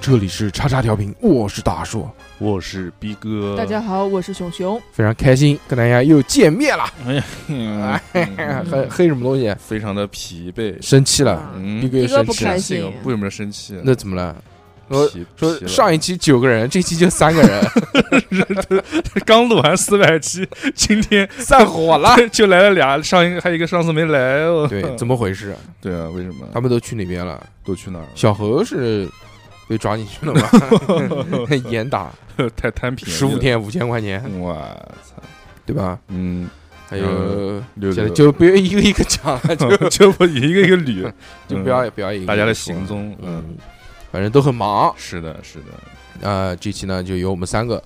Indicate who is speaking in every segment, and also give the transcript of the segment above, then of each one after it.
Speaker 1: 这里是叉叉调频，我是大硕，
Speaker 2: 我是逼哥，
Speaker 3: 大家好，我是熊熊。
Speaker 1: 非常开心跟大家又见面了。
Speaker 2: 嗯，嗯
Speaker 1: 黑黑什么东西？
Speaker 2: 非常的疲惫，
Speaker 1: 生气了，
Speaker 2: 嗯，
Speaker 1: 逼哥又
Speaker 3: 逼哥
Speaker 1: 生
Speaker 3: 不
Speaker 1: 气
Speaker 3: 开
Speaker 1: 了
Speaker 3: 心。
Speaker 2: 生气了为什么要生气？
Speaker 1: 那怎么了？说
Speaker 2: 皮皮
Speaker 1: 说
Speaker 2: 了
Speaker 1: 上一期九个人，这期就三个人，
Speaker 2: 刚录完四百 期，今天
Speaker 1: 散伙 了。
Speaker 2: 就来了俩，上一个还有一个上次没来哦。
Speaker 1: 对，怎么回事？
Speaker 2: 对啊？为什么
Speaker 1: 他们都去那边了。
Speaker 2: 都去哪儿了？
Speaker 1: 小何是被抓进去了吗？严打
Speaker 2: 太贪便宜了，
Speaker 1: 十五天五千块钱，
Speaker 2: 嗯，我操，
Speaker 1: 对吧？
Speaker 2: 嗯，
Speaker 1: 还有，
Speaker 2: 六
Speaker 1: 现在
Speaker 2: 六
Speaker 1: 就不要一个一个讲了，就
Speaker 2: 就不一个一个 捋，嗯
Speaker 1: 就不要不要一个
Speaker 2: 大家
Speaker 1: 一
Speaker 2: 的
Speaker 1: 个
Speaker 2: 行
Speaker 1: 说。
Speaker 2: 踪，嗯，
Speaker 1: 嗯，反正都很忙。
Speaker 2: 是的，是的，
Speaker 1: 啊，这期呢就由我们三个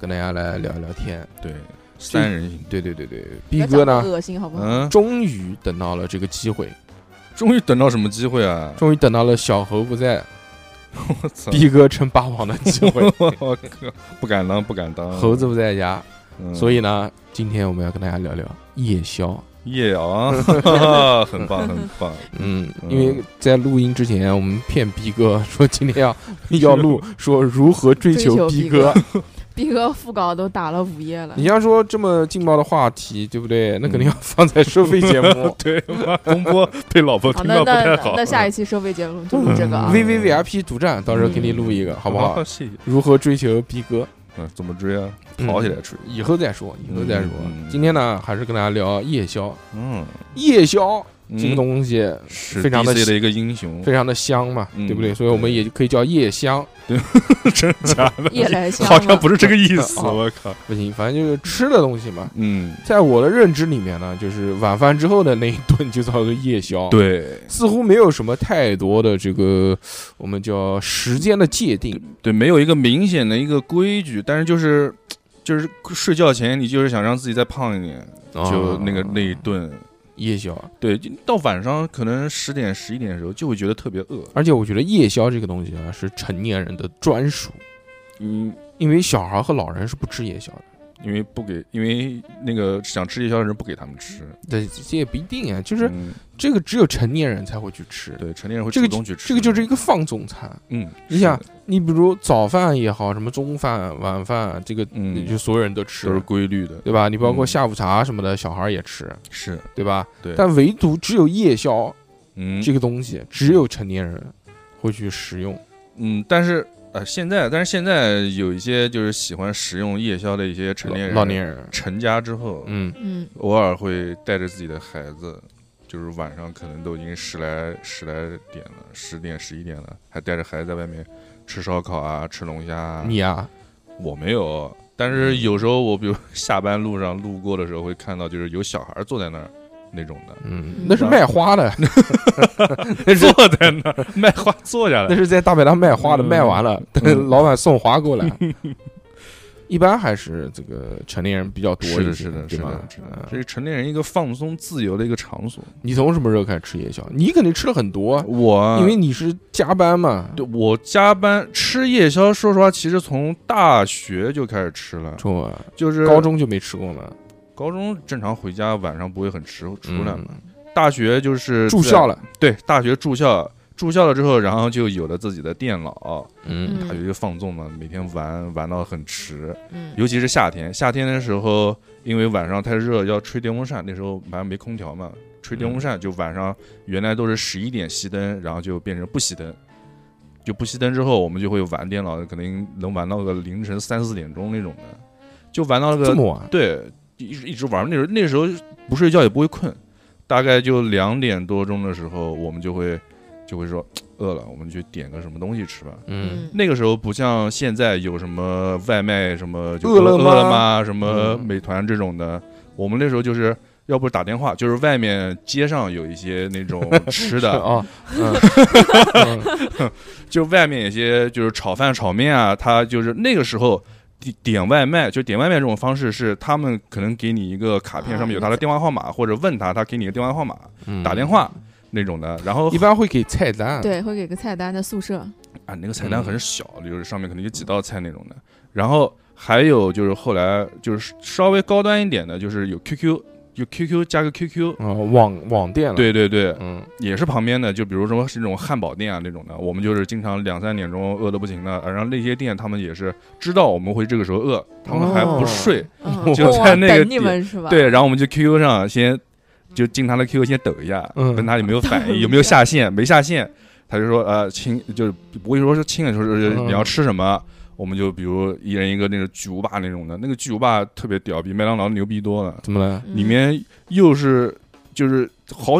Speaker 1: 跟大家来聊一聊天。
Speaker 2: 对，三人行，
Speaker 1: 对对对对，逼哥
Speaker 3: 不要讲
Speaker 1: 呢
Speaker 3: 得恶心好不好？
Speaker 2: 嗯，
Speaker 1: 终于等到了这个机会，
Speaker 2: 终于等到什么机会啊？
Speaker 1: 终于等到了小猴不在，
Speaker 2: 我操，。
Speaker 1: 逼哥称霸王的机会
Speaker 2: 我靠，不敢当，不敢当，
Speaker 1: 猴子不在家，
Speaker 2: 嗯，
Speaker 1: 所以呢，今天我们要跟大家聊聊夜宵。
Speaker 2: 夜 游啊，很棒，很棒，
Speaker 1: 嗯，
Speaker 2: 嗯
Speaker 1: 因为在录音之前，我们骗逼哥说今天要要录，说如何追求
Speaker 3: 追求
Speaker 1: 逼
Speaker 3: 逼哥
Speaker 1: 哥。
Speaker 3: 逼哥副稿都打了午夜了
Speaker 1: 你，要说这么劲爆的话题，对不对？那肯定要放在收费节目
Speaker 2: 对，妈风波被老婆
Speaker 3: 好，
Speaker 2: 听
Speaker 3: 那
Speaker 2: 到不
Speaker 3: 那
Speaker 2: 太
Speaker 3: 那
Speaker 2: 好。
Speaker 3: 哦
Speaker 2: 啊
Speaker 3: 那下一期收费节目就录这个啊
Speaker 2: 嗯。
Speaker 1: V V V I P 独占，到时候给你录一个，好不好？
Speaker 2: 啊谢谢。
Speaker 1: 如何追求逼哥？
Speaker 2: 嗯，怎么追啊？跑起来追。
Speaker 1: 以后再说，以后再说。
Speaker 2: 嗯嗯
Speaker 1: 今天呢，还是跟大家聊夜宵。
Speaker 2: 嗯，
Speaker 1: 夜宵这个
Speaker 2: 嗯
Speaker 1: 东西
Speaker 2: 是
Speaker 1: 非常地
Speaker 2: DC 的一个英 雄
Speaker 1: 非，常的香嘛，
Speaker 2: 嗯
Speaker 1: 对不对？所以我们也可以叫夜香。
Speaker 2: 真假的？
Speaker 3: 夜来 香
Speaker 2: 好像
Speaker 3: 了
Speaker 2: 不是这个意 思，
Speaker 1: 啊
Speaker 2: 我靠。
Speaker 1: 不行，反正就是吃的东西嘛。
Speaker 2: 嗯，
Speaker 1: 在我的认知里面呢，就是晚饭之后的那一顿就叫做夜宵。。
Speaker 2: 对
Speaker 1: 似乎没有什么太多的这个我们叫时间的界定，
Speaker 2: 对，没有一个明显的一个规矩，但是就是就是睡觉前，你就是想让自己再胖一点，
Speaker 1: 哦
Speaker 2: 就那个那一顿。
Speaker 1: 夜宵。
Speaker 2: 对，就到晚上可能十点十一点的时候，就会觉得特别饿。
Speaker 1: 而且我觉得夜宵这个东西啊，是成年人的专属，
Speaker 2: 嗯，
Speaker 1: 因为小孩和老人是不吃夜宵的。
Speaker 2: 因为不给，因为那个想吃夜宵的人不给他们吃，
Speaker 1: 对，这也不一定啊，就
Speaker 2: 就是
Speaker 1: 这个只有成年人才会去吃。
Speaker 2: 嗯对成年人会
Speaker 1: 这
Speaker 2: 主
Speaker 1: 个
Speaker 2: 动
Speaker 1: 就
Speaker 2: 去吃，
Speaker 1: 这个就是一个放纵餐。
Speaker 2: 嗯，
Speaker 1: 你
Speaker 2: 是
Speaker 1: 想
Speaker 2: 的，
Speaker 1: 你比如早饭也好，什么中饭、晚饭，这个
Speaker 2: 嗯，
Speaker 1: 就所有人都吃
Speaker 2: 都是，规律的，
Speaker 1: 对吧？你包括
Speaker 2: 嗯
Speaker 1: 下午茶什么的，小孩儿也吃，
Speaker 2: 是
Speaker 1: 对吧？
Speaker 2: 对，
Speaker 1: 但唯独只有夜宵
Speaker 2: 嗯
Speaker 1: 这个东西，只有成年人会去食用。
Speaker 2: 嗯，但是呃，现在但是现在有一些就是喜欢食用夜宵的一些成年人，
Speaker 1: 老老年人，
Speaker 2: 成家之后，
Speaker 1: 嗯，
Speaker 3: 嗯，
Speaker 2: 偶尔会带着自己的孩子。就是晚上可能都已经十来十来点了，十点十一点了，还带着孩子在外面吃烧烤啊，吃龙虾啊。
Speaker 1: 你啊，
Speaker 2: 我没有，但是有时候我比如下班路上路过的时候，会看到就是有小孩坐在那儿那种的，
Speaker 1: 嗯
Speaker 3: 嗯，
Speaker 1: 那是卖花的， 那是
Speaker 2: 坐在那儿卖花坐下
Speaker 1: 那
Speaker 2: 来，
Speaker 1: 是在大排档卖花的，
Speaker 2: 嗯
Speaker 1: 卖完了，
Speaker 2: 嗯
Speaker 1: 老板送花过来。 一般还是这个成年人比较多一
Speaker 2: 是
Speaker 1: 些，
Speaker 2: 的，是的，
Speaker 1: 对
Speaker 2: 是
Speaker 1: 吧
Speaker 2: 的，是？的，
Speaker 1: 嗯
Speaker 2: 这是成年人一个放松自由的一个场所。
Speaker 1: 你从什么时候开始吃夜宵？你肯定吃了很多啊，
Speaker 2: 我
Speaker 1: 因为你是加班嘛。
Speaker 2: 对我加班吃夜宵，说实话，其实从大学就开始吃了，
Speaker 1: 中啊，
Speaker 2: 就是
Speaker 1: 高中就没吃过嘛，
Speaker 2: 高中正常回家晚上不会很迟出来嘛，
Speaker 1: 嗯
Speaker 2: 大学就是
Speaker 1: 住
Speaker 2: 在
Speaker 1: 校，了，
Speaker 2: 对，大学住校。住校了之后，然后就有了自己的电脑，
Speaker 1: 嗯
Speaker 3: 嗯
Speaker 2: 大学就放纵嘛，每天玩玩到很迟，
Speaker 3: 嗯，
Speaker 2: 尤其是夏天。夏天的时候，因为晚上太热，要吹电风扇。那时候晚上没空调嘛，吹
Speaker 1: 嗯
Speaker 2: 电风扇就晚上原来都是十一点熄灯，然后就变成不熄灯。就不熄灯之后，我们就会玩电脑，可能能玩到个凌晨三四点钟那种的，就玩到那
Speaker 1: 这
Speaker 2: 个
Speaker 1: 么晚，
Speaker 2: 对，一直一直玩。那时候那时候不睡觉也不会困，大概就两点多钟的时候，我们就会就会说饿了，我们去点个什么东西吃吧。
Speaker 1: 嗯，
Speaker 3: 嗯，
Speaker 2: 那个时候不像现在有什么外卖、什么就
Speaker 1: 饿了
Speaker 2: 饿
Speaker 1: 吗
Speaker 2: 了吗、什么
Speaker 1: 嗯
Speaker 2: 美团这种的。我们那时候就是要不打电话，就是外面街上有一些那 种吃
Speaker 1: 是
Speaker 2: 的，
Speaker 1: 啊，嗯嗯
Speaker 2: 就外面有些就是炒饭、炒面啊，他就是那个时候。点点外卖，就点外卖这种方式是他们可能给你一个卡片，
Speaker 3: 啊
Speaker 2: 上面有他的电话号码，或者问他，他给你个电话号码，
Speaker 1: 嗯
Speaker 2: 打电话那种的。然后
Speaker 1: 一般会给菜单，，
Speaker 3: 对，会给个菜单在宿舍。
Speaker 2: 啊，那个菜单很小，就是上面可能有几道菜那种的。然后还有就是后来就是稍微高端一点的，就是有 QQ，有 QQ 加个 QQ，
Speaker 1: 啊，网网店了，，
Speaker 2: 对对对，
Speaker 1: 嗯，
Speaker 2: 也是旁边的，就比如说是那种汉堡店啊那种的，我们就是经常两三点钟饿得不行的，然后那些店他们也是知道我们会这个时候饿，他们还不睡，
Speaker 3: 嗯
Speaker 1: 就
Speaker 2: 在那个
Speaker 3: 等你
Speaker 2: 点
Speaker 3: 们是吧？
Speaker 2: 对，然后我们就 QQ 上先就进他的 QQ 先等一下，
Speaker 1: 嗯
Speaker 2: 问他有没有反
Speaker 3: 等
Speaker 2: 应，
Speaker 3: 一
Speaker 2: 有没有
Speaker 3: 下
Speaker 2: 下线，没下线，他就说呃亲，就是不会说是亲的，就是
Speaker 1: 嗯
Speaker 2: 你要吃什么。我们就比如一人一个那个巨无霸那种的，那个巨无霸特别屌，比麦当劳牛逼多了。
Speaker 1: 怎么了？
Speaker 3: 嗯
Speaker 2: 里面又是就是好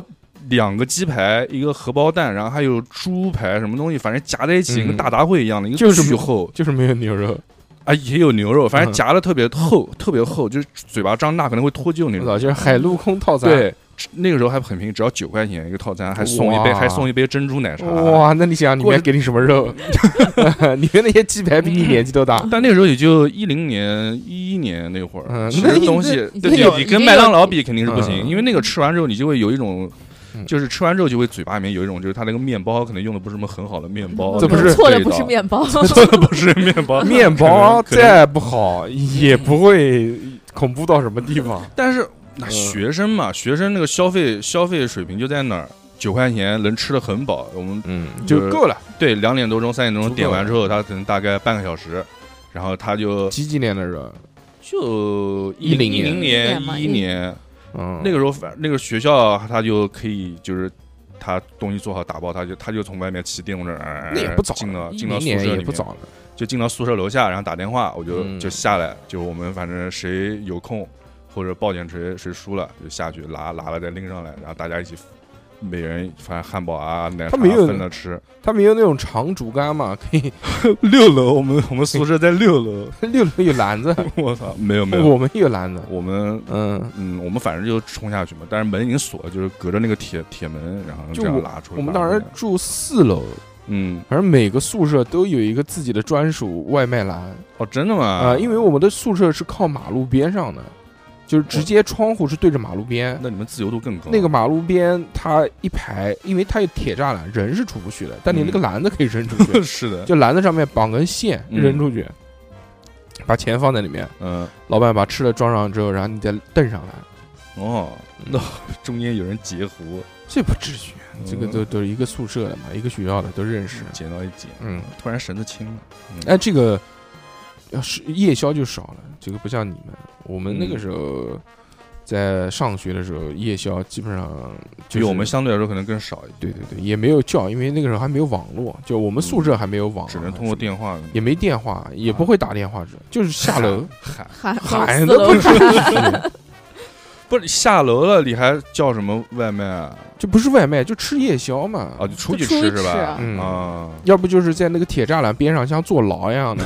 Speaker 2: 两个鸡排，一个荷包蛋，然后还有猪排什么东西，反正夹在一起
Speaker 1: 嗯
Speaker 2: 跟大杂烩一样的，一
Speaker 1: 就
Speaker 2: 个
Speaker 1: 是
Speaker 2: 巨厚
Speaker 1: 就是没有牛肉，
Speaker 2: 啊，也有牛肉，反
Speaker 1: 嗯
Speaker 2: 正夹的特别厚，特别厚，就是嘴巴张大可能会脱臼
Speaker 1: 我
Speaker 2: 那种。
Speaker 1: 操，就是海陆空套餐，
Speaker 2: 对，那个时候还很便宜，只要九块钱一个套餐，还送一杯
Speaker 1: 哇
Speaker 2: 还送一杯珍珠奶茶。
Speaker 1: 哇，那你想里
Speaker 2: 过
Speaker 1: 面给你什么 肉？ 里面那些鸡排比你年纪都大，
Speaker 2: 但那个时候也就一零年、一一年那会
Speaker 1: 嗯
Speaker 2: 儿，吃
Speaker 1: 那已经
Speaker 2: 东西
Speaker 1: 已，
Speaker 2: 对
Speaker 1: 经有
Speaker 2: 你你跟麦当劳比肯定是不行，
Speaker 1: 嗯
Speaker 2: 因为那个吃完之后你就会有一种
Speaker 1: 嗯，
Speaker 2: 就是吃完之后就会嘴巴里面有一种，就是它那个面包可能用的不是什么很好的面包，
Speaker 1: 这不
Speaker 2: 那
Speaker 1: 是
Speaker 2: 种
Speaker 3: 错的
Speaker 2: 味
Speaker 3: 不
Speaker 2: 道
Speaker 3: 是，面包，
Speaker 2: 错的不是面包，
Speaker 1: 面包
Speaker 2: 可能可能
Speaker 1: 再不好也不会恐怖到什么地方。
Speaker 2: 但是那
Speaker 1: 嗯
Speaker 2: 学生嘛，学生那个消费消费水平就在哪儿，九块钱能吃的很饱，我们
Speaker 1: 嗯，
Speaker 2: 就
Speaker 1: 就够了。
Speaker 2: 对两点多钟、三点
Speaker 1: 足
Speaker 2: 钟
Speaker 1: 够
Speaker 2: 点完
Speaker 1: 了
Speaker 2: 之后，他可能大概半个小时，然后他就
Speaker 1: 几几年的人？
Speaker 2: 就
Speaker 1: 10
Speaker 2: 一零年
Speaker 3: 年嘛
Speaker 2: 一一
Speaker 3: 一
Speaker 2: 年。
Speaker 1: 嗯，
Speaker 2: 那个时候反那个学校啊他就可以就是他东西做好打包，他就他就从外面骑电动车，呃
Speaker 1: 那也不早了，
Speaker 2: 进到
Speaker 1: 一
Speaker 2: 进到
Speaker 1: 零
Speaker 2: 宿
Speaker 1: 年
Speaker 2: 舍
Speaker 1: 也
Speaker 2: 里
Speaker 1: 不
Speaker 2: 面，
Speaker 1: 早了。
Speaker 2: 就进到宿舍楼下，然后打电话，我就、
Speaker 1: 嗯
Speaker 2: 就下来，就我们反正谁有空或者抱点锤谁输了就下去拿拿了再拎上来，然后大家一起。每人反正汉堡啊、奶茶
Speaker 1: 他没有
Speaker 2: 分着吃。
Speaker 1: 他们有那种长竹竿嘛， 可以
Speaker 2: 六楼，我们我们宿舍在六楼。
Speaker 1: 六楼有篮子，
Speaker 2: 我操，没有没有，
Speaker 1: 我们有篮子。
Speaker 2: 我们
Speaker 1: 嗯，
Speaker 2: 嗯，我们反正就冲下去嘛，但是门已经锁了，就是隔着那个铁铁门，然后
Speaker 1: 就
Speaker 2: 这样拉出来。
Speaker 1: 我们当
Speaker 2: 拉出
Speaker 1: 时
Speaker 2: 来
Speaker 1: 住四楼，
Speaker 2: 嗯，
Speaker 1: 而每个宿舍都有一个自己的专属外卖栏
Speaker 2: 哦，真的吗？
Speaker 1: 啊、因为我们的宿舍是靠马路边上的，就是直接窗户是对着马路边。
Speaker 2: 那你们自由度更高。
Speaker 1: 哦那哦个马路边，它一排，因为它有铁栅栏，人是出不去的，但你那个篮子可以扔出去，
Speaker 2: 是的，
Speaker 1: 就篮子上面绑根线
Speaker 2: 嗯
Speaker 1: 扔出去，把钱放在里面，
Speaker 2: 嗯，
Speaker 1: 老板把吃的装上之后，然后你再蹬上来，
Speaker 2: 哦， 那中间有人截胡，
Speaker 1: 这不至于，这个
Speaker 2: 嗯
Speaker 1: 都都是一个宿舍的嘛，一个学校的都认识。
Speaker 2: 剪到一剪，
Speaker 1: 嗯，
Speaker 2: 突然绳子轻了。
Speaker 1: 哎，这个要是夜宵就少了，这个不像你们，我们那个
Speaker 2: 嗯
Speaker 1: 时候在上学的时候，夜宵基本上就
Speaker 2: 比
Speaker 1: 是
Speaker 2: 我们相对来说可能更少一
Speaker 1: 对
Speaker 2: 点，
Speaker 1: 对对，也没有叫，因为那个时候还没有网络，就我们宿舍还没有网啊，
Speaker 2: 嗯只能通过电啊话
Speaker 1: 也没电话，也不会打电话，就是下 楼
Speaker 2: 喊。
Speaker 3: 喊
Speaker 1: 喊
Speaker 3: 到
Speaker 1: 都
Speaker 3: 四
Speaker 1: 不
Speaker 3: 楼
Speaker 1: 出 去，
Speaker 2: 不是下楼了，你还叫什么外卖啊？
Speaker 1: 就不是外卖，就吃夜宵嘛。
Speaker 2: 啊，就出去
Speaker 3: 就出
Speaker 2: 吃
Speaker 3: 去
Speaker 2: 是
Speaker 3: 吃
Speaker 2: 吧？
Speaker 3: 啊
Speaker 1: 嗯
Speaker 2: 啊，
Speaker 1: 要不就是在那个铁栅栏边上，像坐牢一样 的。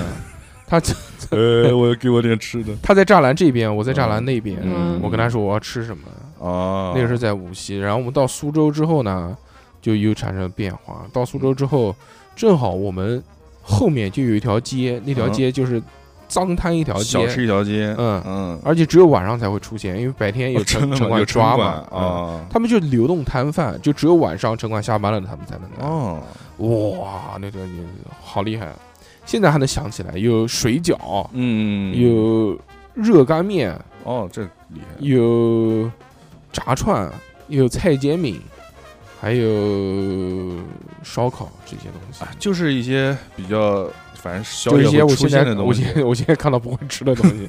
Speaker 1: 他
Speaker 2: 呃，我给我点吃的
Speaker 1: 他在栅栏这边，我在栅栏那边。
Speaker 2: 嗯
Speaker 1: 我跟他说我要吃什么，
Speaker 2: 啊，
Speaker 1: 那个是在无锡。然后我们到苏州之后呢，就又产生了变化。到苏州之后，正好我们后面就有一条街，那条
Speaker 2: 嗯
Speaker 1: 街就是脏摊一条
Speaker 2: 小吃
Speaker 1: 街，
Speaker 2: 一条街，
Speaker 1: 嗯
Speaker 2: 嗯，
Speaker 1: 而且只有晚上才会出现，因为白天有
Speaker 2: 哦真
Speaker 1: 城
Speaker 2: 的
Speaker 1: 城
Speaker 2: 吗？
Speaker 1: 管
Speaker 2: 有
Speaker 1: 抓嘛嗯
Speaker 2: 管啊，
Speaker 1: 他们就流动摊贩，就只有晚上城管下班了，他们才能来。
Speaker 2: 哦，
Speaker 1: 哇，那条街好厉害！啊现在还能想起来，有水饺，
Speaker 2: 嗯，
Speaker 1: 有热干面，
Speaker 2: 哦，这厉害，
Speaker 1: 有炸串，有菜煎饼，还有烧烤这些东西。
Speaker 2: 啊，就是一些比较反正宵
Speaker 1: 就
Speaker 2: 夜
Speaker 1: 一些
Speaker 2: 会
Speaker 1: 我
Speaker 2: 出
Speaker 1: 现
Speaker 2: 现
Speaker 1: 在
Speaker 2: 的
Speaker 1: 我
Speaker 2: 东西
Speaker 1: 现，在我 现在看到不会吃的东 西，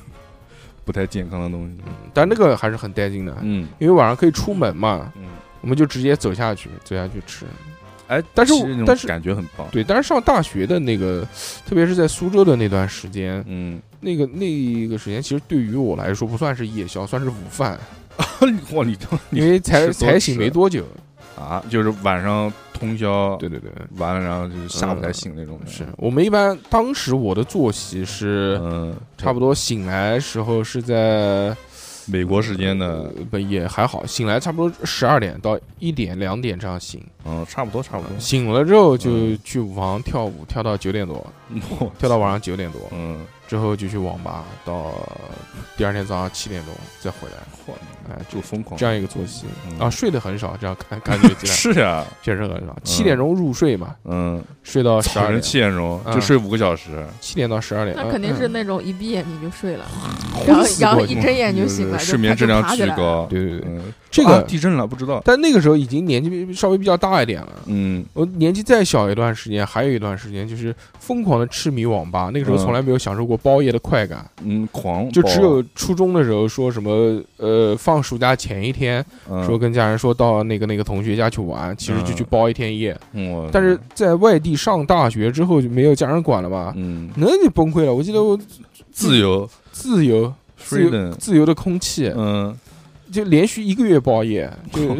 Speaker 2: 不太健康的东西。
Speaker 1: 嗯但那个还是很带劲的，
Speaker 2: 嗯
Speaker 1: 因为晚上可以出门嘛，
Speaker 2: 嗯，
Speaker 1: 我们就直接走下去，走下去吃。
Speaker 2: 哎，
Speaker 1: 但是
Speaker 2: 其实那种
Speaker 1: 但是
Speaker 2: 感觉很棒。
Speaker 1: 对，但是上大学的那个，特别是在苏州的那段时间，
Speaker 2: 嗯，
Speaker 1: 那个那个时间，其实对于我来说不算是夜宵，算是午饭，
Speaker 2: 哇，你都
Speaker 1: 因为才
Speaker 2: 吃多
Speaker 1: 才醒没
Speaker 2: 吃
Speaker 1: 多久。
Speaker 2: 啊，就是晚上通宵，
Speaker 1: 对对对，
Speaker 2: 完了然后就是下午才醒那种的。
Speaker 1: 是我们一般当时我的作息是，
Speaker 2: 嗯，
Speaker 1: 差不多醒来时候是在
Speaker 2: 美国时间的，
Speaker 1: 呃不也还好，醒来差不多十二点到一点两点这样醒，
Speaker 2: 嗯，差不多差不多。
Speaker 1: 醒了之后就去舞房跳舞，跳到九点多，
Speaker 2: 我
Speaker 1: 跳到晚上九点多，
Speaker 2: 嗯，
Speaker 1: 之后就去网吧，到第二天早上七点钟再回来。
Speaker 2: 嚯，
Speaker 1: 哎，
Speaker 2: 就疯狂
Speaker 1: 这样一个作息
Speaker 2: 嗯
Speaker 1: 啊，睡得很少，这样看感 觉起来
Speaker 2: 是呀，
Speaker 1: 确实很少。七点钟入睡嘛，
Speaker 2: 嗯，
Speaker 1: 睡到哦十
Speaker 2: 早
Speaker 1: 二
Speaker 2: 晨
Speaker 1: 点，
Speaker 2: 七点钟
Speaker 1: 嗯
Speaker 2: 就睡五个小时，
Speaker 1: 七点到十二点，
Speaker 3: 那
Speaker 1: 嗯
Speaker 3: 肯定是
Speaker 1: 嗯
Speaker 3: 那种一闭眼睛就睡了，然后
Speaker 1: 昏死
Speaker 3: 然后
Speaker 1: 过
Speaker 3: 一
Speaker 1: 去。
Speaker 3: 睁眼就
Speaker 2: 就
Speaker 3: 醒
Speaker 2: 是
Speaker 3: 了，
Speaker 2: 睡眠质量巨。高。
Speaker 1: 对哦对对，
Speaker 2: 嗯，
Speaker 1: 这
Speaker 2: 啊
Speaker 1: 个
Speaker 2: 地震了不知道，
Speaker 1: 但那个时候已经年纪稍微比较大一点了。
Speaker 2: 嗯，
Speaker 1: 我年纪再小一段时间，还有一段时间就是疯狂的痴迷网吧。那个时候
Speaker 2: 嗯
Speaker 1: 从来没有享受过包夜的快感，
Speaker 2: 嗯，狂
Speaker 1: 就只
Speaker 2: 暴
Speaker 1: 有初中的时候说什么呃，放暑假前一天
Speaker 2: 嗯
Speaker 1: 说跟家人说到那个那个同学家去玩，其实就去
Speaker 2: 嗯
Speaker 1: 包一天夜。
Speaker 2: 我
Speaker 1: 但是在外地上大学之后就没有家人管了嘛，
Speaker 2: 嗯，
Speaker 1: 那就崩溃了。我记得我
Speaker 2: 自由
Speaker 1: 自由。自由
Speaker 2: freedom，
Speaker 1: 自由的空气，
Speaker 2: 嗯，
Speaker 1: 就连续一个月包夜，就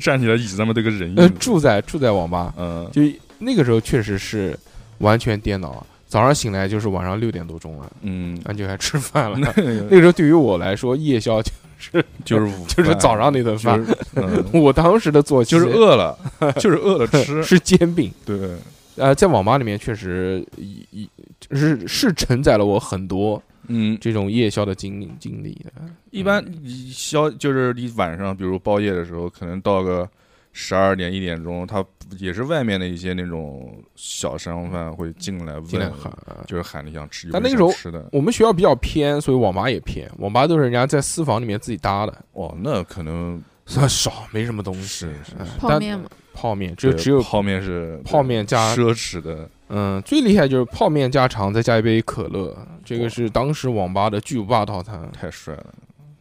Speaker 2: 站起来椅子上面都有个人
Speaker 1: 呃
Speaker 2: 影，
Speaker 1: 住在住在网吧，
Speaker 2: 嗯，
Speaker 1: 就那个时候确实是完全颠倒，早上醒来就是晚上六点多钟了，
Speaker 2: 嗯，
Speaker 1: 那就该吃饭了。
Speaker 2: 那
Speaker 1: 那个时候对于我来说，夜宵就
Speaker 2: 就是午
Speaker 1: 就
Speaker 2: 饭
Speaker 1: 是早上那顿饭，
Speaker 2: 哎就是嗯
Speaker 1: 我当时的作息
Speaker 2: 就是饿了， 就是饿了吃，
Speaker 1: 是煎饼。
Speaker 2: 对，
Speaker 1: 呃，在网吧里面确实一一是是承载了我很多
Speaker 2: 嗯，
Speaker 1: 这种夜宵的经经历的。
Speaker 2: 一般
Speaker 1: 嗯
Speaker 2: 你宵就是你晚上，比如包夜的时候，可能到个十二点一点钟，他也是外面的一些那种小商贩会进来问，
Speaker 1: 嗯进来喊，
Speaker 2: 就是喊你想吃，
Speaker 1: 但
Speaker 2: 有没有
Speaker 1: 那个时
Speaker 2: 想吃的，
Speaker 1: 我们学校比较偏，所以网吧也偏，网吧都是人家在私房里面自己搭的，
Speaker 2: 哦，那可能
Speaker 1: 算少，没什么东西。
Speaker 2: 是是
Speaker 1: 哎
Speaker 3: 泡
Speaker 1: 但
Speaker 3: 面嘛，
Speaker 1: 泡面只有
Speaker 2: 对
Speaker 1: 只有
Speaker 2: 泡面是
Speaker 1: 泡面加
Speaker 2: 奢侈的，
Speaker 1: 嗯，最厉害就是泡面加肠，再加一杯可乐，这个是当时网吧的巨无霸套餐，
Speaker 2: 太帅了，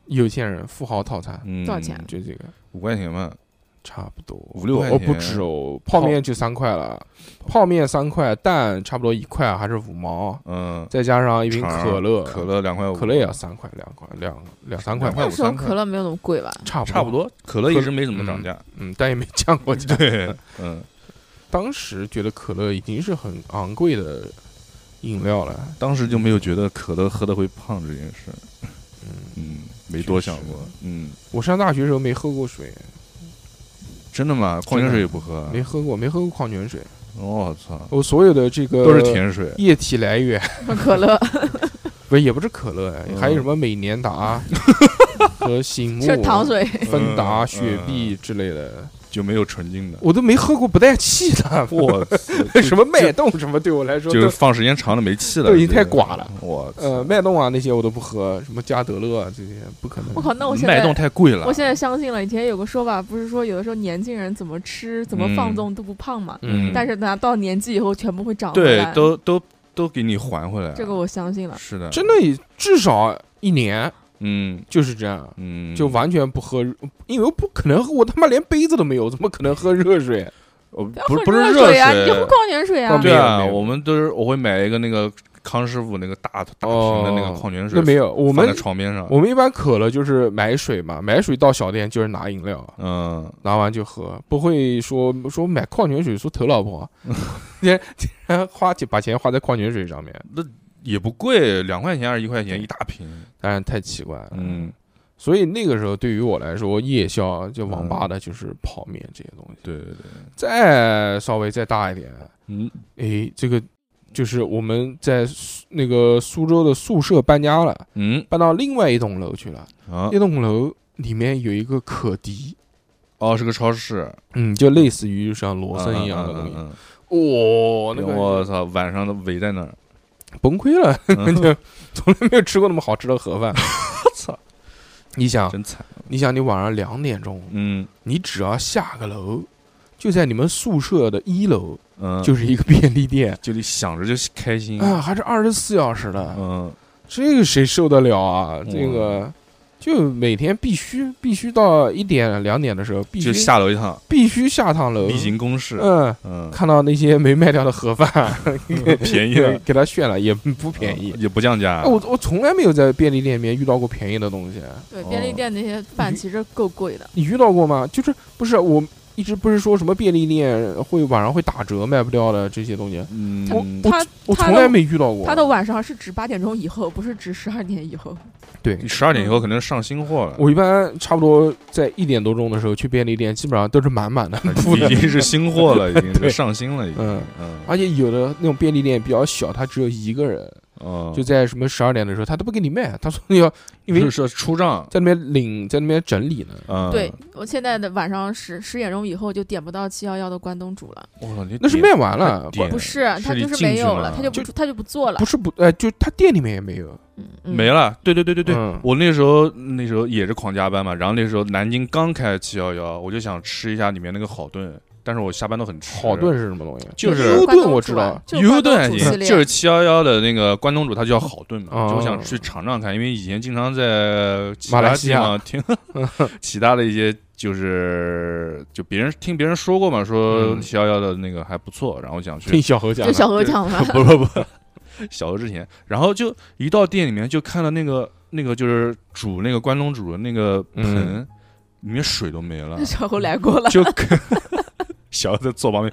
Speaker 1: 有钱人富豪套餐，
Speaker 2: 嗯，
Speaker 3: 多少钱啊
Speaker 1: 就这个
Speaker 2: 五块钱吧，
Speaker 1: 差不多
Speaker 2: 五六块
Speaker 1: 哦，
Speaker 2: 钱
Speaker 1: 不止哦，泡面就三块了，泡面三块，蛋差不多一块还是五毛，
Speaker 2: 嗯，
Speaker 1: 再加上一瓶
Speaker 2: 肠儿
Speaker 1: 可乐，
Speaker 2: 可乐两块五，
Speaker 1: 可乐也要三块，两块两两三块
Speaker 2: 两，块
Speaker 3: 那
Speaker 2: 五
Speaker 3: 时候
Speaker 2: 三块
Speaker 3: 可乐没有那么贵吧？
Speaker 1: 差不
Speaker 2: 差不
Speaker 1: 多，
Speaker 2: 多，可乐一直没怎么涨价，
Speaker 1: 嗯，但也没降过价。
Speaker 2: 对，嗯，
Speaker 1: 当时觉得可乐已经是很昂贵的饮料了，
Speaker 2: 当时就没有觉得可乐喝的会胖这件事，
Speaker 1: 嗯，
Speaker 2: 嗯，没多想
Speaker 1: 确
Speaker 2: 过
Speaker 1: 实，
Speaker 2: 嗯。
Speaker 1: 我上大学的时候没喝过水，
Speaker 2: 真的吗？矿泉水也不喝啊？
Speaker 1: 没喝过，没喝过矿泉水。
Speaker 2: 我操，
Speaker 1: 我所有的这个
Speaker 2: 都是甜水。
Speaker 1: 液体来源，
Speaker 3: 可乐，
Speaker 1: 不是也不是可乐，哎
Speaker 2: 嗯
Speaker 1: 还有什么美年 达和醒目
Speaker 3: 就是糖、水，
Speaker 1: 芬达、
Speaker 2: 嗯
Speaker 1: 雪碧之类的，
Speaker 2: 就没有纯净的。
Speaker 1: 我都没喝过不带气 的。
Speaker 2: 我
Speaker 1: 什么脉动什么，对我来说
Speaker 2: 就是
Speaker 1: 都
Speaker 2: 放时间长了没气了，
Speaker 1: 都已经太
Speaker 2: 这个
Speaker 1: 寡了。
Speaker 2: 我操
Speaker 1: 呃脉动啊那些我都不喝，什么加德乐啊这些不可能。
Speaker 3: 我靠！那我现
Speaker 2: 脉
Speaker 3: 在
Speaker 2: 动太贵了。
Speaker 3: 我现在相信了，以前有个说法，不是说有的时候年轻人怎么吃怎么放
Speaker 2: 嗯
Speaker 3: 纵都不胖嘛，
Speaker 2: 嗯
Speaker 3: 但是等到年纪以后全部会长回
Speaker 2: 对
Speaker 3: 来。
Speaker 2: 都都都给你还回来了。
Speaker 3: 这个我相信了。
Speaker 2: 是的，
Speaker 1: 真的至少一年
Speaker 2: 嗯
Speaker 1: 就是这样。
Speaker 2: 嗯，
Speaker 1: 就完全不喝，因为我不可能喝，我他妈连杯子都没有，怎么可能喝热水？
Speaker 2: 哦
Speaker 3: 要
Speaker 2: 不
Speaker 3: 喝
Speaker 2: 是不是
Speaker 3: 热
Speaker 2: 水
Speaker 3: 水啊，你就喝矿泉水啊
Speaker 1: 矿。
Speaker 2: 对
Speaker 1: 没
Speaker 2: 啊，
Speaker 1: 有没有
Speaker 2: 我们都是我会买一个那个康师傅那个大大瓶的那个矿泉水，
Speaker 1: 哦那没有，我
Speaker 2: 哦放在
Speaker 1: 们
Speaker 2: 床边上。
Speaker 1: 我们一般可乐就是买水嘛，买水到小店就是拿饮料，
Speaker 2: 嗯，
Speaker 1: 拿完就喝，不会说说买矿泉水说投老 婆，竟然花钱把钱花在矿泉水上面，
Speaker 2: 也不贵，两块钱还是一块钱一大瓶。
Speaker 1: 当然太奇怪了。
Speaker 2: 嗯，
Speaker 1: 所以那个时候对于我来说，夜宵就网吧的就是泡面这些东西。
Speaker 2: 对对对，
Speaker 1: 再稍微再大一点，
Speaker 2: 嗯
Speaker 1: 诶，这个就是我们在苏那个苏州的宿舍搬家了，
Speaker 2: 嗯
Speaker 1: 搬到另外一栋楼去了。
Speaker 2: 啊
Speaker 1: 那栋楼里面有一个可迪，
Speaker 2: 哦，是个超市，
Speaker 1: 嗯，就类似于像罗森一样的东西。
Speaker 2: 嗯。嗯嗯嗯
Speaker 1: 哇、哦那个
Speaker 2: 我操，晚上都围在那儿，
Speaker 1: 崩溃了，
Speaker 2: 嗯
Speaker 1: 就从来没有吃过那么好吃的盒饭。
Speaker 2: 我 操，
Speaker 1: 你想，
Speaker 2: 真惨。
Speaker 1: 你想，你晚上两点钟，
Speaker 2: 啊嗯
Speaker 1: 你只要下个楼，就在你们宿舍的一楼，
Speaker 2: 嗯，
Speaker 1: 就是一个便利店
Speaker 2: 就得想着就开心。
Speaker 1: 啊，还是二十四小时的，
Speaker 2: 嗯，
Speaker 1: 这个谁受得了啊？这个就每天必须必须到一点两点的时候，必须
Speaker 2: 就下楼一趟，
Speaker 1: 必须下趟楼，
Speaker 2: 例行公事。
Speaker 1: 嗯，
Speaker 2: 嗯，
Speaker 1: 看到那些没卖掉的盒 饭，
Speaker 2: 便宜
Speaker 1: 给
Speaker 2: 了，
Speaker 1: 给他炫了，也不便宜
Speaker 2: 嗯。也不降价
Speaker 1: 哎，。我我从来没有在便利店里面遇到过便宜的东西，
Speaker 3: 对，
Speaker 2: 哦
Speaker 3: 便利店那些饭其实够贵的，
Speaker 1: 你遇到过吗？就是不是我一直不是说什么便利店会晚上会打折卖不掉的这些东西，
Speaker 2: 嗯，
Speaker 1: 我
Speaker 3: 他
Speaker 1: 我
Speaker 3: 他
Speaker 1: 从来没遇到过。
Speaker 3: 他的晚上是指八点钟以后，不是指十二点以后。
Speaker 1: 对，
Speaker 2: 十二点以后可能上新货了，
Speaker 1: 我一般差不多在一点多钟的时候去便利店，基本上都是满满的铺
Speaker 2: 已
Speaker 1: 的。
Speaker 2: 经是新货了，已经
Speaker 1: 对
Speaker 2: 是上新了，已经。
Speaker 1: 嗯
Speaker 2: 嗯
Speaker 1: 而且有的那种便利店比较小，它只有一个人，
Speaker 2: 哦，
Speaker 1: 就在什么十二点的时候，他都不给你卖，他说要因为
Speaker 2: 是是出账
Speaker 1: 在那边领，在那边整理呢。
Speaker 2: 啊，
Speaker 3: 对，我现在的晚上十十点钟以后就点不到七幺幺的关东煮了，
Speaker 2: 我操，你
Speaker 1: 那是
Speaker 2: 点
Speaker 1: 卖完了，
Speaker 2: 点
Speaker 1: 不
Speaker 3: 不是，他
Speaker 2: 嗯你
Speaker 3: 就是
Speaker 2: 进
Speaker 3: 没
Speaker 2: 去
Speaker 3: 有
Speaker 2: 了
Speaker 3: 了，他就不
Speaker 1: 就
Speaker 3: 出他就不做了
Speaker 1: 不，是不呃，就他店里面也没有。
Speaker 3: 嗯嗯
Speaker 2: 没了，对对对对对，
Speaker 1: 嗯
Speaker 2: 我那时候那时候也是狂加班嘛，然后那时候南京刚开七幺幺，我就想吃一下里面那个好炖，但是我下班都很迟。
Speaker 1: 好炖是什么东西？
Speaker 2: 就
Speaker 3: 就是
Speaker 1: 优
Speaker 3: 关
Speaker 1: 盾
Speaker 3: 东
Speaker 1: 我
Speaker 3: 煮
Speaker 1: 知
Speaker 3: 啊
Speaker 1: 道，
Speaker 3: 就是
Speaker 2: 优
Speaker 3: 关东
Speaker 2: 炖还
Speaker 3: 煮
Speaker 2: 行
Speaker 3: 系，列
Speaker 2: 就是七幺幺的那个关东煮，它叫好炖嘛，
Speaker 1: 哦
Speaker 2: 就我想去尝尝看，因为以前经常在其
Speaker 1: 马
Speaker 2: 他
Speaker 1: 来西
Speaker 2: 地
Speaker 1: 亚
Speaker 2: 方 听其他的一些，就是就别人听别人说过嘛，说
Speaker 1: 嗯
Speaker 2: 七幺幺的那个还不错，然后想去
Speaker 1: 听小何讲
Speaker 3: 就
Speaker 1: 的，
Speaker 3: 小 何讲的，，
Speaker 2: 不不不，小的之前，然后就一到店里面就看到那个那个就是煮那个关东煮的那个盆、
Speaker 1: 嗯
Speaker 2: 里面水都没了
Speaker 3: 小何来过了，
Speaker 2: 就跟 小的在坐旁边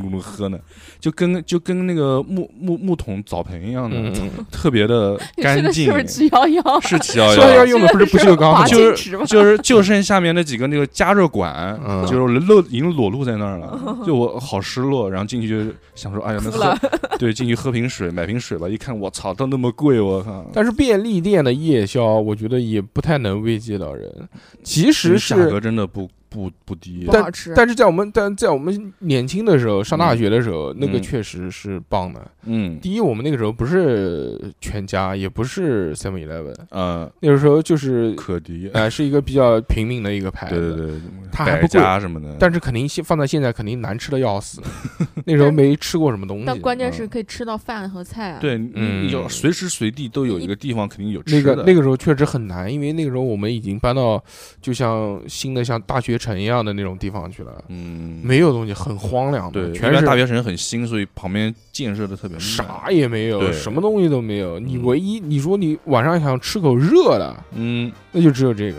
Speaker 2: 咕噜喝呢，就跟就跟那个木木木桶澡盆一样的，
Speaker 1: 嗯，嗯嗯
Speaker 2: 特别的
Speaker 3: 你吃
Speaker 2: 干
Speaker 3: 的
Speaker 2: 净
Speaker 3: 是不，是七幺幺？
Speaker 2: 是七幺
Speaker 1: 711
Speaker 2: 幺。
Speaker 1: 用的不是不锈钢
Speaker 3: 滑
Speaker 1: 吗
Speaker 2: 就
Speaker 3: 进
Speaker 2: 是
Speaker 3: 池吗？
Speaker 2: 就是就剩下面那几个那个加热管，
Speaker 1: 嗯
Speaker 2: 就是露已经裸露在那儿了，就我好失落。然后进去就想说， 哎呀，那
Speaker 3: 哦哭
Speaker 2: 喝
Speaker 3: 了，
Speaker 2: 对，进去喝瓶水，买瓶水吧。一看，我操，都那么贵，我靠！
Speaker 1: 但是便利店的夜宵，我觉得也不太能慰藉到人。其实
Speaker 2: 价
Speaker 1: 是
Speaker 2: 格真的不不不低啊
Speaker 3: 不，好吃。
Speaker 1: 但是在我们但在我们年轻的时候，上大学的时候，那个确实是棒的。
Speaker 2: 嗯
Speaker 1: 第一，我们那个时候不是全家，也不是 Seven Eleven，
Speaker 2: 呃，
Speaker 1: 那个时候就是
Speaker 2: 可迪，
Speaker 1: 呃是一个比较平民的一个牌子。
Speaker 2: 对对对，
Speaker 1: 它还
Speaker 2: 百
Speaker 1: 哎不贵
Speaker 2: 家什么的，
Speaker 1: 但是肯定现放在现在肯定难吃的要 死，那时候没吃过什么东西。
Speaker 3: 但关键
Speaker 2: 嗯
Speaker 3: 是可以吃到饭和菜啊。
Speaker 2: 对，你
Speaker 1: 嗯
Speaker 2: 有随时随地都有一个地方肯定有
Speaker 1: 那
Speaker 2: 吃
Speaker 1: 个
Speaker 2: 的，
Speaker 1: 那个时候确实很难，因为那个时候我们已经搬到就像新的像大学城一样的那种地方去了，
Speaker 2: 嗯，
Speaker 1: 没有东西，很荒凉的，
Speaker 2: 对，
Speaker 1: 全
Speaker 2: 一般
Speaker 1: 是
Speaker 2: 大学城很新，所以旁边建设的特别慢
Speaker 1: 啥，也没有，
Speaker 2: 对
Speaker 1: 什么东西都没有。你
Speaker 2: 嗯
Speaker 1: 唯一你说你晚上想吃口热的，
Speaker 2: 嗯，
Speaker 1: 那就只有这个，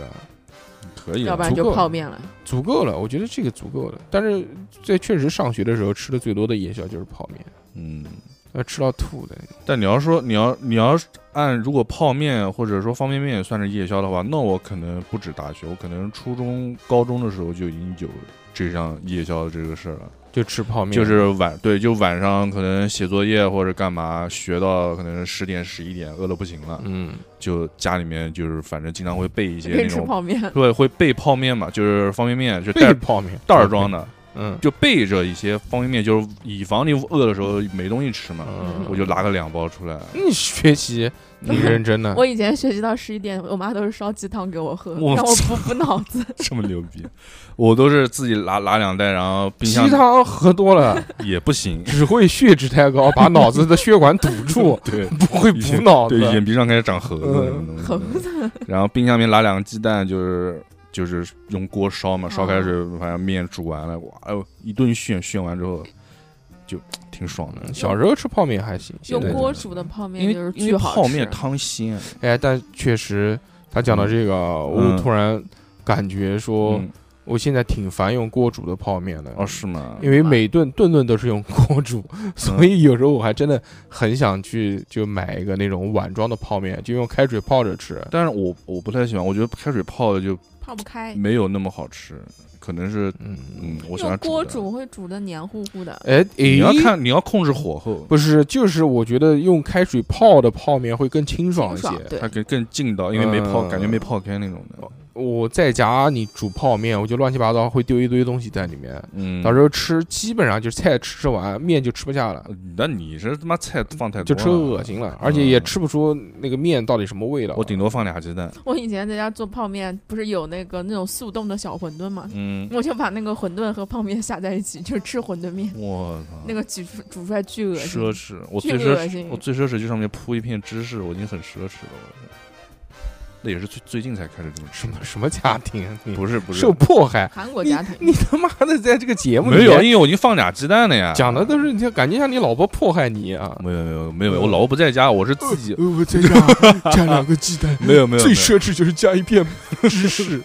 Speaker 2: 可以啊了，
Speaker 3: 要不然
Speaker 1: 足够
Speaker 3: 就
Speaker 1: 了
Speaker 3: 泡面了。
Speaker 1: 足够了。我觉得这个足够了。但是在确实上学的时候吃的最多的夜宵就是泡面，
Speaker 2: 嗯。
Speaker 1: 呃，吃到吐的。
Speaker 2: 但你要说你要你要是按如果泡面或者说方便面也算是夜宵的话，那我可能不止大学，我可能初中、高中的时候就已经有这项夜宵的这个事儿了，
Speaker 1: 就吃泡面，
Speaker 2: 就是晚对，就晚上可能写作业或者干嘛，学到可能十点十一点，饿的不行了，
Speaker 1: 嗯，
Speaker 2: 就家里面就是反正经常会备一些
Speaker 3: 可以
Speaker 2: 那
Speaker 3: 吃
Speaker 2: 种。
Speaker 3: 泡 面，
Speaker 2: 对，会备泡面嘛，就是方便面，就
Speaker 1: 备
Speaker 2: 袋
Speaker 1: 泡面，
Speaker 2: 袋儿装，的，
Speaker 1: 嗯
Speaker 2: 就备着一些方便面，就是以防你饿的时候没东西吃嘛，
Speaker 1: 嗯，
Speaker 2: 我就拿个两包出来。
Speaker 1: 你学习挺认真的，
Speaker 3: 我以前学习到十一点，我妈都是烧鸡汤给我喝，
Speaker 2: 我
Speaker 3: 让我
Speaker 2: 操
Speaker 3: 补补脑子。
Speaker 2: 这么牛逼，我都是自己拿拿两袋，然后冰
Speaker 1: 鸡
Speaker 2: 箱
Speaker 1: 汤喝多 了
Speaker 2: 也不行。
Speaker 1: 只会血脂太高，把脑子的血管堵住，
Speaker 2: 对
Speaker 1: 不会
Speaker 2: 以
Speaker 1: 补
Speaker 2: 前
Speaker 1: 脑
Speaker 2: 对，
Speaker 1: 子。
Speaker 2: 眼皮上开始长盒子
Speaker 1: 嗯
Speaker 2: 什么
Speaker 3: 猴
Speaker 2: 东 西
Speaker 3: 子，
Speaker 2: 的，然后冰箱里面拿两个鸡蛋，就是就是用锅烧嘛，
Speaker 3: 哦
Speaker 2: 烧开水，反正面煮完了，哇，哎呦，一顿炫炫完之后就挺爽的
Speaker 1: 嗯。小时候吃泡面还行，现
Speaker 3: 用
Speaker 1: 在
Speaker 3: 锅煮的泡
Speaker 2: 因
Speaker 3: 面就
Speaker 2: 为
Speaker 3: 是
Speaker 2: 因
Speaker 3: 巨
Speaker 2: 为
Speaker 3: 好
Speaker 2: 泡
Speaker 3: 吃
Speaker 2: 面汤鲜，
Speaker 1: 哎，但确实他讲到这个，我突然感觉说，
Speaker 2: 嗯
Speaker 1: 我现在挺烦用锅煮的泡面的。
Speaker 2: 哦是吗？
Speaker 1: 因为每顿顿顿都是用锅煮，所以有时候我还真的很想去就买一个那种碗装的泡面，就用开水泡着吃。
Speaker 2: 但是我我不太喜欢，我觉得开水泡的就
Speaker 3: 泡不开，
Speaker 2: 没有那么好吃，可能是
Speaker 1: 嗯，
Speaker 2: 嗯，我喜
Speaker 3: 哎用
Speaker 2: 欢
Speaker 3: 锅
Speaker 2: 的。
Speaker 3: 煮会煮的黏糊糊的。
Speaker 1: 哎，
Speaker 2: 你要
Speaker 1: 诶
Speaker 2: 看你要控制火候，
Speaker 1: 不是，就是我觉得用开水泡的泡面会更清爽一
Speaker 3: 清
Speaker 1: 些。
Speaker 3: 爽对
Speaker 2: 它更更劲道，因为没泡，
Speaker 1: 嗯
Speaker 2: 感觉没泡开那种的。
Speaker 1: 我在家你煮泡面，我就乱七八糟会丢一堆东西在里面，
Speaker 2: 嗯
Speaker 1: 到时候吃基本上就是菜吃完，面就吃不下了，
Speaker 2: 那你是他妈菜放太多了，啊嗯
Speaker 1: 就吃恶心了，而且也吃不出那个面到底什么味道。
Speaker 2: 我顶多放俩鸡蛋。
Speaker 3: 我以前在家做泡面，不是有那个那种速冻的小馄饨嘛，
Speaker 2: 嗯，
Speaker 3: 我就把那个馄饨和泡面下在一起，就是吃馄饨面，
Speaker 2: 我操
Speaker 3: 那，个煮出煮出来巨恶心
Speaker 2: 嗯奢。侈！我
Speaker 3: 巨
Speaker 2: 最
Speaker 3: 恶
Speaker 2: 奢
Speaker 3: 心
Speaker 2: 侈，我最奢侈就上面铺一片芝士，我已经很奢侈了。我那也是最最近才开始这么吃
Speaker 1: 什，么什么家庭啊，你
Speaker 2: 不是不是
Speaker 1: 受迫害？
Speaker 3: 韩国
Speaker 1: 你
Speaker 3: 家庭
Speaker 1: 你他妈的在这个节目里
Speaker 2: 没有，啊
Speaker 1: 面
Speaker 2: 因为我已经放俩鸡蛋了呀。
Speaker 1: 讲的都是，你就感觉像你老婆迫害你啊。
Speaker 2: 没有没有没有没有，我老婆不在 家，我是自己
Speaker 1: 呃我在 家加两个鸡蛋，
Speaker 2: 没有没有没有
Speaker 1: 侈就是加一片芝士。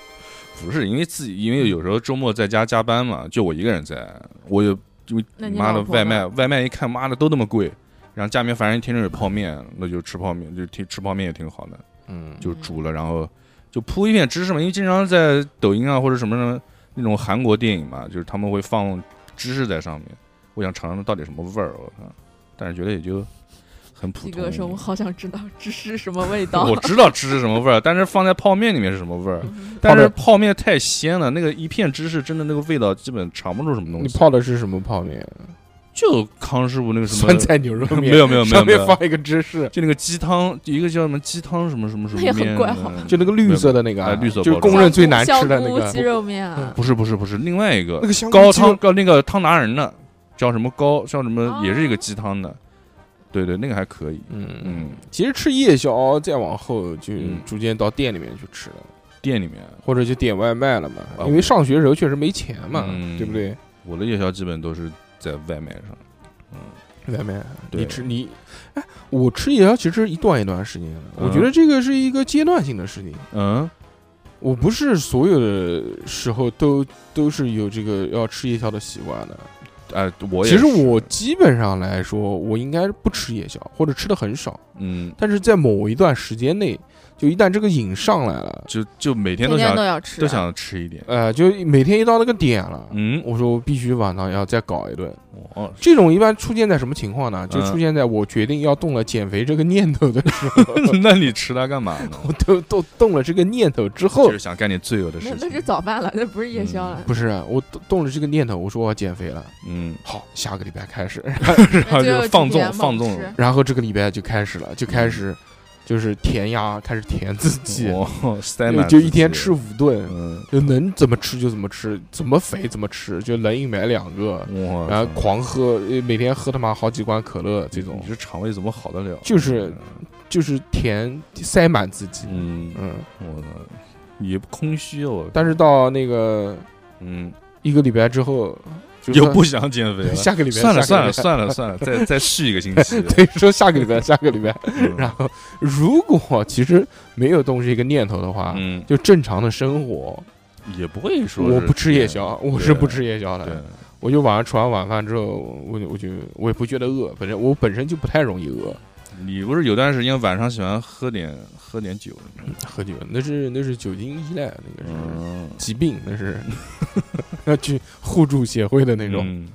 Speaker 2: 不是因为自己，因为有时候周末在家加班嘛，就我一个人在，我有就
Speaker 3: 那你
Speaker 2: 妈的
Speaker 3: 老婆
Speaker 2: 外
Speaker 3: 呢
Speaker 2: 卖，外卖一看妈的都那么贵，然后家里面反正天天有泡面，那就吃泡面，就挺吃泡面也挺好的，
Speaker 1: 嗯，
Speaker 2: 就煮了，然后就铺一片芝士嘛，因为经常在抖音啊或者什么什么那种韩国电影嘛，就是他们会放芝士在上面，我想尝尝它到底什么味儿，我靠，但是觉得也就很普
Speaker 3: 鸡哥说：“我
Speaker 2: 通。
Speaker 3: 好 想知道芝士什么味道
Speaker 2: 我。 知道芝士什么味儿，但是放在泡面里面是什么味儿？
Speaker 3: 嗯
Speaker 2: 但是泡面太鲜了，那个一片芝士真的那个味道基本尝不出什么东
Speaker 1: 你
Speaker 2: 西。
Speaker 1: 泡的是什么泡面？
Speaker 2: 就康师傅那个什么
Speaker 1: 酸，菜 牛肉面。
Speaker 2: 没有没有没有
Speaker 1: 上
Speaker 2: 没
Speaker 1: 面
Speaker 2: 有，
Speaker 1: 放一个芝士，
Speaker 2: 就那个鸡汤，一个叫什么鸡汤什么什么什么
Speaker 3: 那哎也很
Speaker 2: 面
Speaker 3: 怪啊
Speaker 2: 的
Speaker 3: 好吧
Speaker 1: 就那个绿色的那个啊，
Speaker 2: 哎绿色
Speaker 1: 就是
Speaker 2: 包装
Speaker 1: 公认最难吃的
Speaker 3: 香
Speaker 1: 那
Speaker 3: 菇鸡
Speaker 1: 个，
Speaker 3: 肉面啊，
Speaker 2: 不是不是不是，另外一个
Speaker 1: 那个香菇
Speaker 2: 高
Speaker 1: 鸡肉
Speaker 2: 汤高那个汤达人的叫什么高叫什么，
Speaker 3: 哦
Speaker 2: 也是一个鸡汤的，对对，那个还可以。
Speaker 1: 嗯嗯，
Speaker 2: 嗯，
Speaker 1: 其实吃夜宵再往后就
Speaker 2: 嗯
Speaker 1: 逐渐到店里面去吃了，
Speaker 2: 店里面
Speaker 1: 或者就点外卖了嘛，
Speaker 2: 啊
Speaker 1: 因为上学的时候确实没钱嘛，
Speaker 2: 嗯
Speaker 1: 对不对？
Speaker 2: 我的夜宵基本都是在外卖上。
Speaker 1: 外卖，
Speaker 2: 对
Speaker 1: 你吃你，哎，我吃夜宵其实一段一段时间的，
Speaker 2: 嗯
Speaker 1: 我觉得这个是一个阶段性的事情，
Speaker 2: 嗯，
Speaker 1: 我不是所有的时候都都是有这个要吃夜宵的习惯的。
Speaker 2: 哎，我也
Speaker 1: 其实
Speaker 2: 是
Speaker 1: 我基本上来说，我应该不吃夜宵，或者吃的很少。
Speaker 2: 嗯，
Speaker 1: 但是在某一段时间内，就一旦这个瘾上来了，
Speaker 2: 就就每 天
Speaker 3: 天
Speaker 2: 都
Speaker 3: 天
Speaker 2: 想
Speaker 3: 都要吃
Speaker 2: 都
Speaker 3: 啊，
Speaker 2: 想吃一点。
Speaker 1: 呃，就每天一到那个点了，
Speaker 2: 嗯，
Speaker 1: 我说我必须晚上要再搞一顿。
Speaker 2: 哦，
Speaker 1: 这种一般出现在什么情况呢？就
Speaker 2: 嗯
Speaker 1: 出现在我决定要动了减肥这个念头的时 候，
Speaker 2: 那你吃它干嘛 呢？
Speaker 1: 我都都动了这个念头之后
Speaker 2: 就，是想干点罪恶的
Speaker 3: 那
Speaker 2: 事
Speaker 3: 那是
Speaker 2: 情。
Speaker 3: 早饭了，那不是夜宵了。
Speaker 1: 不是啊我动动了这个念头，我说我要减肥了。
Speaker 2: 嗯，
Speaker 1: 好，下个礼拜开始，
Speaker 2: 然后
Speaker 3: 那
Speaker 2: 就
Speaker 3: 就
Speaker 2: 放纵
Speaker 3: 几天
Speaker 2: 放
Speaker 3: 猛
Speaker 2: 纵
Speaker 3: 吃
Speaker 1: 然后这个礼拜就开始了，就开始就是填鸭，开始填自己，
Speaker 2: 嗯我塞满
Speaker 1: 就
Speaker 2: 自
Speaker 1: 一天
Speaker 2: 己
Speaker 1: 吃五顿，
Speaker 2: 嗯，
Speaker 1: 就能怎么吃就怎么吃，怎么肥怎么吃，就冷饮买两个，
Speaker 2: 哇
Speaker 1: 然后
Speaker 2: 塞
Speaker 1: 狂喝，呃每天喝他妈好几罐可乐，这种
Speaker 2: 你这肠胃怎么好得了？啊
Speaker 1: 就是就是填塞满自己，
Speaker 2: 嗯，
Speaker 1: 嗯，
Speaker 2: 我操，也不空虚哦，
Speaker 1: 但是到那个
Speaker 2: 嗯，
Speaker 1: 一个礼拜之后，就
Speaker 2: 又
Speaker 1: 说
Speaker 2: 不想减 肥了。
Speaker 1: 下个礼拜
Speaker 2: 算了算了
Speaker 1: 下个礼拜
Speaker 2: 算了算了，再再续一个星期。
Speaker 1: 对，说下个礼拜下个礼拜，
Speaker 2: 嗯
Speaker 1: 然后如果其实没有动这个念头的话，
Speaker 2: 嗯，
Speaker 1: 就正常的生活，
Speaker 2: 也不会说
Speaker 1: 我
Speaker 2: 是
Speaker 1: 啊不吃夜宵，我是不吃夜宵
Speaker 2: 对。
Speaker 1: 的，
Speaker 2: 对，
Speaker 1: 我就晚上吃完晚饭之后，我就我就我也不觉得饿，本身我本身就不太容易饿，
Speaker 2: 你不是有段时间晚上喜欢喝点喝点酒？
Speaker 1: 喝酒那是那是酒精依赖，那个是。
Speaker 2: 嗯，
Speaker 1: 疾病，那是 要去互助协会的那种。
Speaker 2: 嗯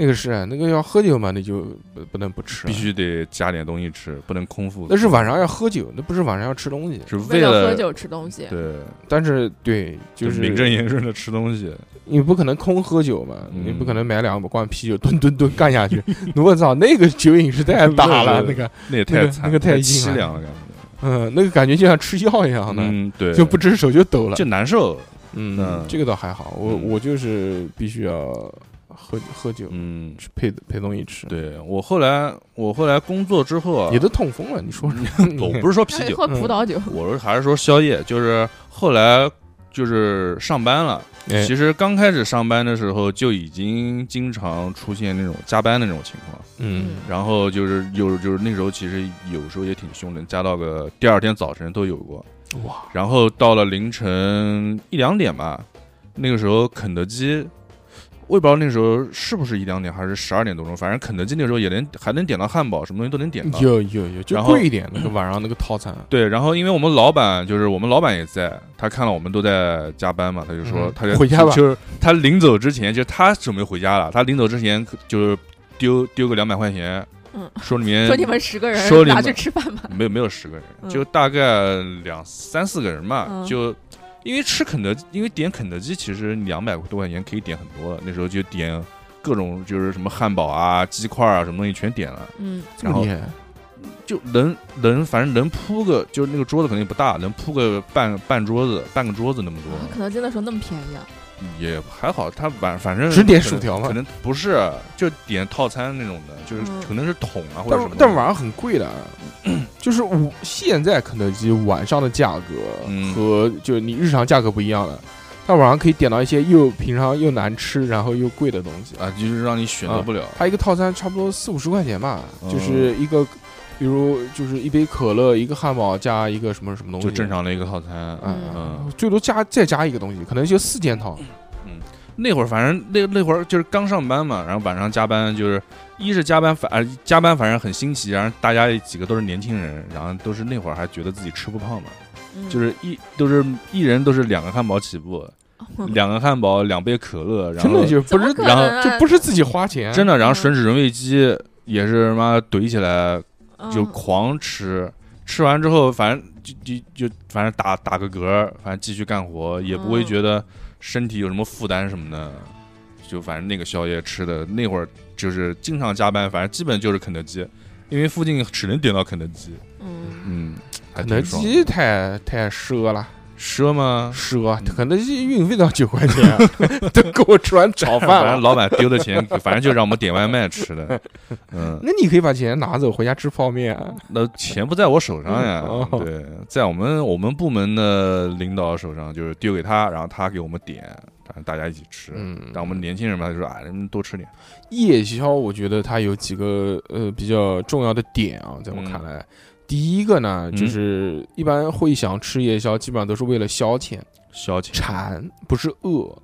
Speaker 1: 那个是啊那个要喝酒嘛，那就不不能不吃啊，
Speaker 2: 必须得加点东西吃，不能空腹。
Speaker 1: 那是晚上要喝酒，那不是晚上要吃东西。
Speaker 2: 是
Speaker 3: 为
Speaker 2: 为
Speaker 3: 了喝
Speaker 2: 了
Speaker 3: 酒吃东西，
Speaker 2: 对，
Speaker 1: 但是对，就是
Speaker 2: 名正言顺的吃东西。
Speaker 1: 你不可能空喝酒嘛，
Speaker 2: 嗯
Speaker 1: 你不可能买两罐啤酒吨吨吨干下去。我操，那个酒瘾是太大 了，那
Speaker 2: 对
Speaker 1: 个
Speaker 2: 那也
Speaker 1: 那
Speaker 2: 太
Speaker 1: 个
Speaker 2: 惨，
Speaker 1: 那个太
Speaker 2: 太
Speaker 1: 硬了
Speaker 2: 凄凉了，感觉。
Speaker 1: 嗯，那个感觉就像吃药一样的，
Speaker 2: 嗯，对，
Speaker 1: 就不只手就抖了
Speaker 2: 就。难受。
Speaker 1: 嗯
Speaker 2: 嗯，
Speaker 1: 这个倒还好，我
Speaker 2: 嗯
Speaker 1: 我就是必须要喝喝酒
Speaker 2: 嗯，
Speaker 1: 去配配东西吃。，
Speaker 2: 对我后来我后来工作之后啊，
Speaker 1: 你都痛风了，你说说。
Speaker 2: 我不是说啤
Speaker 3: 那得
Speaker 2: 酒，
Speaker 3: 喝葡萄酒，
Speaker 2: 我是还是说宵夜，就是后来就是上班了。
Speaker 1: 哎
Speaker 2: 其实刚开始上班的时候就已经经常出现那种加班的那种情况，
Speaker 1: 嗯，
Speaker 2: 然后就是有就是那时候其实有时候也挺凶的，加到个第二天早晨都有过。
Speaker 1: 哇，
Speaker 2: 然后到了凌晨一两点吧，那个时候肯德基，我也不知道那时候是不是一两点还是十二点多钟，反正肯德基那时候也能还能点到汉堡，什么东西都能点到。
Speaker 1: 有有有，就
Speaker 2: 然后
Speaker 1: 贵一点那个晚上那个套餐，
Speaker 2: 对，然后因为我们老板就是我们老板也在，他看了我们都在加班嘛，他就说、
Speaker 1: 嗯
Speaker 2: 他就
Speaker 1: 回家吧
Speaker 2: 就是他临走之前，就是他准备回家了，他临走之前可就是丢丢个两百块钱，
Speaker 3: 嗯
Speaker 2: 说里面
Speaker 3: 说你们十个
Speaker 2: 说
Speaker 3: 人
Speaker 2: 你
Speaker 3: 拿
Speaker 2: 们
Speaker 3: 去吃饭吧。
Speaker 2: 没有没有十个人，
Speaker 3: 嗯
Speaker 2: 就大概两三四个人吧。
Speaker 3: 嗯
Speaker 2: 就因为吃肯德，因为点肯德基其实两百多块钱可以点很多了，那时候就点各种就是什么汉堡啊、鸡块啊什么东西全点了，
Speaker 3: 嗯，
Speaker 1: 这么厉害，
Speaker 2: 就能能反正能铺个，就是那个桌子肯定不大，能铺个半半桌子半个桌子那么多，
Speaker 3: 啊肯德基那时候那么便宜啊，
Speaker 2: 也还好。他反反正
Speaker 1: 只点
Speaker 2: 可能
Speaker 1: 薯条吗
Speaker 2: 可能不是，就点套餐那种的，就是
Speaker 3: 嗯
Speaker 2: 可能是桶啊或者什
Speaker 1: 但
Speaker 2: 么。
Speaker 1: 但晚上很贵的，啊就是我现在肯德基晚上的价格
Speaker 2: 嗯
Speaker 1: 和就是你日常价格不一样了，它晚上可以点到一些又平常又难吃，然后又贵的东西。
Speaker 2: 啊，就是让你选择
Speaker 1: 啊
Speaker 2: 不了。
Speaker 1: 它一个套餐差不多四五十块钱吧，
Speaker 2: 嗯
Speaker 1: 就是一个，比如就是一杯可乐，一个汉堡加一个什么什么东西，
Speaker 2: 就正常的一个套餐，
Speaker 1: 啊，
Speaker 2: 嗯
Speaker 1: 啊最多加再加一个东西，可能就四件套。
Speaker 2: 那会儿反正那那会儿就是刚上班嘛，然后晚上加班，就是一是加班反、呃、加班反正很新奇，然后大家几个都是年轻人，然后都是那会儿还觉得自己吃不胖嘛，
Speaker 3: 嗯
Speaker 2: 就是一都是一人都是两个汉堡起步，两个汉堡两杯可乐，然
Speaker 1: 嗯真
Speaker 2: 后
Speaker 1: 的就嗯不
Speaker 3: 怎么
Speaker 1: 是
Speaker 3: 可
Speaker 2: 然后
Speaker 3: 能啊
Speaker 1: 就不是自己花钱，
Speaker 2: 真的，然后吮指原味鸡也是妈怼起来
Speaker 3: 嗯
Speaker 2: 就狂吃，吃完之后反正就就就反正打打个嗝儿，反正继续干活，也不会
Speaker 3: 嗯
Speaker 2: 觉得身体有什么负担什么的。就反正那个宵夜吃的那会儿就是经常加班，反正基本就是肯德基，因为附近只能点到肯德基。
Speaker 3: 嗯
Speaker 2: 嗯，还
Speaker 1: 肯
Speaker 2: 挺
Speaker 1: 德
Speaker 2: 爽
Speaker 1: 基太太奢了，
Speaker 2: 奢吗？
Speaker 1: 奢
Speaker 2: 嗯
Speaker 1: 肯德基运费到九块钱，啊都给我吃完炒饭
Speaker 2: 反
Speaker 1: 了
Speaker 2: 正。老板丢的钱，反正就让我们点外卖吃的。嗯，
Speaker 1: 那你可以把钱拿走，回家吃泡面啊。
Speaker 2: 那钱不在我手上呀
Speaker 1: 嗯，哦
Speaker 2: 对，在我们我们部门的领导手上，就是丢给他，然后他给我们点，反正大家一起吃。
Speaker 1: 嗯，
Speaker 2: 但我们年轻人嘛，就说哎，你们多吃点。
Speaker 1: 夜宵，我觉得它有几个呃比较重要的点啊，在我看来，第一个呢，
Speaker 2: 嗯
Speaker 1: 就是一般会想吃夜宵，基本上都是为了消遣、
Speaker 2: 消遣
Speaker 1: 馋，不是饿。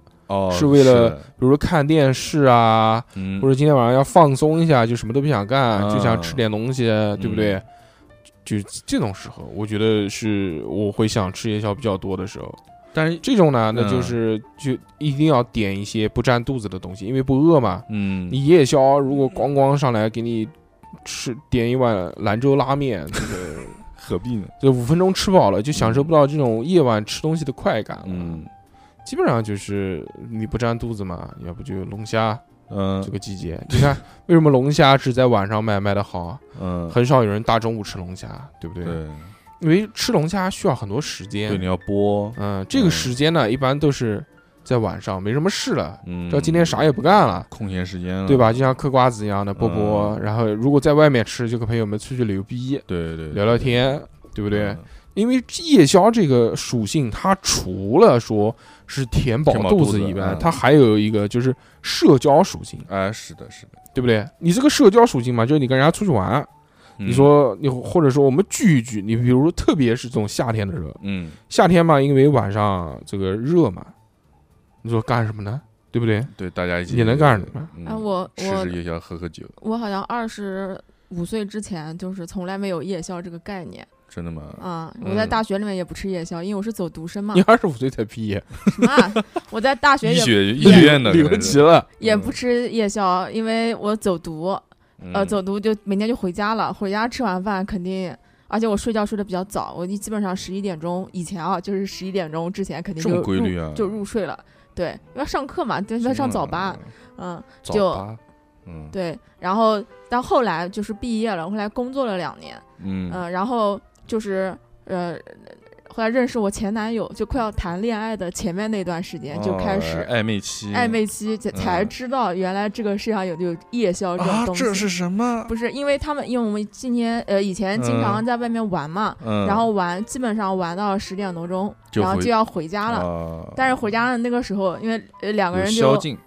Speaker 2: 哦，
Speaker 1: 是为了
Speaker 2: 的，
Speaker 1: 比如说看电视啊，
Speaker 2: 嗯，
Speaker 1: 或者今天晚上要放松一下，就什么都不想干，
Speaker 2: 啊嗯
Speaker 1: 就想吃点东西，对不对？就就这种时候，我觉得是我会想吃夜宵比较多的时候。
Speaker 2: 但是
Speaker 1: 这种呢，
Speaker 2: 嗯
Speaker 1: 那就是就一定要点一些不占肚子的东西，因为不饿嘛。
Speaker 2: 嗯，
Speaker 1: 你夜宵如果咣咣上来给你吃点一碗兰州拉 面，这个
Speaker 2: 何必呢？
Speaker 1: 这五分钟吃饱了，就享受不到这种夜晚吃东西的快感了。
Speaker 2: 嗯
Speaker 1: 基本上就是你不占肚子嘛，要不就龙虾，
Speaker 2: 嗯
Speaker 1: 这个季节，你看为什么龙虾只在晚上卖卖的好，
Speaker 2: 嗯，
Speaker 1: 很少有人大中午吃龙虾，对不对？
Speaker 2: 对
Speaker 1: 因为吃龙虾需要很多时
Speaker 2: 对，
Speaker 1: 间
Speaker 2: 你，要剥，
Speaker 1: 嗯，这个
Speaker 2: 嗯
Speaker 1: 时间呢，一般都是在晚上没什么事了，
Speaker 2: 嗯，
Speaker 1: 知道今天啥也不干了。
Speaker 2: 空闲时间了，
Speaker 1: 对吧？就像嗑瓜子一样的剥剥，
Speaker 2: 嗯
Speaker 1: 然后如果在外面吃，就跟朋友们出去溜逼
Speaker 2: 对？对对，嗯
Speaker 1: 聊聊天，对不
Speaker 2: 不
Speaker 1: 对？？因为夜宵这个属性，它除了说是填饱
Speaker 2: 填饱
Speaker 1: 肚
Speaker 2: 肚
Speaker 1: 子
Speaker 2: 子
Speaker 1: 以外
Speaker 2: 嗯，
Speaker 1: 它还有一个就是社交属性。
Speaker 2: 哎，是的，是的。
Speaker 1: 对不对？你这个社交属性嘛，就是你跟人家出去玩，
Speaker 2: 嗯
Speaker 1: 你，说你或者说我们聚一聚，你比如说特别是这种夏天的时候，
Speaker 2: 嗯，
Speaker 1: 夏天嘛，因为晚上这个热嘛，你说干什么呢？对不
Speaker 3: 啊
Speaker 1: 对？
Speaker 2: 对，大家一起
Speaker 1: 也能干什么？
Speaker 2: 嗯
Speaker 3: 哎，我
Speaker 2: 吃吃
Speaker 3: 我
Speaker 2: 夜宵，喝喝酒，
Speaker 3: 我好像二十五岁之前就是从来没有夜宵这个概念
Speaker 2: 真的吗？
Speaker 3: 啊！
Speaker 1: 嗯
Speaker 3: 我在大学里面也不吃夜宵，因为我是走读生 嘛
Speaker 1: 你。二十五岁才毕业，
Speaker 3: 什么啊？我在大学
Speaker 2: 医
Speaker 3: 也
Speaker 2: 学医学院的，
Speaker 1: 留
Speaker 2: 可能是
Speaker 1: 级了，
Speaker 3: 也不吃夜宵，因为我走读，呃，
Speaker 2: 嗯
Speaker 3: 走读就每天就回家了，回家吃完饭肯定，而且我睡觉睡得比较早，我一基本上十一点钟以前啊，就是十一点钟之前肯定
Speaker 2: 这
Speaker 3: 就
Speaker 2: 么
Speaker 3: 入
Speaker 2: 规律啊
Speaker 3: 就入睡了。对，要上课嘛，对，要上早八，，嗯，
Speaker 2: 早
Speaker 3: 就
Speaker 2: 八，嗯
Speaker 3: 对。然后到后来就是毕业了，后来工作了两年，
Speaker 2: 嗯
Speaker 3: 嗯，然后就是呃，后来认识我前男友，就快要谈恋爱的前面那段时间就开始
Speaker 2: 哦哎暧昧期，
Speaker 3: 暧昧期，才才
Speaker 2: 嗯
Speaker 3: 知道原来这个世上有有夜宵这种
Speaker 2: 啊，
Speaker 3: 东西。
Speaker 2: 这是什么？
Speaker 3: 不是因为他们，因为我们今天呃以前经常在外面玩嘛，
Speaker 2: 嗯，
Speaker 3: 然后玩基本上玩到十点多钟，
Speaker 2: 就
Speaker 3: 然后
Speaker 2: 回
Speaker 3: 就要回家了。
Speaker 2: 了
Speaker 3: 但是回家的那个时候，因为呃两个人
Speaker 2: 宵
Speaker 3: 就
Speaker 2: 禁，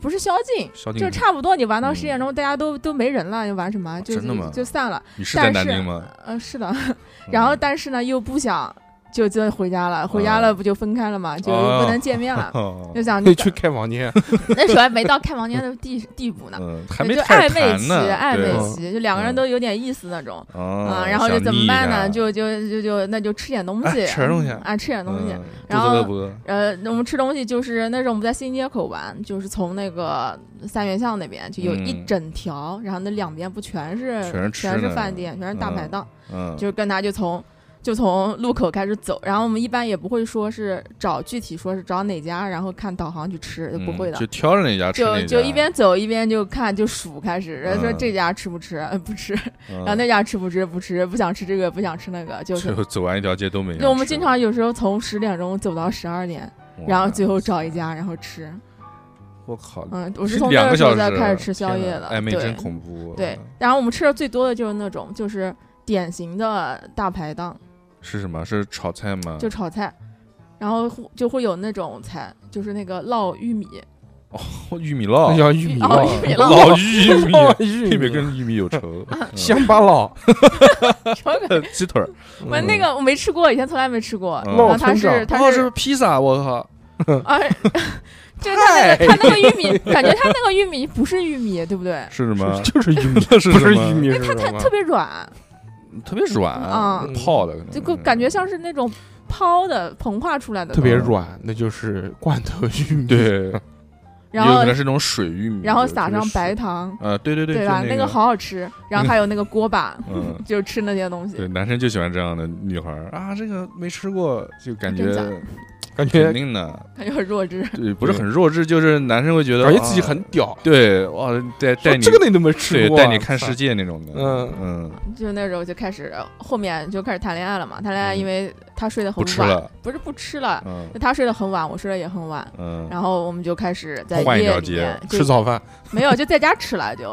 Speaker 3: 不是宵禁，
Speaker 2: 宵禁
Speaker 3: 就差不多你玩
Speaker 2: 嗯
Speaker 3: 到
Speaker 2: 哦
Speaker 3: 十点钟，大家都都没人了，你玩什么？就
Speaker 2: 真的吗
Speaker 3: 就就散了。
Speaker 2: 你是在
Speaker 3: 但
Speaker 2: 南
Speaker 3: 是
Speaker 2: 京吗？
Speaker 3: 呃是的， 然后
Speaker 2: 嗯
Speaker 3: 但是呢又不想就就回家了，回家了不就分开了嘛，就
Speaker 2: 哦
Speaker 3: 不能见面了，
Speaker 2: 哦
Speaker 3: 就想
Speaker 1: 可以去开房间。
Speaker 3: 那时候还没到开房间的地地步呢。
Speaker 2: 嗯，还
Speaker 3: 对
Speaker 2: 没
Speaker 3: 就
Speaker 2: 开
Speaker 3: 暧
Speaker 2: 始
Speaker 3: 昧
Speaker 2: 谈
Speaker 3: 期，
Speaker 2: 呢，
Speaker 3: 暧
Speaker 2: 对
Speaker 3: 昧期，就两个人都有点意思那种。
Speaker 2: 啊
Speaker 3: 啊，然后就怎么办呢？
Speaker 2: 想腻一下
Speaker 3: 就就就就那就吃点东西，
Speaker 2: 哎吃点东西
Speaker 3: 啊，吃点东西。
Speaker 2: 嗯
Speaker 3: 然
Speaker 2: 肚子
Speaker 3: 后
Speaker 2: 饿不饿？
Speaker 3: 呃，那我们吃东西就是那时候我们在新街口玩，就是从那个三元巷那边就有一
Speaker 2: 嗯
Speaker 3: 整条，然后那两边不全是
Speaker 2: 全是吃
Speaker 3: 全是
Speaker 2: 的
Speaker 3: 饭店，全是大排档，
Speaker 2: 嗯，
Speaker 3: 就是跟他就从。就从路口开始走，然后我们一般也不会说是找具体说是找哪家，然后看导航去吃，就不
Speaker 2: 嗯
Speaker 3: 会的，
Speaker 2: 就挑着哪家吃
Speaker 3: 就
Speaker 2: 哪
Speaker 3: 就
Speaker 2: 家
Speaker 3: 一边走一边就看就数开始，然后说
Speaker 2: 嗯
Speaker 3: 这家吃不吃，呃不吃，
Speaker 2: 嗯
Speaker 3: 然后那家吃不吃，不吃，不想吃这个，不想吃那个，就
Speaker 2: 最
Speaker 3: 是。
Speaker 2: 后走完一条街都没人吃。
Speaker 3: 就我们经常有时候从十点钟走到十二点，
Speaker 2: 哇，
Speaker 3: 然后最后找一家，然后吃。
Speaker 2: 我靠，
Speaker 3: 嗯，我
Speaker 2: 这
Speaker 3: 是从
Speaker 2: 两个
Speaker 3: 那个时候
Speaker 2: 小
Speaker 3: 才
Speaker 2: 时
Speaker 3: 开始吃宵
Speaker 2: 天
Speaker 3: 夜
Speaker 2: 哪
Speaker 3: 的。
Speaker 2: 暧昧
Speaker 3: 对
Speaker 2: 真嗯恐怖。啊
Speaker 3: 对，然后我们吃的最多的就是那种，就是典型的大排档，
Speaker 2: 是什么？是炒菜吗？
Speaker 3: 就炒菜，然后会就会有那种菜，就是那个烙玉米，
Speaker 2: 玉米烙
Speaker 1: 那，叫玉米
Speaker 3: 哦
Speaker 1: 烙，
Speaker 3: 玉 米
Speaker 2: 烙
Speaker 1: 烙
Speaker 2: 玉
Speaker 1: 玉
Speaker 2: 米，玉米
Speaker 1: 米
Speaker 2: 跟玉米有仇。嗯
Speaker 1: 乡巴佬，
Speaker 3: 什么鬼
Speaker 2: 鸡腿儿，
Speaker 3: 我那个我没吃过，以前从来没吃过。
Speaker 2: 嗯
Speaker 3: 然后
Speaker 1: 烙哦
Speaker 3: 它
Speaker 1: 村长
Speaker 3: 是它嗯是
Speaker 2: 披萨，我靠！
Speaker 3: 啊，就它那个它那个玉米，感觉它那个玉米不是玉米，对不对？
Speaker 2: 是什么？
Speaker 1: 就是玉米，
Speaker 2: 这是
Speaker 1: 不
Speaker 2: 什
Speaker 1: 是
Speaker 2: 么
Speaker 1: 玉米，是
Speaker 3: 它
Speaker 1: 什
Speaker 3: 它
Speaker 1: 么
Speaker 3: 哎特？别软，
Speaker 2: 特别软
Speaker 3: 啊
Speaker 2: 泡的，可能
Speaker 3: 就感感觉像是那种泡的膨化出来的，
Speaker 1: 特别软，那就是罐头玉米。
Speaker 2: 对，也
Speaker 3: 然
Speaker 2: 有
Speaker 3: 后
Speaker 2: 可能是那种水玉米，
Speaker 3: 然后
Speaker 2: 嗯就
Speaker 3: 撒
Speaker 2: 是
Speaker 3: 上
Speaker 2: 水
Speaker 3: 白，糖，
Speaker 2: 呃，对对对，
Speaker 3: 对
Speaker 2: 就
Speaker 3: 吧？
Speaker 2: 那
Speaker 3: 个
Speaker 2: 个，
Speaker 3: 好好吃。然后还有那个锅巴，
Speaker 2: 嗯，
Speaker 3: 就是吃那些东西
Speaker 2: 对，，男生就喜欢这样的女孩儿啊，这个没吃过，就感觉
Speaker 3: 真假
Speaker 1: 感
Speaker 2: 肯
Speaker 1: 觉
Speaker 2: 定的，
Speaker 3: 感觉很弱智。
Speaker 2: 对，不是很弱智，就是男生会觉得
Speaker 1: 感觉自己
Speaker 2: 啊
Speaker 1: 很屌，
Speaker 2: 对，哇，带带
Speaker 1: 说
Speaker 2: 你
Speaker 1: 这个你都没吃
Speaker 2: 对
Speaker 1: 过啊，
Speaker 2: 带你看世
Speaker 1: 界，
Speaker 2: 界那种的，
Speaker 1: 嗯
Speaker 2: 嗯，
Speaker 3: 就那时候就开始，后面就开始谈恋爱了嘛。谈恋爱，
Speaker 2: 嗯
Speaker 3: 因为他睡得很
Speaker 2: 不吃
Speaker 3: 晚，
Speaker 2: 了，
Speaker 3: 不是不吃了，
Speaker 2: 嗯
Speaker 3: 就他睡得很晚，我睡得也很晚。
Speaker 2: 嗯
Speaker 3: 然后我们就开始在
Speaker 2: 换一条
Speaker 3: 夜里
Speaker 2: 街
Speaker 3: 面就
Speaker 1: 吃早饭
Speaker 3: 没有就在家吃了就，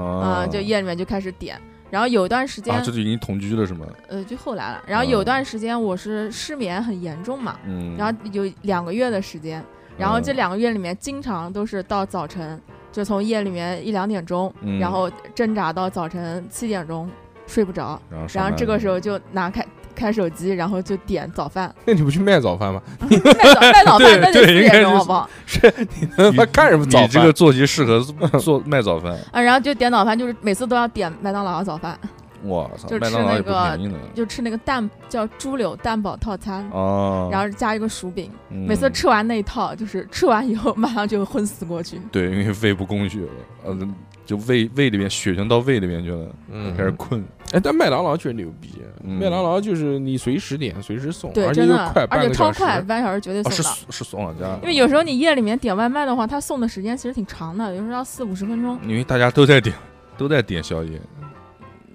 Speaker 2: 啊
Speaker 3: 嗯，就夜里面就开始点。然后有一段时间
Speaker 2: 啊，这，就已经同居了是吗？
Speaker 3: 呃，就后来了。然后有一段时间我是失眠很严重嘛，
Speaker 2: 嗯，
Speaker 3: 然后有两个月的时间，然后这
Speaker 2: 嗯
Speaker 3: 两个月里面经常都是到早晨，就从夜里面一两点钟，
Speaker 2: 嗯
Speaker 3: 然后挣扎到早晨七点钟睡不着，
Speaker 2: 然后上
Speaker 3: 然后
Speaker 2: 班
Speaker 3: 这个
Speaker 2: 了
Speaker 3: 时候就拿开开手机，然后就点 早饭，
Speaker 1: 那你不去卖早饭吗？
Speaker 3: 卖早卖早
Speaker 2: 对
Speaker 3: 饭那得
Speaker 2: 对
Speaker 3: 四
Speaker 2: 应该
Speaker 3: 点钟
Speaker 2: 是
Speaker 3: 好不好？
Speaker 1: 是你他妈干什么早
Speaker 2: 你这
Speaker 1: 饭
Speaker 2: 个？坐骑适合 做卖早饭，
Speaker 3: 啊，然后就点早饭，就是每次都要点麦当劳的早饭，
Speaker 2: 哇操，
Speaker 3: 就
Speaker 2: 麦
Speaker 3: 吃
Speaker 2: 当劳
Speaker 3: 那
Speaker 2: 也不
Speaker 3: 个
Speaker 2: 便宜呢。
Speaker 3: 就吃那个蛋叫猪柳蛋堡套餐。
Speaker 2: 哦，
Speaker 3: 然后加一个薯饼，
Speaker 2: 嗯
Speaker 3: 每次吃完那一套，就是吃完以后马上就昏死过去。
Speaker 2: 对，因为胃不供血了，
Speaker 3: 嗯
Speaker 2: 呃，就胃胃里面血全到胃里面去了，
Speaker 1: 嗯
Speaker 2: 开始困。
Speaker 1: 哎，但麦当劳确实牛逼，
Speaker 2: 嗯
Speaker 1: 麦当劳就是你随时点随时送，
Speaker 2: 哦
Speaker 3: 对，
Speaker 1: 而且
Speaker 3: 真
Speaker 1: 又
Speaker 3: 的
Speaker 1: 快，，
Speaker 3: 而
Speaker 1: 半
Speaker 3: 且
Speaker 1: 个
Speaker 3: 超
Speaker 1: 小时。
Speaker 3: 快，半小时绝对
Speaker 2: 哦，是
Speaker 3: 送到。
Speaker 2: 是送到家，
Speaker 3: 因为有时候你夜里面点外卖的话，它送的时间其实挺长的，有时候要四五十分
Speaker 1: 嗯
Speaker 3: 钟，
Speaker 2: 因为大家都在点，都在点宵夜，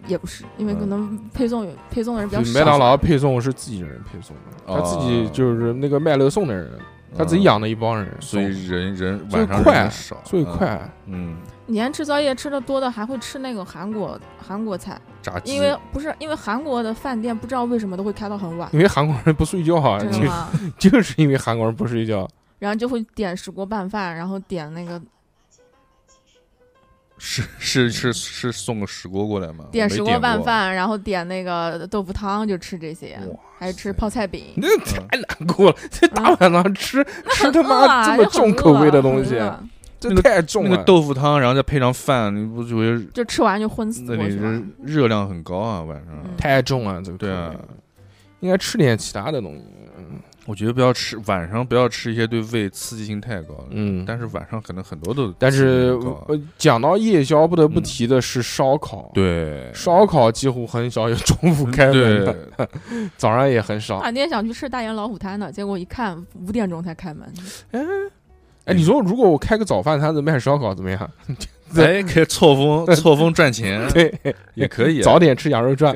Speaker 3: 也不是，因为可能配送有配送的人比
Speaker 1: 嗯就
Speaker 3: 较
Speaker 1: 麦当
Speaker 3: 少。
Speaker 1: 劳配送是自己人配送的，他自己
Speaker 2: 哦
Speaker 1: 就是那个卖楼送的人，他自己
Speaker 2: 嗯，
Speaker 1: 养的一帮人，
Speaker 2: 所
Speaker 1: 送
Speaker 2: 以人人
Speaker 1: 所以
Speaker 2: 晚上
Speaker 1: 快
Speaker 2: 人少，
Speaker 1: 所以
Speaker 2: 嗯，
Speaker 1: 快。
Speaker 2: 嗯，
Speaker 3: 你看吃宵夜吃的多的，还会吃那个韩国韩国菜，
Speaker 2: 炸鸡，
Speaker 3: 因为不是因为韩国的饭店不知道为什么都会开到很晚，
Speaker 1: 因为韩国人不睡觉啊，
Speaker 3: 真的
Speaker 1: 就
Speaker 3: 吗？
Speaker 1: 就是因为韩国人不睡觉，
Speaker 3: 然后就会点石锅拌饭，然后点那个
Speaker 2: 是是是是送个石锅过来吗？
Speaker 3: 点
Speaker 2: 没
Speaker 3: 石锅拌
Speaker 2: 过，
Speaker 3: 饭，然后点那个豆腐汤，就吃这些，
Speaker 2: 哇
Speaker 3: 还吃
Speaker 2: 塞
Speaker 3: 泡菜饼。
Speaker 2: 嗯
Speaker 1: 那太难过了。这大晚上 吃吃他
Speaker 3: 饿啊
Speaker 1: 妈这么
Speaker 3: 就啊很啊
Speaker 1: 重口
Speaker 3: 饿
Speaker 1: 味的
Speaker 3: 很
Speaker 1: 东西，
Speaker 3: 饿
Speaker 1: 这太重
Speaker 2: 那
Speaker 1: 了
Speaker 2: 个。豆腐汤，然后再配上饭，你不觉得
Speaker 3: 就吃完就昏死
Speaker 2: 那
Speaker 3: 过
Speaker 2: 里
Speaker 3: 去了
Speaker 2: 是。热量很高啊？晚上，
Speaker 3: 嗯
Speaker 1: 太重了，这个
Speaker 2: 对啊
Speaker 1: 口味，应该吃点其他的东西。
Speaker 2: 我觉得不要吃晚上不要吃一些对胃刺激性太高的，
Speaker 1: 嗯，
Speaker 2: 但是晚上可能很多都
Speaker 1: 但
Speaker 2: 刺激性
Speaker 1: 是
Speaker 2: 很高啊
Speaker 1: 呃，讲到夜宵，不得不提的是烧烤。，
Speaker 2: 对
Speaker 1: 烧烤几乎很少有中午开门的，
Speaker 2: 对，
Speaker 1: 早上也很少。
Speaker 3: 啊，那天想去吃大眼老虎摊的，结果一看五点钟 才开门，
Speaker 1: 哎，你说如果我开个早饭摊子卖烧烤怎么样？
Speaker 2: 哎，可以 错峰错峰赚钱，
Speaker 1: 对，
Speaker 2: 也可以啊。
Speaker 1: 早点吃羊肉 串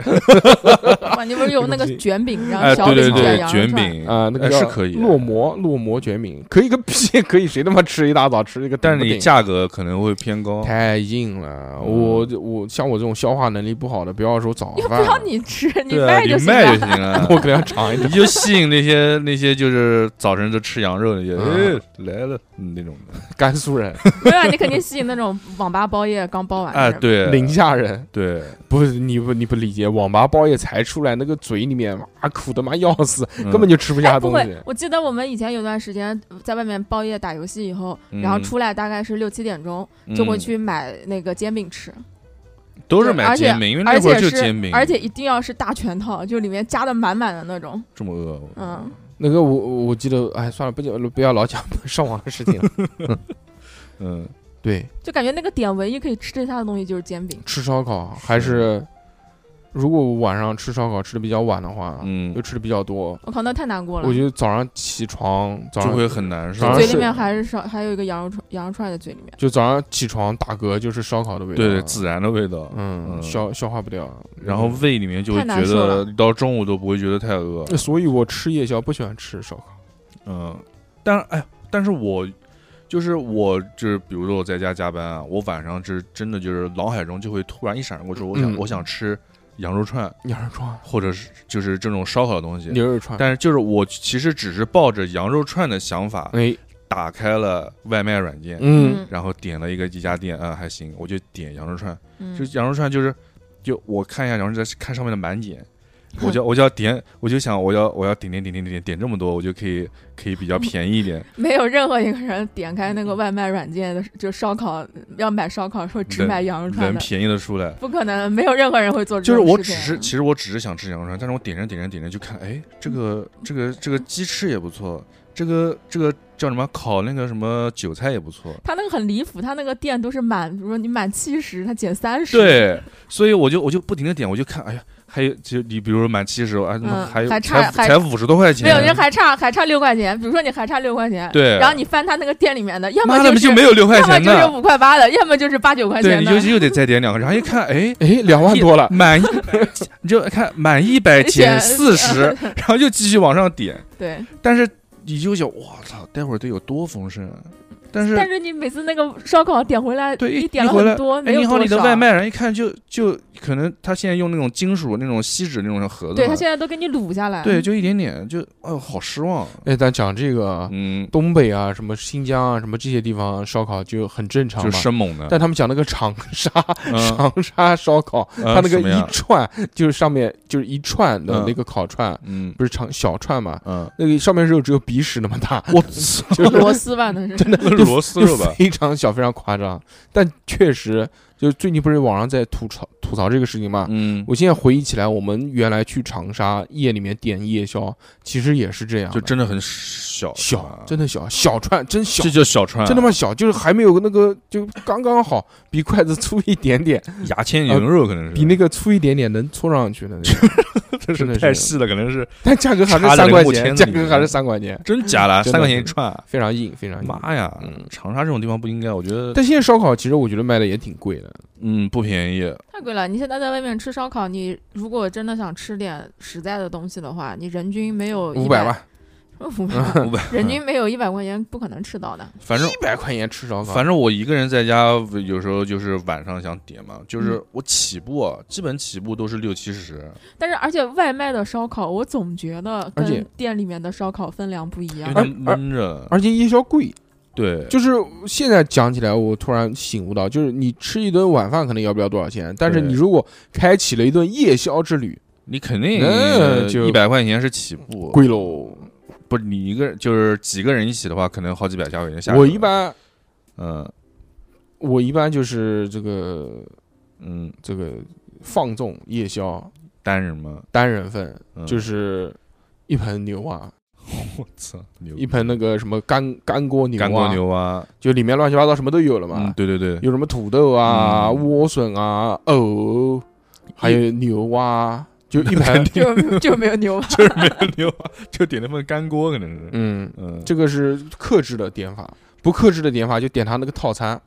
Speaker 3: 哇，你不是有
Speaker 1: 对
Speaker 3: 那个
Speaker 1: 不起
Speaker 3: 卷饼，然
Speaker 2: 哎，
Speaker 3: 后小
Speaker 2: 对对
Speaker 3: 饼卷
Speaker 2: 对，
Speaker 3: 羊肉
Speaker 2: 卷
Speaker 3: 串，
Speaker 2: 饼
Speaker 1: 啊，那个
Speaker 2: 哎
Speaker 1: 叫
Speaker 2: 是可以的
Speaker 1: 烙馍烙馍卷饼可以个屁，可以谁他妈吃一大早吃一个？
Speaker 2: 但是你价格可能会偏高。
Speaker 1: 太硬了，
Speaker 2: 嗯
Speaker 1: 我我像我这种消化能力不好的，不要说早
Speaker 3: 又不
Speaker 1: 饭了，
Speaker 3: 要你吃，你
Speaker 2: 对啊，
Speaker 3: 卖
Speaker 2: 你
Speaker 3: 就行
Speaker 2: 卖就
Speaker 3: 了。
Speaker 2: 行了
Speaker 1: 我。可能要尝一
Speaker 2: 你就吸引那些那些就是早晨就吃羊肉那些，
Speaker 1: 嗯
Speaker 2: 哎来了嗯那种的，
Speaker 1: 甘肃人、
Speaker 3: 对啊，你肯定吸引那种网吧包夜刚包完的
Speaker 2: 哎，
Speaker 3: 人。
Speaker 2: 对
Speaker 1: 宁夏人，
Speaker 2: 对，
Speaker 1: 不是你不你不理解，网吧包夜才出来，那个嘴里面哇苦的妈要死，
Speaker 2: 根
Speaker 1: 根本就吃不下
Speaker 3: 哎，不
Speaker 1: 东
Speaker 3: 会
Speaker 1: 西。，
Speaker 3: 我记得我们以前有段时间在外面包夜打游戏以后，然后
Speaker 2: 嗯
Speaker 3: 出来大概是六七点钟，就会去买那个煎饼吃，
Speaker 2: 都是
Speaker 3: 对
Speaker 2: 买
Speaker 3: 而且
Speaker 2: 煎饼，因为那
Speaker 3: 而
Speaker 2: 会
Speaker 3: 且
Speaker 2: 儿就是煎饼，
Speaker 3: 而且一定要是大全套，就里面加的满满的那种。
Speaker 2: 这么饿，我
Speaker 3: 嗯，
Speaker 1: 那个我我我记得，哎，算了，不讲不要老讲上 网的事情了。
Speaker 2: 嗯，
Speaker 1: 对，
Speaker 3: 就感觉那个点唯一可以吃得下的东西就是煎饼。
Speaker 1: 吃烧烤还是，如果我晚上吃烧烤吃的比较晚的话，
Speaker 2: 嗯
Speaker 1: 又吃的比较多，
Speaker 3: 我靠，那太难过了。
Speaker 1: 我觉得早上起床，早
Speaker 2: 就
Speaker 1: 上
Speaker 2: 会很难受
Speaker 1: 早。上
Speaker 3: 嘴
Speaker 1: 是
Speaker 3: 里面还是烧，还有一个羊肉串，羊肉串在嘴里面。
Speaker 1: 就早上起床打嗝就是烧烤的味道，
Speaker 2: 对，孜然的味道，
Speaker 1: 嗯，
Speaker 2: 嗯
Speaker 1: 消消化不掉，
Speaker 2: 然后
Speaker 1: 嗯
Speaker 2: 胃里面就会
Speaker 3: 太
Speaker 2: 觉
Speaker 3: 难受
Speaker 2: 得
Speaker 3: 了
Speaker 2: 到中午都不会觉得太饿，
Speaker 1: 所以我吃夜宵不喜欢吃烧烤。
Speaker 2: 嗯，但哎，但是我就是我就是比如说我在家加班啊，我晚上就是真的就是脑海中就会突然一闪而过说，我想、
Speaker 1: 嗯
Speaker 2: 我想吃羊肉串
Speaker 1: 羊肉串，
Speaker 2: 或者是就是这种烧烤的东西，
Speaker 1: 牛肉串，
Speaker 2: 但是就是我其实只是抱着羊肉串的想法
Speaker 1: 哎，
Speaker 2: 打开了外卖软件，
Speaker 1: 嗯，
Speaker 2: 然后点了一个一家店啊、还行，我就点羊肉串，
Speaker 3: 嗯，
Speaker 2: 就羊肉串就是，就我看一下羊肉串，看上面的满 减，我就我就要点，我就想我要我要点点点点点点点这么多，我就可以可以比较便宜一 点。
Speaker 3: 没有任何一个人点开那个
Speaker 2: 嗯
Speaker 3: 外卖软件的，就烧烤要买烧烤说只
Speaker 2: 能
Speaker 3: 买羊肉串
Speaker 2: 能
Speaker 3: 的，
Speaker 2: 便宜的出来。
Speaker 3: 不可能，没有任何人会做
Speaker 2: 就
Speaker 3: 这
Speaker 2: 是
Speaker 3: 种
Speaker 2: 我
Speaker 3: 事
Speaker 2: 只
Speaker 3: 情。啊
Speaker 2: 是，其实
Speaker 3: 嗯
Speaker 2: 我只是想吃羊肉串，但是我点着点着点着就看，哎，这个这个这个鸡翅也不错，这个这个叫什么烤那个什么韭菜也不错。
Speaker 3: 他那个很离谱，他那个店都是满，比如说你满七十，他减三十，，
Speaker 2: 对，所以我就我就不停的点，我就看，哎呀，还有就你比如说满七十，哎，他妈
Speaker 3: 嗯
Speaker 2: 还有
Speaker 3: 还
Speaker 2: 才
Speaker 3: 差还
Speaker 2: 才五十多块钱，
Speaker 3: 没有人还差还差六块钱，比如说你还差六块钱，
Speaker 2: 对，
Speaker 3: 然后你翻他那个店里面的，要么
Speaker 2: 妈的
Speaker 3: 是
Speaker 2: 就没有六块
Speaker 3: 要么
Speaker 2: 钱
Speaker 3: 就是
Speaker 2: 的，
Speaker 3: 五块八的，要么就是八九块
Speaker 2: 对，
Speaker 3: 钱
Speaker 2: 你
Speaker 3: 的
Speaker 2: 就，又得再点两个，然后一看，哎，
Speaker 1: 哎，两万多了，
Speaker 2: 满一 你就看满一百减
Speaker 3: 减
Speaker 2: 四十，然后就继续往上点，
Speaker 3: 对。
Speaker 2: 但是你就想，我操，待会儿得有多丰盛啊！但是
Speaker 3: 但是你每次那个烧烤点回来，
Speaker 2: 对一
Speaker 3: 你点
Speaker 2: 一
Speaker 3: 了
Speaker 2: 回来
Speaker 3: 很多，没
Speaker 2: 哎，
Speaker 3: 有
Speaker 2: 你好，
Speaker 3: 多
Speaker 2: 你的
Speaker 3: 少啊
Speaker 2: 外，卖，然后一看就就可能他现在用那种金属那种锡纸那种
Speaker 1: 嗯
Speaker 2: 盒子嘛，
Speaker 3: 对他现在都给你卤下来，
Speaker 2: 对，就一点点，就哎呦，好失望。
Speaker 1: 哎，咱讲这个啊
Speaker 2: 嗯，
Speaker 1: 东北啊，什么新疆啊，什么这些地方烧烤就很正常
Speaker 2: 就
Speaker 1: 嘛。
Speaker 2: 生猛的，
Speaker 1: 但他们讲那个长沙
Speaker 2: 嗯，
Speaker 1: 长沙烧烤，
Speaker 2: 嗯
Speaker 1: 它那个
Speaker 2: 什么呀
Speaker 1: 一串就是上面就是一串的
Speaker 2: 嗯
Speaker 1: 那个烤串，
Speaker 2: 嗯
Speaker 1: 不是长小串嘛，
Speaker 2: 嗯，
Speaker 1: 那个上面肉只有鼻屎那么大，
Speaker 2: 我操，
Speaker 1: 就是
Speaker 3: 螺丝吧，那是真的
Speaker 2: 那是螺丝肉 吧
Speaker 1: 就？非常小，非常夸张。但确实，就是最近不是网上在吐槽吐槽这个事情嘛。
Speaker 2: 嗯，
Speaker 1: 我现在回忆起来，我们原来去长沙夜里面点夜宵，其实也是这样的，
Speaker 2: 就真的很小
Speaker 1: 小，真
Speaker 2: 的啊
Speaker 1: 的小，小串真小
Speaker 2: 这，叫小串，啊
Speaker 1: 真他妈小，就是还没有那个，就刚刚好，比筷子粗一点 点，
Speaker 2: 牙签牛肉可能是
Speaker 1: 比那个粗一点点能戳上去的那种。
Speaker 2: 真
Speaker 1: 真的
Speaker 2: 是
Speaker 1: 是
Speaker 2: 太细了，可能是
Speaker 1: 但价格还是
Speaker 2: 插在
Speaker 1: 三
Speaker 2: 那
Speaker 1: 块
Speaker 2: 木
Speaker 1: 钱，
Speaker 2: 签
Speaker 1: 价
Speaker 2: 子里
Speaker 1: 格还是三块钱，
Speaker 2: 真假的，
Speaker 1: 真的
Speaker 2: 三块钱一串，啊
Speaker 1: 非常硬，非常硬。
Speaker 2: 妈呀
Speaker 1: 嗯！
Speaker 2: 长沙这种地方不应该，我觉得
Speaker 1: 但现在烧烤其实我觉得卖的也挺贵的，
Speaker 2: 嗯不便 宜，
Speaker 3: 太贵了。你现在在外面吃烧烤，你如果真的想吃点实在的东西的话，你人均没有
Speaker 1: 五
Speaker 3: 100
Speaker 1: 百，万，
Speaker 3: 五百，
Speaker 2: 五百，
Speaker 3: 人均没有一百块钱不可能吃到的。
Speaker 2: 反正
Speaker 1: 一百块钱吃烧烤，
Speaker 2: 反正我一个人在家，有时候就是晚上想点嘛，
Speaker 1: 嗯
Speaker 2: 就是我起步啊基本起步都是六七十，
Speaker 3: 但是而且外卖的烧烤，我总觉得
Speaker 1: 而且
Speaker 3: 跟店里面的烧烤分量不一
Speaker 2: 因为。
Speaker 3: 样
Speaker 2: 它
Speaker 1: 而而
Speaker 2: 闷着，
Speaker 1: 而且夜宵贵，
Speaker 2: 对，
Speaker 1: 就是现在讲起来，我突然醒悟到，就是你吃一顿晚饭可能要不了多少钱，但是
Speaker 2: 对
Speaker 1: 你如果开启了一顿夜宵之旅，
Speaker 2: 你肯定
Speaker 1: 那就
Speaker 2: 一百块钱是起步，
Speaker 1: 贵喽。
Speaker 2: 不，你一个人就是几个人一起的话，可能好几百加块钱下去了。
Speaker 1: 我一般
Speaker 2: 嗯
Speaker 1: 我一般就是这个
Speaker 2: 嗯，
Speaker 1: 这个放纵夜宵
Speaker 2: 单人嘛，
Speaker 1: 单人份，
Speaker 2: 嗯
Speaker 1: 就是一盆牛蛙，
Speaker 2: 我操，牛
Speaker 1: 一盆那个什么干干锅牛
Speaker 2: 干锅
Speaker 1: 蛙，
Speaker 2: 牛蛙，
Speaker 1: 就里面乱七八糟什么都有了嘛，
Speaker 2: 嗯，对对对，
Speaker 1: 有什么土豆啊、
Speaker 2: 嗯
Speaker 1: 莴笋啊、藕，还有牛蛙，就一
Speaker 2: 肯
Speaker 1: 盆，
Speaker 3: 就就没有牛蛙，
Speaker 2: 就是没有牛蛙，就点那份干锅，可能是，
Speaker 1: 嗯，
Speaker 2: 嗯，
Speaker 1: 这个是克制的点法。不克制的点法就点他那个套餐，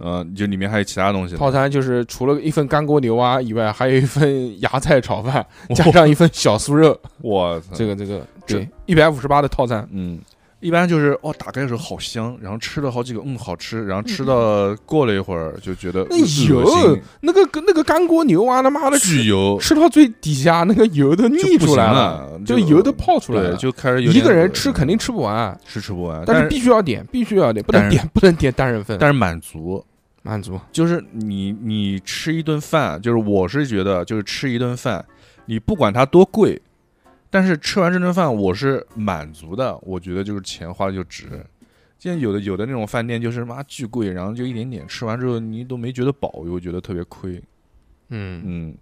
Speaker 2: 呃，就里面还有其他东西，
Speaker 1: 套餐就是除了一份干锅牛蛙以外，还有一份芽菜炒饭，加上一份小酥肉，
Speaker 2: 我操，
Speaker 1: 这个这个
Speaker 2: 这
Speaker 1: 对一百五十八的套餐，
Speaker 2: 嗯，一般就是哦，打开的时候好香，然后吃了好几个，嗯，好吃，然后吃到过了一会儿就觉得
Speaker 1: 嗯那
Speaker 2: 嗯恶
Speaker 1: 油
Speaker 2: 心，
Speaker 1: 那个那个干锅牛啊蛙，他妈的
Speaker 2: 巨
Speaker 1: 吃
Speaker 2: 油，
Speaker 1: 吃到最底下，那个油都
Speaker 2: 就
Speaker 1: 腻
Speaker 2: 不
Speaker 1: 出来
Speaker 2: 行
Speaker 1: 了，
Speaker 2: 了，
Speaker 1: 就油都泡出来
Speaker 2: 对，
Speaker 1: 了。
Speaker 2: 就开始有
Speaker 1: 一个
Speaker 2: 点
Speaker 1: 人
Speaker 2: 恶
Speaker 1: 吃
Speaker 2: 心
Speaker 1: 肯定吃不完，
Speaker 2: 是吃不完，
Speaker 1: 但是
Speaker 2: 是
Speaker 1: 必须要点，必须要点，不
Speaker 2: 但
Speaker 1: 能
Speaker 2: 是
Speaker 1: 点不能点单人份，
Speaker 2: 但是满足，
Speaker 1: 满足。
Speaker 2: 就是你你吃一顿饭，就是我是觉得就是吃一顿饭，你不管它多贵，但是吃完这顿饭我是满足的，我觉得就是钱花的就值。现在有的有的那种饭店就是妈巨贵，然后就一点点吃完之后你都没觉得饱，又觉得特别亏。
Speaker 1: 嗯，
Speaker 2: 嗯，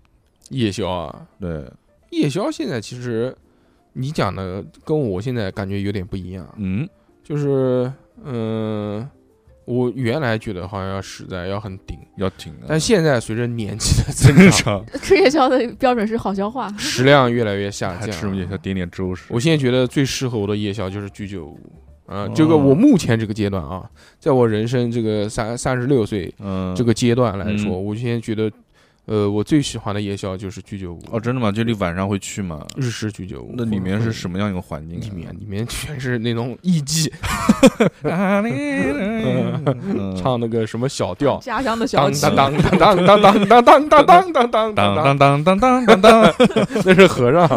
Speaker 1: 夜宵啊，
Speaker 2: 对，
Speaker 1: 夜宵现在其实你讲的跟我现在感觉有点不一样，
Speaker 2: 嗯
Speaker 1: 就是嗯、呃我原来觉得好像要实在要很顶，
Speaker 2: 要挺的，
Speaker 1: 但现在随着年纪的增
Speaker 2: 正
Speaker 1: 长，
Speaker 2: 常
Speaker 3: 吃夜宵的标准是好消化。
Speaker 1: 食量越来越下
Speaker 2: 还
Speaker 1: 降，
Speaker 2: 吃不下，点点粥吃。
Speaker 1: 我现在觉得最适合我的夜宵就是居酒屋啊，这
Speaker 2: 哦
Speaker 1: 个我目前这个阶段啊，在我人生这个三三十六岁
Speaker 2: 嗯，
Speaker 1: 这个阶段来说，
Speaker 2: 嗯
Speaker 1: 我现在觉得，呃，我最喜欢的夜宵就是居酒屋
Speaker 2: 哦，真的吗？就你晚上会去吗？
Speaker 1: 日式居酒屋。
Speaker 2: 那里面是什
Speaker 1: 么？
Speaker 2: 么样一个环境啊？
Speaker 1: 里面里面全是那种艺妓
Speaker 2: 嗯
Speaker 1: 唱那个什么小调，
Speaker 3: 家乡的小
Speaker 1: 当
Speaker 3: 吃，
Speaker 1: 当当当当当当当当当当当当当，
Speaker 2: 当当当当当当当，
Speaker 1: 那是和
Speaker 2: 嗯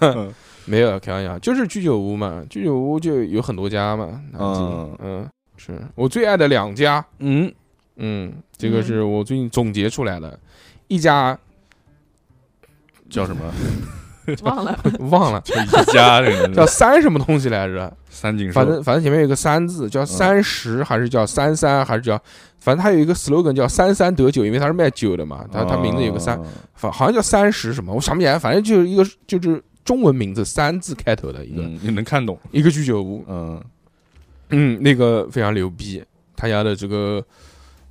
Speaker 1: 尚。 没有开玩笑，就是居酒屋嘛，居酒屋就有很多家嘛。南京
Speaker 2: 嗯，
Speaker 1: 嗯，是我最爱的两家，
Speaker 2: 嗯，
Speaker 1: 嗯，这个
Speaker 3: 嗯
Speaker 1: 是我最近总结出来的，一家
Speaker 2: 叫什么？
Speaker 3: 忘了。
Speaker 1: 忘了
Speaker 2: 叫宜家这个
Speaker 1: 叫三什么东西来着，
Speaker 2: 三井寿，
Speaker 1: 反正反正前面有个三字，叫三十还是叫三三还是叫，反正它有一个 slogan 叫三三得九，因为它是
Speaker 2: 哦
Speaker 1: 卖酒的嘛，它它名字有个三，
Speaker 2: 啊，
Speaker 1: 反好像叫三十什么，我想不起来，反正就是一个就是中文名字三字开头的一个、
Speaker 2: 嗯，你能看懂，
Speaker 1: 一个居酒屋，
Speaker 2: 嗯，
Speaker 1: 嗯，那个非常牛逼，他家的这个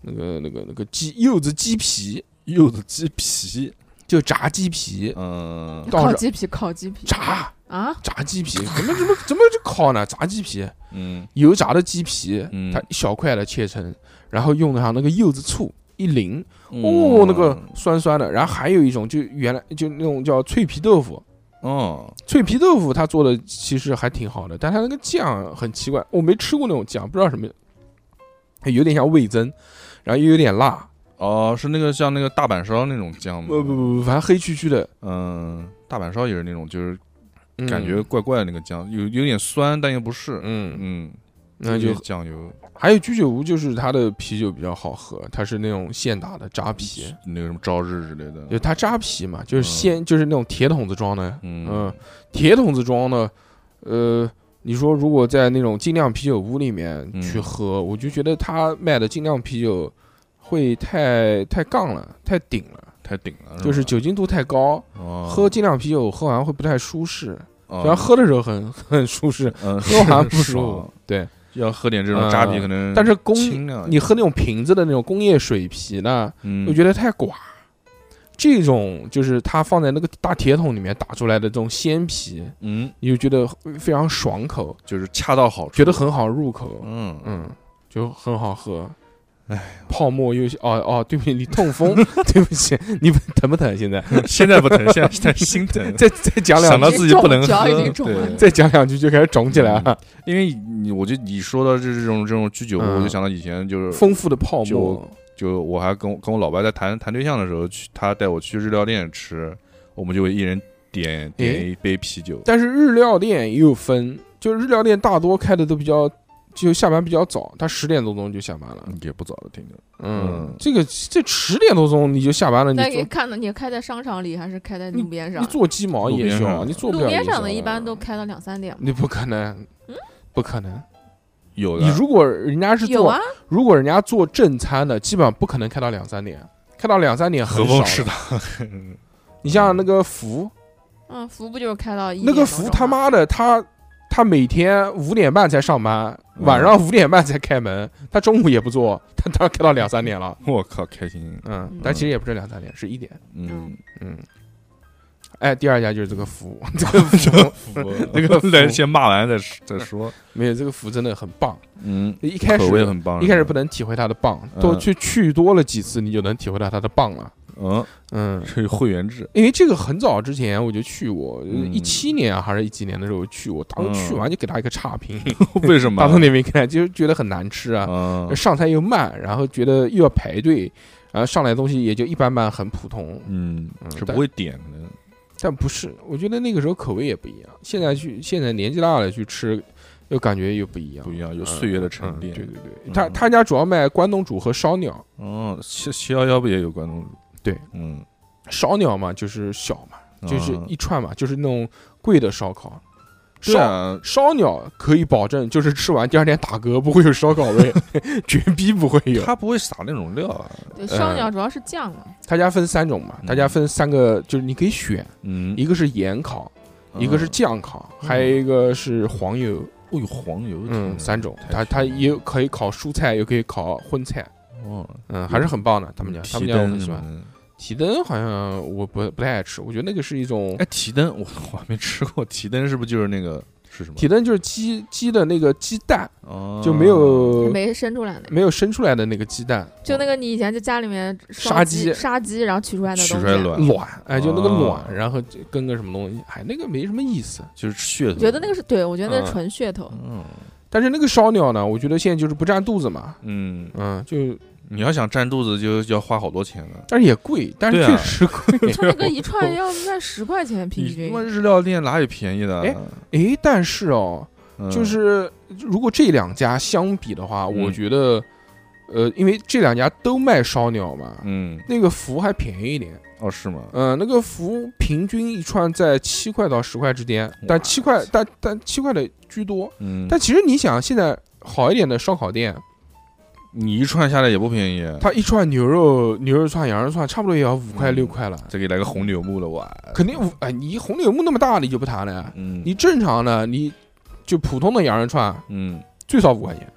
Speaker 1: 那个那个那个鸡柚子鸡皮，
Speaker 2: 柚子鸡皮，
Speaker 1: 就炸鸡皮，
Speaker 2: 嗯，
Speaker 1: 到
Speaker 3: 烤
Speaker 1: 这
Speaker 3: 鸡皮，烤鸡皮
Speaker 1: 炸
Speaker 3: 啊，
Speaker 1: 炸鸡皮，怎么怎么怎么就烤呢？炸鸡皮，
Speaker 2: 嗯
Speaker 1: 油炸的鸡皮，
Speaker 2: 嗯
Speaker 1: 它一小块的切成，然后用上那个柚子醋一淋，哦
Speaker 2: 哦，
Speaker 1: 那个酸酸的。然后还有一种就原来就那种叫脆皮豆腐，
Speaker 2: 哦，
Speaker 1: 脆皮豆腐它做的其实还挺好的，但它那个酱很奇怪，我没吃过那种酱，不知道什么，有点像味增，然后又有点辣，呃
Speaker 2: 哦，是那个像那个大阪烧那种酱吗？
Speaker 1: 不不，不不，反正黑黢黢的，
Speaker 2: 嗯，大阪烧也是那种，就是
Speaker 1: 嗯
Speaker 2: 感觉怪怪的那个酱，有有点酸，但又不是，
Speaker 1: 嗯，
Speaker 2: 嗯，
Speaker 1: 那
Speaker 2: 有
Speaker 1: 就
Speaker 2: 点酱油
Speaker 1: 还有居酒屋，就是它的啤酒比较好喝，它是那种现打的扎啤，
Speaker 2: 那个什么朝日之类
Speaker 1: 就
Speaker 2: 的，
Speaker 1: 它扎啤嘛，就是
Speaker 2: 嗯
Speaker 1: 先就是那种铁桶子装的，
Speaker 2: 嗯
Speaker 1: 嗯，铁桶子装的，呃，你说如果在那种精酿啤酒屋里面
Speaker 2: 嗯
Speaker 1: 去喝，我就觉得它卖的精酿啤酒会太太杠了，太顶了，
Speaker 2: 太顶了，
Speaker 1: 就是酒精度太高，喝
Speaker 2: 喝
Speaker 1: 精酿啤酒喝完会不太舒适，虽然喝的时候很 很舒 适，
Speaker 2: 嗯
Speaker 1: 喝完不舒
Speaker 2: 爽
Speaker 1: 服，对。
Speaker 2: 要喝点这种扎啤可能，
Speaker 1: 呃但是工
Speaker 2: 清凉一
Speaker 1: 你
Speaker 2: 点，
Speaker 1: 喝那种瓶子的那种工业水啤呢，
Speaker 2: 嗯，
Speaker 1: 我觉得太寡。这种就是它放在那个大铁桶里面打出来的这种鲜啤，
Speaker 2: 嗯，
Speaker 1: 你就觉得非常爽口，
Speaker 2: 就是恰到好处，
Speaker 1: 觉得很好入口，
Speaker 2: 嗯嗯，
Speaker 1: 嗯，就很好喝。哎，泡沫又哦哦，对不起，你痛 风，对不起，你疼不疼？现在，
Speaker 2: 现在不疼，现在现在心疼
Speaker 1: 再再讲两
Speaker 2: 嗯想到
Speaker 1: 句，
Speaker 2: 自己不嗯能
Speaker 3: 脚已经
Speaker 2: 喝，
Speaker 3: 肿了
Speaker 2: 对。
Speaker 1: 再讲两句就开始肿起来了，
Speaker 2: 因为你，我就你说到这这种这种居酒屋，
Speaker 1: 嗯
Speaker 2: 我就想到以前就是
Speaker 1: 丰富的泡沫
Speaker 2: 就，就我还跟我跟我老白在谈谈对象的时候，去他带我去日料店吃，我们就会一人点点一杯啤酒。
Speaker 1: 但是日料店也有分，就是日料店大多开的都比较，就下班比较早，他十点多钟就下班了。
Speaker 2: 也不早了，听着，嗯
Speaker 1: 嗯，这个这十点多钟你就下班了，你
Speaker 3: 那你
Speaker 1: 坐
Speaker 3: 看到你开在商场里还是开在路边上
Speaker 1: 你？坐鸡毛也
Speaker 2: 路边
Speaker 1: 小，
Speaker 2: 上
Speaker 1: 你坐不
Speaker 3: 路
Speaker 1: 了
Speaker 3: 边
Speaker 1: 也
Speaker 3: 上
Speaker 1: 小
Speaker 3: 的一般都嗯开到两三点。
Speaker 1: 你不可能，不可能。
Speaker 2: 有的
Speaker 1: 你如果人家是
Speaker 3: 有
Speaker 1: 做
Speaker 3: 啊，
Speaker 1: 如果人家做正餐的，基本上不可能开到两三点，开到两三点
Speaker 2: 和
Speaker 1: 很
Speaker 2: 风
Speaker 1: 少
Speaker 2: 吃
Speaker 1: 的。
Speaker 2: 的，
Speaker 1: 你像那个福，
Speaker 3: 嗯，福不就是开到一
Speaker 1: 那个
Speaker 3: 点多
Speaker 1: 福
Speaker 3: 钟
Speaker 1: 他
Speaker 3: 吗
Speaker 1: 妈的他。他每天五点半才上班，
Speaker 2: 嗯
Speaker 1: 晚上五点半才开门。他中午也不做，他当然开到两三点了。
Speaker 2: 我靠，开心，
Speaker 1: 嗯
Speaker 3: 嗯，
Speaker 1: 但其实也不是两三点，是一点。
Speaker 2: 嗯，
Speaker 1: 嗯，哎，第二家就是这个福，这 个福 那个
Speaker 2: 来先骂完再说再说，
Speaker 1: 没有这个福真的很棒。
Speaker 2: 嗯，
Speaker 1: 一开始
Speaker 2: 口味很棒，
Speaker 1: 一开始不能体会它的棒，
Speaker 2: 嗯
Speaker 1: 都去去多了几次，你就能体会到它的棒了。
Speaker 2: 嗯，
Speaker 1: 嗯，
Speaker 2: 是会员制，
Speaker 1: 因为这个很早之前我就去过，
Speaker 2: 嗯
Speaker 1: 一七年啊还是一几年的时候去过，当时去完就给他一个差评，
Speaker 2: 为什么啊
Speaker 1: 打？从里面看就是觉得很难吃啊，
Speaker 2: 嗯
Speaker 1: 上菜又慢，然后觉得又要排队，然后上来的东西也就一般般，很普通。
Speaker 2: 嗯，
Speaker 1: 嗯
Speaker 2: 是不
Speaker 1: 但
Speaker 2: 会点的，
Speaker 1: 但不是，我觉得那个时候口味也不一样。现在去，现在年纪大了去吃，又感觉又不一样，
Speaker 2: 不一样，有
Speaker 1: 嗯
Speaker 2: 岁月的
Speaker 1: 嗯
Speaker 2: 沉淀
Speaker 1: 对。对对，
Speaker 2: 嗯
Speaker 1: 他他家主要卖关东煮和烧鸟，
Speaker 2: 哦，七七幺幺不也有关东煮？
Speaker 1: 对，
Speaker 2: 嗯，
Speaker 1: 烧鸟嘛就是小嘛，就是
Speaker 2: 啊
Speaker 1: 一串嘛，就是那种贵的烧烤。
Speaker 2: 对
Speaker 1: 烧
Speaker 2: 啊，
Speaker 1: 烧鸟可以保证，就是吃完第二天打嗝不会有烧烤 味，绝逼不会有。
Speaker 2: 他不会撒那种料啊。
Speaker 3: 对，烧鸟主要是酱嘛，
Speaker 1: 他家分三种嘛，他家分三个，就是你可以选，
Speaker 2: 嗯，
Speaker 1: 一个是盐烤，一个是酱烤，
Speaker 2: 嗯
Speaker 1: 还有一个是黄油。
Speaker 2: 哦有黄油，
Speaker 1: 嗯，三种，它
Speaker 2: 它
Speaker 1: 它也有可以烤蔬菜，又可以烤荤菜，
Speaker 2: 哦，
Speaker 1: 嗯，还是很棒的。他们家，他
Speaker 2: 嗯提
Speaker 1: 们家我很
Speaker 2: 灯
Speaker 1: 喜
Speaker 2: 什么
Speaker 1: 欢。
Speaker 2: 的。
Speaker 1: 提灯好像我不不太爱吃，我觉得那个是一种
Speaker 2: 哎，提灯我 我还没吃过，提灯是不是就是那个是什么？
Speaker 1: 提灯，就是鸡鸡的那个鸡蛋
Speaker 2: 哦，
Speaker 1: 就没有
Speaker 3: 没生出来的，
Speaker 1: 没有生出来的那个鸡蛋，
Speaker 3: 就那个你以前在家里面烧
Speaker 1: 杀鸡
Speaker 3: 鸡杀鸡，然后取出来的
Speaker 2: 取
Speaker 3: 东
Speaker 2: 出来
Speaker 3: 西。
Speaker 2: 卵，
Speaker 1: 卵，哎，就那个
Speaker 2: 哦
Speaker 1: 卵，然后就跟个什么东西，哎，那个没什么意思。
Speaker 2: 就是噱头。
Speaker 3: 我觉得那个是对，我觉得那
Speaker 1: 嗯
Speaker 3: 是纯噱头。
Speaker 2: 嗯
Speaker 1: 但是那个烧鸟呢，我觉得现在就是不占肚子嘛，
Speaker 2: 嗯，
Speaker 1: 嗯，就
Speaker 2: 你要想占肚子，就要花好多钱啊了。
Speaker 1: 但是也贵，但是
Speaker 2: 对啊
Speaker 1: 确实贵。
Speaker 3: 它 那个一串要卖十块钱平
Speaker 2: 你他
Speaker 3: 均
Speaker 2: 妈，日料店哪有便宜的？啊
Speaker 1: 哎哎，但是哦，
Speaker 2: 嗯
Speaker 1: 就是如果这两家相比的话，
Speaker 2: 嗯
Speaker 1: 我觉得，呃，因为这两家都卖烧鸟嘛，
Speaker 2: 嗯，
Speaker 1: 那个福还便宜一点，
Speaker 2: 哦是吗？
Speaker 1: 嗯，那个福平均一串在七块到十块之间，
Speaker 2: 哇
Speaker 1: 但七块，但但七块的居多。
Speaker 2: 嗯，
Speaker 1: 但其实你想，现在好一点的烧烤店，
Speaker 2: 你一串下来也不便宜，
Speaker 1: 它一串牛肉、牛肉串、羊肉串，差不多也要五块
Speaker 2: 嗯
Speaker 1: 六块了，
Speaker 2: 再给来个红柳木了哇，
Speaker 1: 肯定五哎，你红柳木那么大，你就不谈了呀。
Speaker 2: 嗯
Speaker 1: 你正常的，你就普通的羊肉串
Speaker 2: 嗯
Speaker 1: 最少五块钱，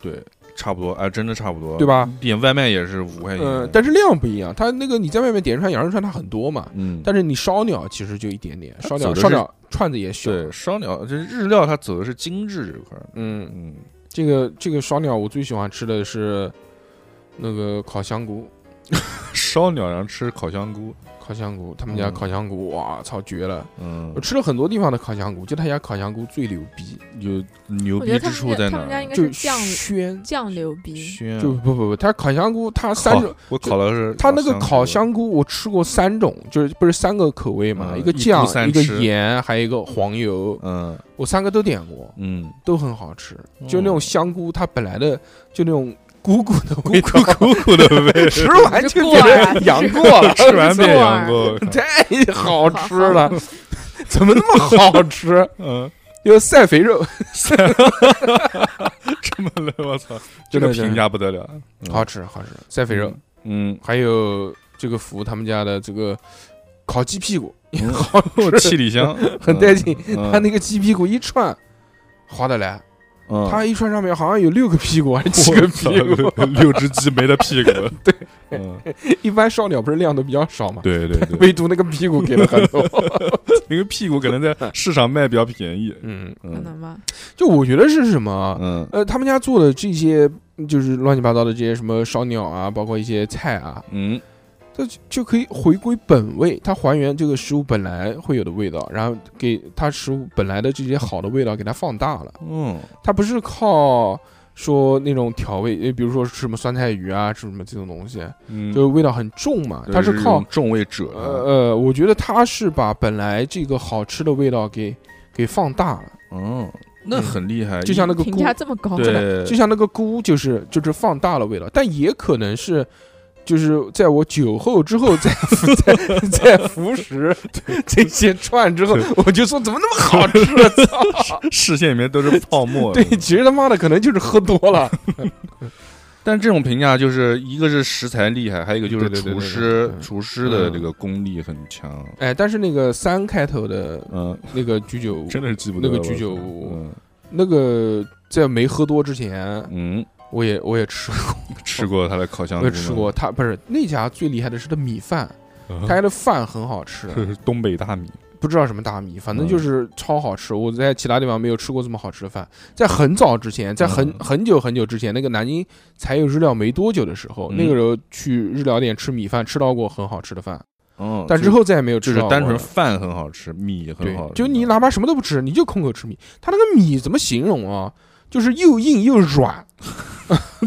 Speaker 2: 对，差不多哎，真的差不多，
Speaker 1: 对？吧？
Speaker 2: 点外卖也是五块钱，
Speaker 1: 嗯、但是量不一样，它那个你在外面点一串羊肉串，它很多嘛，
Speaker 2: 嗯，
Speaker 1: 但是你烧鸟其实就一点点，烧
Speaker 2: 走
Speaker 1: 鸟
Speaker 2: 的
Speaker 1: 烧
Speaker 2: 是
Speaker 1: 鸟串子也小。
Speaker 2: 对，烧鸟就是日料，它走的是精致这块儿，
Speaker 1: 嗯，
Speaker 2: 嗯，
Speaker 1: 这个这个烧鸟我最喜欢吃的是那个烤香菇，
Speaker 2: 烧鸟然后吃烤香菇，
Speaker 1: 烤香菇，他们家
Speaker 2: 嗯
Speaker 1: 烤香菇，哇操绝了！
Speaker 2: 嗯
Speaker 1: 我，吃了很多地方的烤香菇，就他家烤香菇最牛逼，
Speaker 2: 有牛
Speaker 3: 我
Speaker 2: 逼
Speaker 3: 觉得他
Speaker 2: 之处
Speaker 3: 们家
Speaker 2: 在
Speaker 3: 他
Speaker 2: 哪
Speaker 3: 们家应
Speaker 2: 儿？啊
Speaker 3: 该
Speaker 1: 就是是
Speaker 3: 酱
Speaker 1: 鲜，
Speaker 3: 酱 牛逼，
Speaker 2: 鲜
Speaker 1: 就不不不，他烤香菇他三
Speaker 2: 嗯烤
Speaker 1: 种，
Speaker 2: 我烤的是
Speaker 1: 他那个烤
Speaker 2: 香
Speaker 1: 香菇我吃过三种，就是不是三个口味嘛，
Speaker 2: 嗯
Speaker 1: 一个
Speaker 2: 一菇
Speaker 1: 酱，
Speaker 2: 三
Speaker 1: 一个
Speaker 2: 吃
Speaker 1: 盐，还有一个黄油
Speaker 2: 菇，，嗯
Speaker 1: 我三个都点过，
Speaker 2: 嗯，
Speaker 1: 都很好吃，就那种
Speaker 2: 哦
Speaker 1: 香菇它本来的就那 种菇菇的味道，
Speaker 2: 苦 苦的味，
Speaker 1: 吃完就
Speaker 3: 过
Speaker 1: 觉
Speaker 3: 啊
Speaker 1: 得杨过了，
Speaker 2: 吃完变羊过，
Speaker 1: 啊 太好吃 了，怎么那么好 吃？
Speaker 2: 嗯，
Speaker 1: 就是晒肥肉，
Speaker 2: 这么累，我 操，这
Speaker 1: 真的
Speaker 2: 个
Speaker 1: 真的
Speaker 2: 评价不得了，嗯
Speaker 1: 好吃好吃，晒肥肉，，
Speaker 2: 嗯，
Speaker 1: 还有这个福他们家的这个烤鸡屁股，
Speaker 2: 嗯
Speaker 1: 好吃，
Speaker 2: 七里香
Speaker 1: 很带劲。
Speaker 2: 嗯
Speaker 1: 他那个鸡屁股一串，划得来，
Speaker 2: 嗯
Speaker 1: 他一串上面好像有六个屁股还是七
Speaker 2: 我
Speaker 1: 个
Speaker 2: 操
Speaker 1: 屁股，
Speaker 2: 六只鸡没了屁股， 对，嗯，
Speaker 1: 一般烧鸟不是量都比较少嘛，
Speaker 2: 对对 对，
Speaker 1: 唯独那个屁股给了很 多。
Speaker 2: 那个屁股可能在市场卖比较便宜，
Speaker 1: 嗯，
Speaker 3: 可
Speaker 2: 嗯
Speaker 3: 能吧？
Speaker 1: 就我觉得是什么啊？
Speaker 2: 嗯
Speaker 1: 呃，他们家做的这些就是乱七八糟的这些什么烧鸟啊，包括一些菜啊，
Speaker 2: 嗯，
Speaker 1: 它就就可以回归本味，它还原这个食物本来会有的味道，然后给它食物本来的这些好的味道给它放大了。
Speaker 2: 嗯
Speaker 1: 它不是靠说那种调味，呃，比如说什么酸菜鱼啊，什么这种东西，
Speaker 2: 嗯，
Speaker 1: 就是味道很重嘛。它
Speaker 2: 就是是
Speaker 1: 靠
Speaker 2: 用众位者
Speaker 1: 呃，呃，我觉得它是把本来这个好吃的味道给给放大了，
Speaker 2: 嗯，那
Speaker 1: 嗯
Speaker 2: 很厉害，
Speaker 1: 就像那个
Speaker 3: 评
Speaker 1: 菇
Speaker 3: 价这么高，
Speaker 2: 对，
Speaker 1: 就像那个菇，就是就是放大了味道，但也可能是。就是在我酒后之后 再再再服食这些串之后，我就说怎么那么好吃？ 操！
Speaker 2: 视线里面都是泡沫，
Speaker 1: 对，其实他妈的可能就是喝多了，
Speaker 2: 但这种评价就是一个是食材厉害，还有一个就是
Speaker 1: 对对对
Speaker 2: 厨
Speaker 1: 对
Speaker 2: 师
Speaker 1: 对对
Speaker 2: 厨师的这个功力很强。
Speaker 1: 哎，但是那个三开头的
Speaker 2: 嗯，
Speaker 1: 那个居酒屋，
Speaker 2: 真的是记不得
Speaker 1: 那个
Speaker 2: 了
Speaker 1: 居酒
Speaker 2: 我操
Speaker 1: 屋，那个在没喝多之前，
Speaker 2: 嗯，
Speaker 1: 我也我也吃过，
Speaker 2: 嗯吃过他的烤香
Speaker 1: 我
Speaker 2: 菇
Speaker 1: 也
Speaker 2: 吗，
Speaker 1: 吃过。他不是那家最厉害的是他米饭，
Speaker 2: 嗯，
Speaker 1: 他家的饭很好吃，
Speaker 2: 这是东北大米，
Speaker 1: 不知道什么大米，反正
Speaker 2: 嗯
Speaker 1: 就是超好吃。我在其他地方没有吃过这么好吃的饭。在很早之前，在很
Speaker 2: 嗯
Speaker 1: 很久很久之前，那个南京才有日料没多久的时候，
Speaker 2: 嗯
Speaker 1: 那个时候去日料店吃米饭，吃到过很好吃的饭，
Speaker 2: 嗯，
Speaker 1: 但之后再也没有
Speaker 2: 就
Speaker 1: 吃
Speaker 2: 是
Speaker 1: 到过
Speaker 2: 单纯
Speaker 1: 了
Speaker 2: 饭很好吃，米也很
Speaker 1: 对
Speaker 2: 好，吃，
Speaker 1: 就你哪怕什么都不吃，你就空口吃米。它那个米怎么形容啊？就是又硬又软，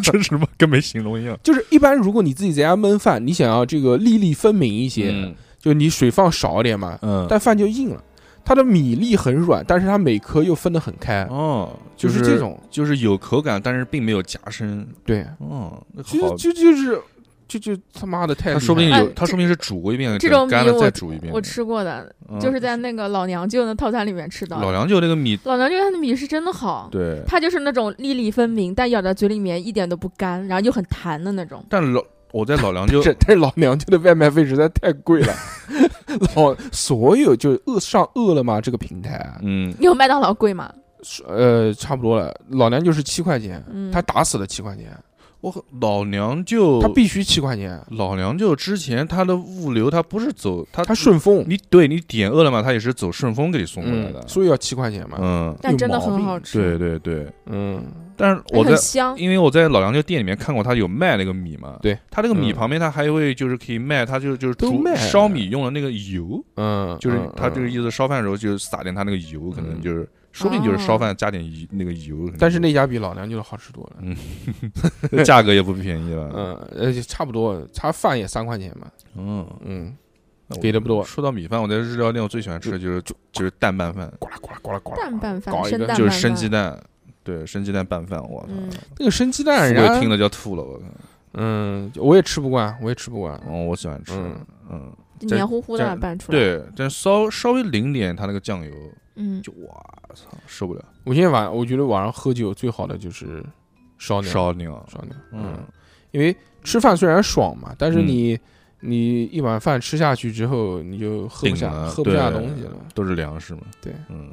Speaker 2: 这是什么跟没形容一样。
Speaker 1: 就是一般如果你自己在家焖饭，你想要这个粒粒分明一些，
Speaker 2: 嗯
Speaker 1: 就你水放少一点嘛，
Speaker 2: 嗯，
Speaker 1: 但饭就硬了。它的米粒很软，但是它每颗又分得很开，
Speaker 2: 哦，
Speaker 1: 就
Speaker 2: 就是
Speaker 1: 这，种。
Speaker 2: 就是有口感，但是并没有夹生。
Speaker 1: 对，
Speaker 2: 哦，那
Speaker 1: 其实
Speaker 2: 好，
Speaker 1: 就就是就就他妈的太
Speaker 2: 他说不定
Speaker 1: 厉害了
Speaker 2: 有，
Speaker 3: 哎
Speaker 2: 他说不定是煮过一遍，
Speaker 3: 这种
Speaker 2: 等干
Speaker 3: 米
Speaker 2: 了再煮一遍。
Speaker 3: 我吃过的，
Speaker 2: 嗯
Speaker 3: 就是在那个老娘舅那套餐里面吃到的。
Speaker 2: 老梁舅那个米，
Speaker 3: 老娘舅他的米是真的好，
Speaker 2: 对，
Speaker 3: 它就是那种粒粒分明，但咬在嘴里面一点都不干，然后又很弹的那种。
Speaker 2: 但老我在老梁 舅
Speaker 1: 这但是老娘舅的外卖费实在太贵 了，老所有就饿上饿了么这个平台啊，
Speaker 2: 嗯，
Speaker 3: 有麦当劳贵吗？
Speaker 1: 呃，差不多了，老娘舅是七块钱，
Speaker 3: 嗯，
Speaker 1: 他打死了七块钱，
Speaker 2: 我和老娘舅，
Speaker 1: 他必须七块钱，
Speaker 2: 老娘舅之前他的物流他不是走他
Speaker 1: 他顺丰
Speaker 2: 你对你点饿了么，他也是走顺丰给你送过来的
Speaker 1: 嗯，。所以要七块钱嘛，
Speaker 2: 嗯，
Speaker 3: 但真的
Speaker 1: 有毛
Speaker 3: 很
Speaker 1: 病
Speaker 3: 好
Speaker 2: 对
Speaker 3: 吃，
Speaker 2: 对对，
Speaker 1: 嗯，
Speaker 2: 但是
Speaker 3: 也
Speaker 2: 我在
Speaker 3: 哎很香。
Speaker 2: 因为我在老娘舅店里面看过他有卖那个米嘛，
Speaker 1: 对，
Speaker 2: 他那个米
Speaker 1: 嗯
Speaker 2: 旁边他还会就是可以卖，他就就是
Speaker 1: 都
Speaker 2: 煮
Speaker 1: 卖
Speaker 2: 烧米用的那个油，
Speaker 1: 嗯，
Speaker 2: 就是
Speaker 1: 嗯
Speaker 2: 他这个。
Speaker 1: 嗯
Speaker 2: 意思，烧饭的时候就撒点他那个油，可能
Speaker 1: 嗯
Speaker 2: 就是说不定就是烧
Speaker 3: 哦
Speaker 2: 饭加点油那个油，
Speaker 1: 但是那家比老娘舅的好吃多了，
Speaker 2: 那 价格也不便宜了，
Speaker 1: 嗯，而且差不多，他饭也三块钱嘛，
Speaker 2: 嗯，
Speaker 1: 嗯，
Speaker 2: 那我
Speaker 1: 给的不多，
Speaker 2: 说到米饭，我在日料店我最喜欢吃的就是就是蛋拌饭，
Speaker 1: 呱啦呱啦呱啦呱啦，
Speaker 3: 蛋拌饭
Speaker 1: 搞一
Speaker 3: 生
Speaker 1: 个
Speaker 3: 蛋
Speaker 2: 就是
Speaker 3: 拌
Speaker 2: 生
Speaker 3: 饭
Speaker 2: 鸡蛋，对，生鸡蛋拌饭，我操，
Speaker 3: 嗯，
Speaker 1: 那个生鸡
Speaker 2: 我
Speaker 1: 蛋，人
Speaker 2: 也
Speaker 1: 家
Speaker 2: 听了就要吐了，我靠，
Speaker 1: 嗯，我也吃不惯，我也吃不惯。
Speaker 2: 嗯，我喜欢吃，
Speaker 1: 嗯
Speaker 2: 嗯，
Speaker 3: 就
Speaker 2: 这
Speaker 3: 黏糊糊
Speaker 2: 这
Speaker 3: 的拌出来。，
Speaker 2: 对，但稍稍微淋点他那个酱油，
Speaker 3: 嗯，
Speaker 2: 就哇操，受不了，
Speaker 1: 我今天晚，我觉得晚上喝酒最好的就是烧鸟，
Speaker 2: 烧鸟，
Speaker 1: 烧鸟，
Speaker 2: 嗯，
Speaker 1: 因为吃饭虽然爽嘛，但是
Speaker 2: 嗯
Speaker 1: 你、你一碗饭吃下去之后，你就喝不
Speaker 2: 顶
Speaker 1: 下
Speaker 2: 了
Speaker 1: 喝不下
Speaker 2: 对
Speaker 1: 东西了。
Speaker 2: 都是粮食嘛。
Speaker 1: 对，
Speaker 2: 嗯，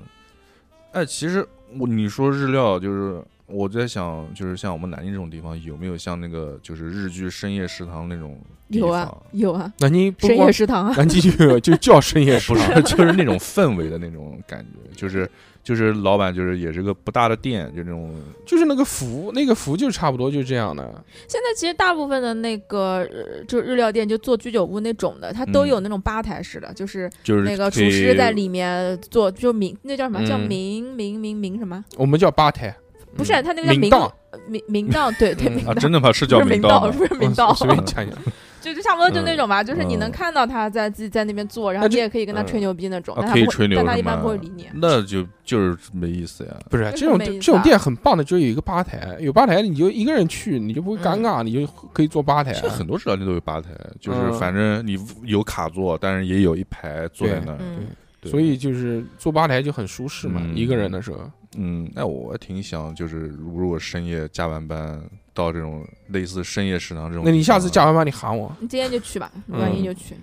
Speaker 2: 哎，其实我你说日料，就是我在想，就是像我们南京这种地方，有没有像那个就是日剧深夜食堂那种地
Speaker 3: 有
Speaker 2: 方？
Speaker 3: 啊有啊，
Speaker 1: 南京不
Speaker 3: 深夜
Speaker 1: 光
Speaker 3: 食堂啊，
Speaker 1: 南京就有就叫深夜食
Speaker 2: 不
Speaker 1: 堂，
Speaker 2: 是， 就是那种氛围的那种感觉，就是就是老板就是也是个不大的店，就那种
Speaker 1: 就是那个服，那个服就差不多就这样的。
Speaker 3: 现在其实大部分的那个呃就日料店就做居酒屋那种的，它都
Speaker 2: 嗯
Speaker 3: 有那种吧台式的，就是
Speaker 2: 就是
Speaker 3: 那个厨
Speaker 2: 可以
Speaker 3: 师在里面做，就明那叫什么？叫
Speaker 1: 嗯
Speaker 3: 明明明明什么？
Speaker 1: 我们叫吧台，
Speaker 3: 不是啊
Speaker 1: 嗯
Speaker 3: 他那个
Speaker 1: 明
Speaker 3: 明
Speaker 1: 档，
Speaker 3: 明明道，对对
Speaker 1: 嗯
Speaker 3: 明道
Speaker 2: 啊，，真的吗？是
Speaker 3: 不
Speaker 2: 叫
Speaker 3: 是明
Speaker 2: 道
Speaker 3: 道，
Speaker 2: 吗？哦
Speaker 3: 不是明
Speaker 1: 我
Speaker 3: 道，
Speaker 1: 随便讲讲。
Speaker 3: 就就差不多就那种吧，就是你
Speaker 2: 嗯
Speaker 3: 能看到他在自己在那边做，然后
Speaker 1: 那
Speaker 3: 你
Speaker 1: 就
Speaker 3: 也可以跟他吹牛逼那种，
Speaker 2: 啊
Speaker 3: 但他
Speaker 2: 可以
Speaker 3: 不会
Speaker 2: 吹牛
Speaker 3: 但他
Speaker 2: 是
Speaker 3: 一般
Speaker 2: 吗
Speaker 3: 不会理你。
Speaker 2: 那就就是没意思呀。
Speaker 1: 不是
Speaker 3: 那
Speaker 1: 这种
Speaker 3: 很没意思
Speaker 1: 这种
Speaker 3: 啊
Speaker 1: 店很棒的，就有一个吧台，有吧台你就一个人去，你就不会尴尬，你就可以坐吧台啊
Speaker 2: 其。实很多食料店都有吧台，就是
Speaker 1: 嗯
Speaker 2: 反正你有卡座，但是也有一排坐在那儿。
Speaker 3: 嗯，
Speaker 2: 对
Speaker 1: 所以就是坐吧台就很舒适嘛，
Speaker 2: 嗯
Speaker 1: 一个人的时候。
Speaker 2: 嗯，那我挺想，就是如果深夜加完班到这种类似深夜食堂这种地方，
Speaker 1: 那你下 次加完班你喊我，
Speaker 3: 你今天就去吧，没关系
Speaker 1: 嗯
Speaker 3: 就去，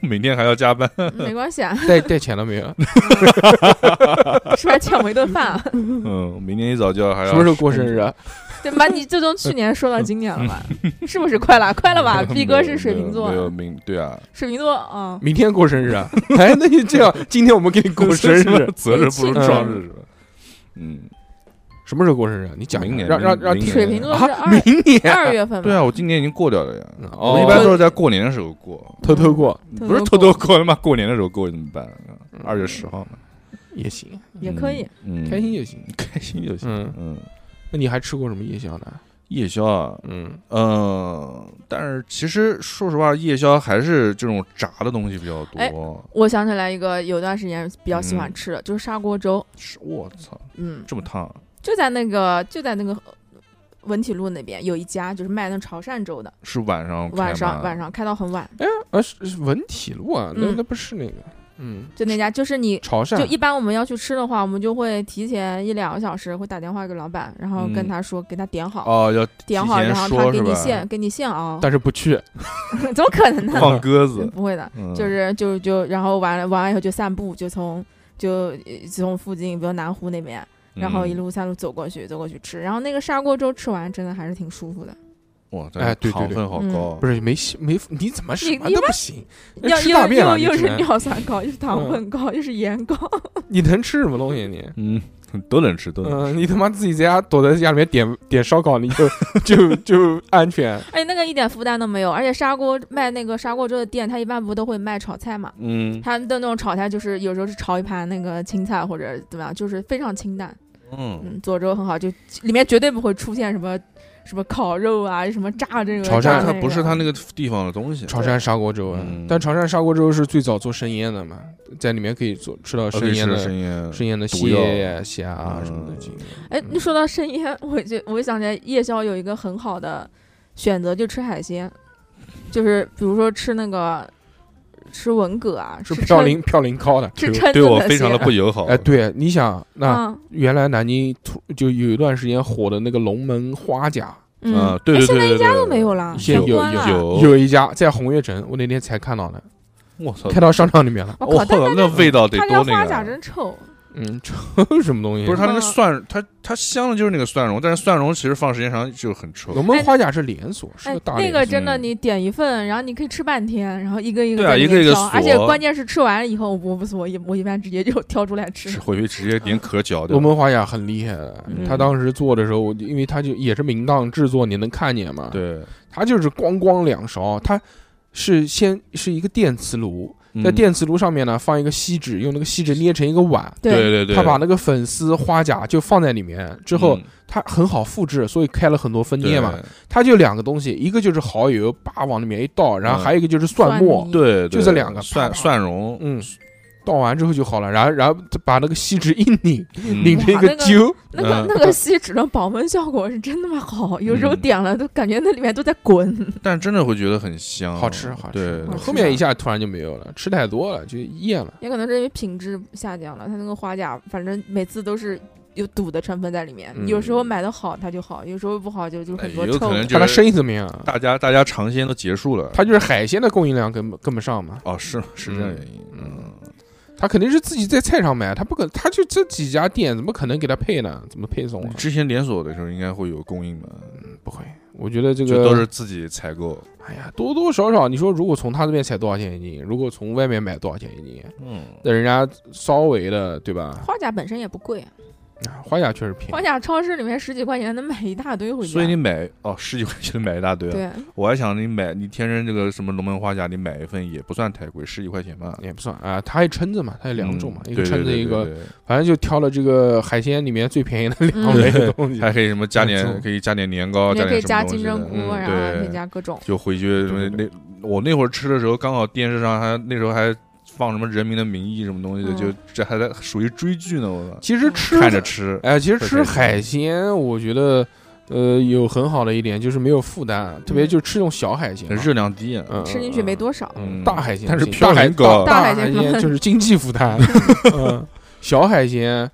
Speaker 2: 每天还要加 班，
Speaker 3: 嗯没关系啊，
Speaker 1: 带带钱了 没有？
Speaker 2: 哎
Speaker 3: 是不是欠我一顿饭 啊？
Speaker 2: 嗯，明天一早就要还要
Speaker 1: 什么时候过生日？啊？
Speaker 3: 对吧？你就从去年说到今年了吧？
Speaker 1: 嗯
Speaker 3: 是不是快了？快了 吧
Speaker 2: 没有
Speaker 3: ？B 啊哥是水瓶
Speaker 2: 没有
Speaker 3: 座，
Speaker 2: 明对啊，
Speaker 3: 水瓶座啊，
Speaker 1: 明天过生日 啊？哎，那就这样，今天我们给你过生
Speaker 2: 什么
Speaker 1: 日。
Speaker 2: 择日不如
Speaker 1: 嗯
Speaker 2: 撞日是吧？嗯，
Speaker 1: 什么时候过生日啊？你讲一下，
Speaker 2: 明年
Speaker 1: 让让让
Speaker 2: 明
Speaker 1: 听
Speaker 2: 年哎
Speaker 3: 水瓶座是
Speaker 1: 啊，
Speaker 3: 二
Speaker 1: 明 年
Speaker 3: 二月份
Speaker 2: 对
Speaker 3: 吧？
Speaker 2: 啊，我今年已经过掉了呀。
Speaker 1: 哦
Speaker 2: 我一般都是在过年的时候过，
Speaker 1: 偷偷过
Speaker 2: 不是偷偷过，他妈过年的时候过怎么办？啊二月十号嘛，
Speaker 1: 也行，
Speaker 3: 也可以，
Speaker 2: 嗯，
Speaker 1: 开心就行。
Speaker 2: 开心就行。
Speaker 1: 嗯，
Speaker 2: 嗯，
Speaker 1: 那你还吃过什么夜宵呢？
Speaker 2: 夜宵啊，
Speaker 1: 嗯，
Speaker 2: 嗯，但是其实说实话，夜宵还是这种炸的东西比较
Speaker 3: 哎
Speaker 2: 多。
Speaker 3: 我想起来一个，有段时间比较喜欢
Speaker 2: 嗯
Speaker 3: 吃的就是砂锅粥，
Speaker 2: 是我操，
Speaker 3: 嗯，
Speaker 2: 这么烫啊，
Speaker 3: 就在那个就在那个呃文体路那边有一家，就是卖那潮汕粥的，
Speaker 2: 是晚上开
Speaker 3: 晚上
Speaker 2: 吗
Speaker 3: 晚上开到很晚，
Speaker 1: 啊，是是文体路啊，那
Speaker 3: 嗯
Speaker 1: 那不是那个，嗯，
Speaker 3: 就那家，就是你
Speaker 1: 潮
Speaker 3: 就
Speaker 1: 汕
Speaker 3: 一般我们要去吃的话，我们就会提前一两个小时会打电话给老板，然后
Speaker 2: 嗯
Speaker 3: 跟他说、给他点好，
Speaker 2: 哦，要提
Speaker 3: 点好，
Speaker 2: 前
Speaker 3: 然后他
Speaker 2: 说
Speaker 3: 给
Speaker 2: 是
Speaker 3: 你
Speaker 2: 吧？
Speaker 3: 现给你现熬，
Speaker 1: 但是不去，
Speaker 3: 怎么可 能呢？
Speaker 2: 放鸽子，
Speaker 3: 不会的，
Speaker 2: 嗯
Speaker 3: 就是就就然后完了完了以后就散步，就从就呃从附近比如南湖那边，然后一
Speaker 2: 嗯
Speaker 3: 路散路走过去走过去吃，然后那个砂锅粥吃完真的还是挺舒服的。
Speaker 2: 嗯哇，
Speaker 1: 哎对对
Speaker 2: 糖
Speaker 1: 对
Speaker 2: 分好
Speaker 3: 嗯
Speaker 2: 高，啊
Speaker 1: 不是没戏没你怎么什
Speaker 3: 你
Speaker 1: 么
Speaker 3: 你
Speaker 1: 都不行，
Speaker 3: 要
Speaker 1: 吃大便了
Speaker 3: 又又
Speaker 1: 你只
Speaker 3: 又是
Speaker 1: 能
Speaker 3: 尿酸高，又是糖分高，又是盐高，
Speaker 1: 你能吃什么东西你？
Speaker 2: 嗯，都能吃，都能
Speaker 1: 嗯，
Speaker 2: 吃。
Speaker 1: 你他妈自己在家躲在家里面点点烧烤，你 就就就安全。
Speaker 3: 而且哎那个一点负担都没有。而且砂锅卖那个砂锅粥的店，他一般不都会卖炒菜嘛？
Speaker 2: 嗯
Speaker 3: 他的那种炒菜就是有时候是炒一盘那个青菜或者怎么样，就是非常清淡。
Speaker 2: 嗯，
Speaker 3: 嗯，做粥很好，就里面绝对不会出现什么什么烤肉啊，什么炸这个
Speaker 1: 潮
Speaker 3: 炸
Speaker 1: 汕它
Speaker 2: 但它
Speaker 3: 那
Speaker 2: 不是
Speaker 3: 个
Speaker 2: 它那个地方的东西，
Speaker 1: 潮汕砂锅粥啊，
Speaker 2: 嗯
Speaker 1: 但潮汕砂锅粥是最早做生腌的嘛，在里面可以做吃到
Speaker 2: 哦可
Speaker 1: 生
Speaker 2: 以
Speaker 1: 腌
Speaker 2: 吃
Speaker 1: 的
Speaker 2: 深夜
Speaker 1: 生腌的
Speaker 2: 毒药
Speaker 1: 蟹呀、虾啊什么的
Speaker 2: 嗯
Speaker 1: 进去。
Speaker 3: 哎，你说到生腌，我就我就想起来夜宵有一个很好的选择，就吃海鲜，就是比如说吃那个吃文蛤啊，
Speaker 1: 是
Speaker 3: 吃
Speaker 1: 嘌呤
Speaker 3: 蛏
Speaker 1: 嘌呤高的。
Speaker 3: 吃
Speaker 2: 对
Speaker 3: 蛏
Speaker 2: 对
Speaker 3: 子
Speaker 2: 我
Speaker 3: 那
Speaker 2: 非常
Speaker 3: 些
Speaker 2: 的不友好。
Speaker 1: 哎，对，你想那
Speaker 3: 啊，
Speaker 1: 原来南京突就有一段时间火的那个龙门花甲，
Speaker 2: 嗯
Speaker 3: 嗯，，
Speaker 2: 对
Speaker 3: 哎
Speaker 2: 对
Speaker 3: 现
Speaker 2: 对对
Speaker 3: 在一
Speaker 2: 对呃
Speaker 3: 家都没有了，
Speaker 1: 现
Speaker 3: 全
Speaker 1: 有
Speaker 3: 关了。
Speaker 2: 有哦
Speaker 1: 有一家在红月城，我那天才看到呢，
Speaker 2: 我操，
Speaker 1: 开到商场里面了。
Speaker 3: 我
Speaker 2: 我
Speaker 3: 靠，但
Speaker 2: 靠，那味道得
Speaker 3: 他
Speaker 2: 多
Speaker 3: 家
Speaker 2: 那
Speaker 3: 花
Speaker 2: 个
Speaker 3: 甲
Speaker 2: 啊。
Speaker 3: 真臭，
Speaker 1: 嗯，臭 什么东西？啊
Speaker 2: 不是它那个
Speaker 3: 嗯
Speaker 2: 蒜，它它香的就是那个蒜蓉，但是蒜蓉其实放时间长就很臭。
Speaker 1: 龙门花甲是连锁，是
Speaker 3: 哎
Speaker 1: 个，大
Speaker 3: 那
Speaker 1: 连
Speaker 3: 个
Speaker 1: 锁。
Speaker 3: 真的
Speaker 2: 嗯
Speaker 3: 你点一份，然后你可以吃半天，然后一个一个
Speaker 2: 对啊
Speaker 3: 在里
Speaker 2: 一个
Speaker 3: 面
Speaker 2: 一个
Speaker 3: 挑而且
Speaker 2: 锁
Speaker 3: 关键是吃完了以后，我不是我一我一般直接就 挑出来吃
Speaker 2: 是，回去直接
Speaker 3: 嗯
Speaker 2: 连壳嚼掉
Speaker 1: 龙。门花甲很厉害的，他
Speaker 2: 嗯
Speaker 1: 当时做的时候，我就因为他就也是明档制作，你能看见嘛？，
Speaker 2: 对，
Speaker 1: 他就是咣咣两勺，他是先是一个电磁炉，在
Speaker 2: 嗯
Speaker 1: 电磁炉上面呢放一个锡纸，用那个锡纸捏成一个碗，
Speaker 2: 对
Speaker 3: 对
Speaker 2: 对对，
Speaker 1: 他把那个粉丝花甲就放在里面，之后
Speaker 2: 嗯
Speaker 1: 他很好复制，所以开了很多分店嘛。
Speaker 2: 对
Speaker 1: 他就两个东西，一个就是蚝油，叭往里面一倒，然后
Speaker 2: 嗯
Speaker 1: 还有一个就是蒜末，
Speaker 3: 泥
Speaker 2: 对，对
Speaker 1: 就这两个
Speaker 2: 蒜
Speaker 1: 啪啪
Speaker 2: 蒜蓉，
Speaker 1: 嗯，倒完之后就好了。然后然后把那个锡纸一拧，
Speaker 2: 嗯
Speaker 1: 拧成一
Speaker 3: 哇
Speaker 1: 个
Speaker 3: 那个
Speaker 1: 揪，
Speaker 3: 那个
Speaker 2: 嗯
Speaker 3: 那个锡纸的保温效果是真他妈好，有时候点了都感觉那里面都在滚。
Speaker 2: 但真的会觉得很香，
Speaker 1: 好吃好吃
Speaker 2: 对。
Speaker 3: 好，吃
Speaker 1: 嗯后面一下突然就没有了，吃太多了就厌了。
Speaker 3: 也可能是因为品质下降了，它那个花甲，反正每次都是有赌的成分在里面。
Speaker 1: 嗯
Speaker 3: 有时候买的好它就好，有时候不好就就
Speaker 2: 哎
Speaker 3: 很多
Speaker 2: 有
Speaker 3: 臭
Speaker 2: 可能
Speaker 3: 的。
Speaker 2: 就
Speaker 1: 看它
Speaker 2: 是
Speaker 1: 生意怎么样啊。
Speaker 2: 大家大家尝鲜都结束了，
Speaker 1: 它就是海鲜的供应量跟不跟不上嘛，
Speaker 2: 哦是是这样原因，
Speaker 1: 嗯
Speaker 2: 嗯，
Speaker 1: 他肯定是自己在菜场买，他不可，他就这几家店，怎么可能给他配呢？怎么配送啊？
Speaker 2: 之前连锁的时候应该会有供应吧，
Speaker 1: 不会，我觉得这
Speaker 2: 就都是
Speaker 1: 个，
Speaker 2: 自己采购，
Speaker 1: 哎呀，多多少少，你说如果从他这边才多少钱一斤，如果从外面买多少钱一斤，
Speaker 2: 嗯，
Speaker 1: 那人家稍微的，对吧？
Speaker 3: 花甲本身也不贵，
Speaker 2: 嗯
Speaker 1: 啊花甲确实便
Speaker 3: 花
Speaker 1: 宜，
Speaker 3: 甲超市里面十几块钱能买一大堆回家。
Speaker 2: 所以你买哦十几块钱买一大堆啊，
Speaker 3: 对，
Speaker 2: 我还想你买你天生这个什么龙门花甲，你买一份也不算太贵，十几块钱吧，
Speaker 1: 也不算啊。它还称子嘛，它有两种嘛，
Speaker 2: 嗯
Speaker 1: 一个称子，一，
Speaker 2: 对
Speaker 1: 个
Speaker 2: 对对对对
Speaker 1: 反正就挑了这个海鲜里面最便宜的两
Speaker 3: 嗯
Speaker 1: 类东 西。
Speaker 2: 还可以什么加
Speaker 1: 没错
Speaker 2: 点可以加点年糕，
Speaker 3: 你也可
Speaker 2: 点
Speaker 3: 以
Speaker 2: 什
Speaker 3: 加
Speaker 2: 么东
Speaker 3: 金
Speaker 2: 西
Speaker 3: 针
Speaker 2: 的
Speaker 3: 菇，
Speaker 1: 嗯
Speaker 3: 然后可以
Speaker 2: 对
Speaker 3: 加各种。
Speaker 2: 就回去什么
Speaker 1: 对对
Speaker 2: 那我那会儿吃的时候，刚好电视上还那时候还放什么《人民的名义》什么东西的，
Speaker 3: 嗯
Speaker 2: 就这还在属于追剧呢，我操
Speaker 1: 其实吃
Speaker 2: 看着吃，
Speaker 1: 哎，其实
Speaker 2: 会
Speaker 1: 吃
Speaker 2: 开心
Speaker 1: 海鲜，我觉得，呃，有很好的一点就是没有负担，特别就是吃这种小海鲜嘛，
Speaker 2: 热量低啊，
Speaker 1: 嗯
Speaker 3: 嗯吃进去没。
Speaker 1: 嗯
Speaker 3: 多少，
Speaker 1: 嗯，
Speaker 2: 嗯
Speaker 1: 大海鲜
Speaker 2: 但是
Speaker 1: 不行大
Speaker 2: 嘌
Speaker 1: 海
Speaker 2: 呤高
Speaker 1: 大
Speaker 3: 大海
Speaker 1: 海
Speaker 3: 鲜
Speaker 1: 鲜就是经济负 担。嗯，小海鲜，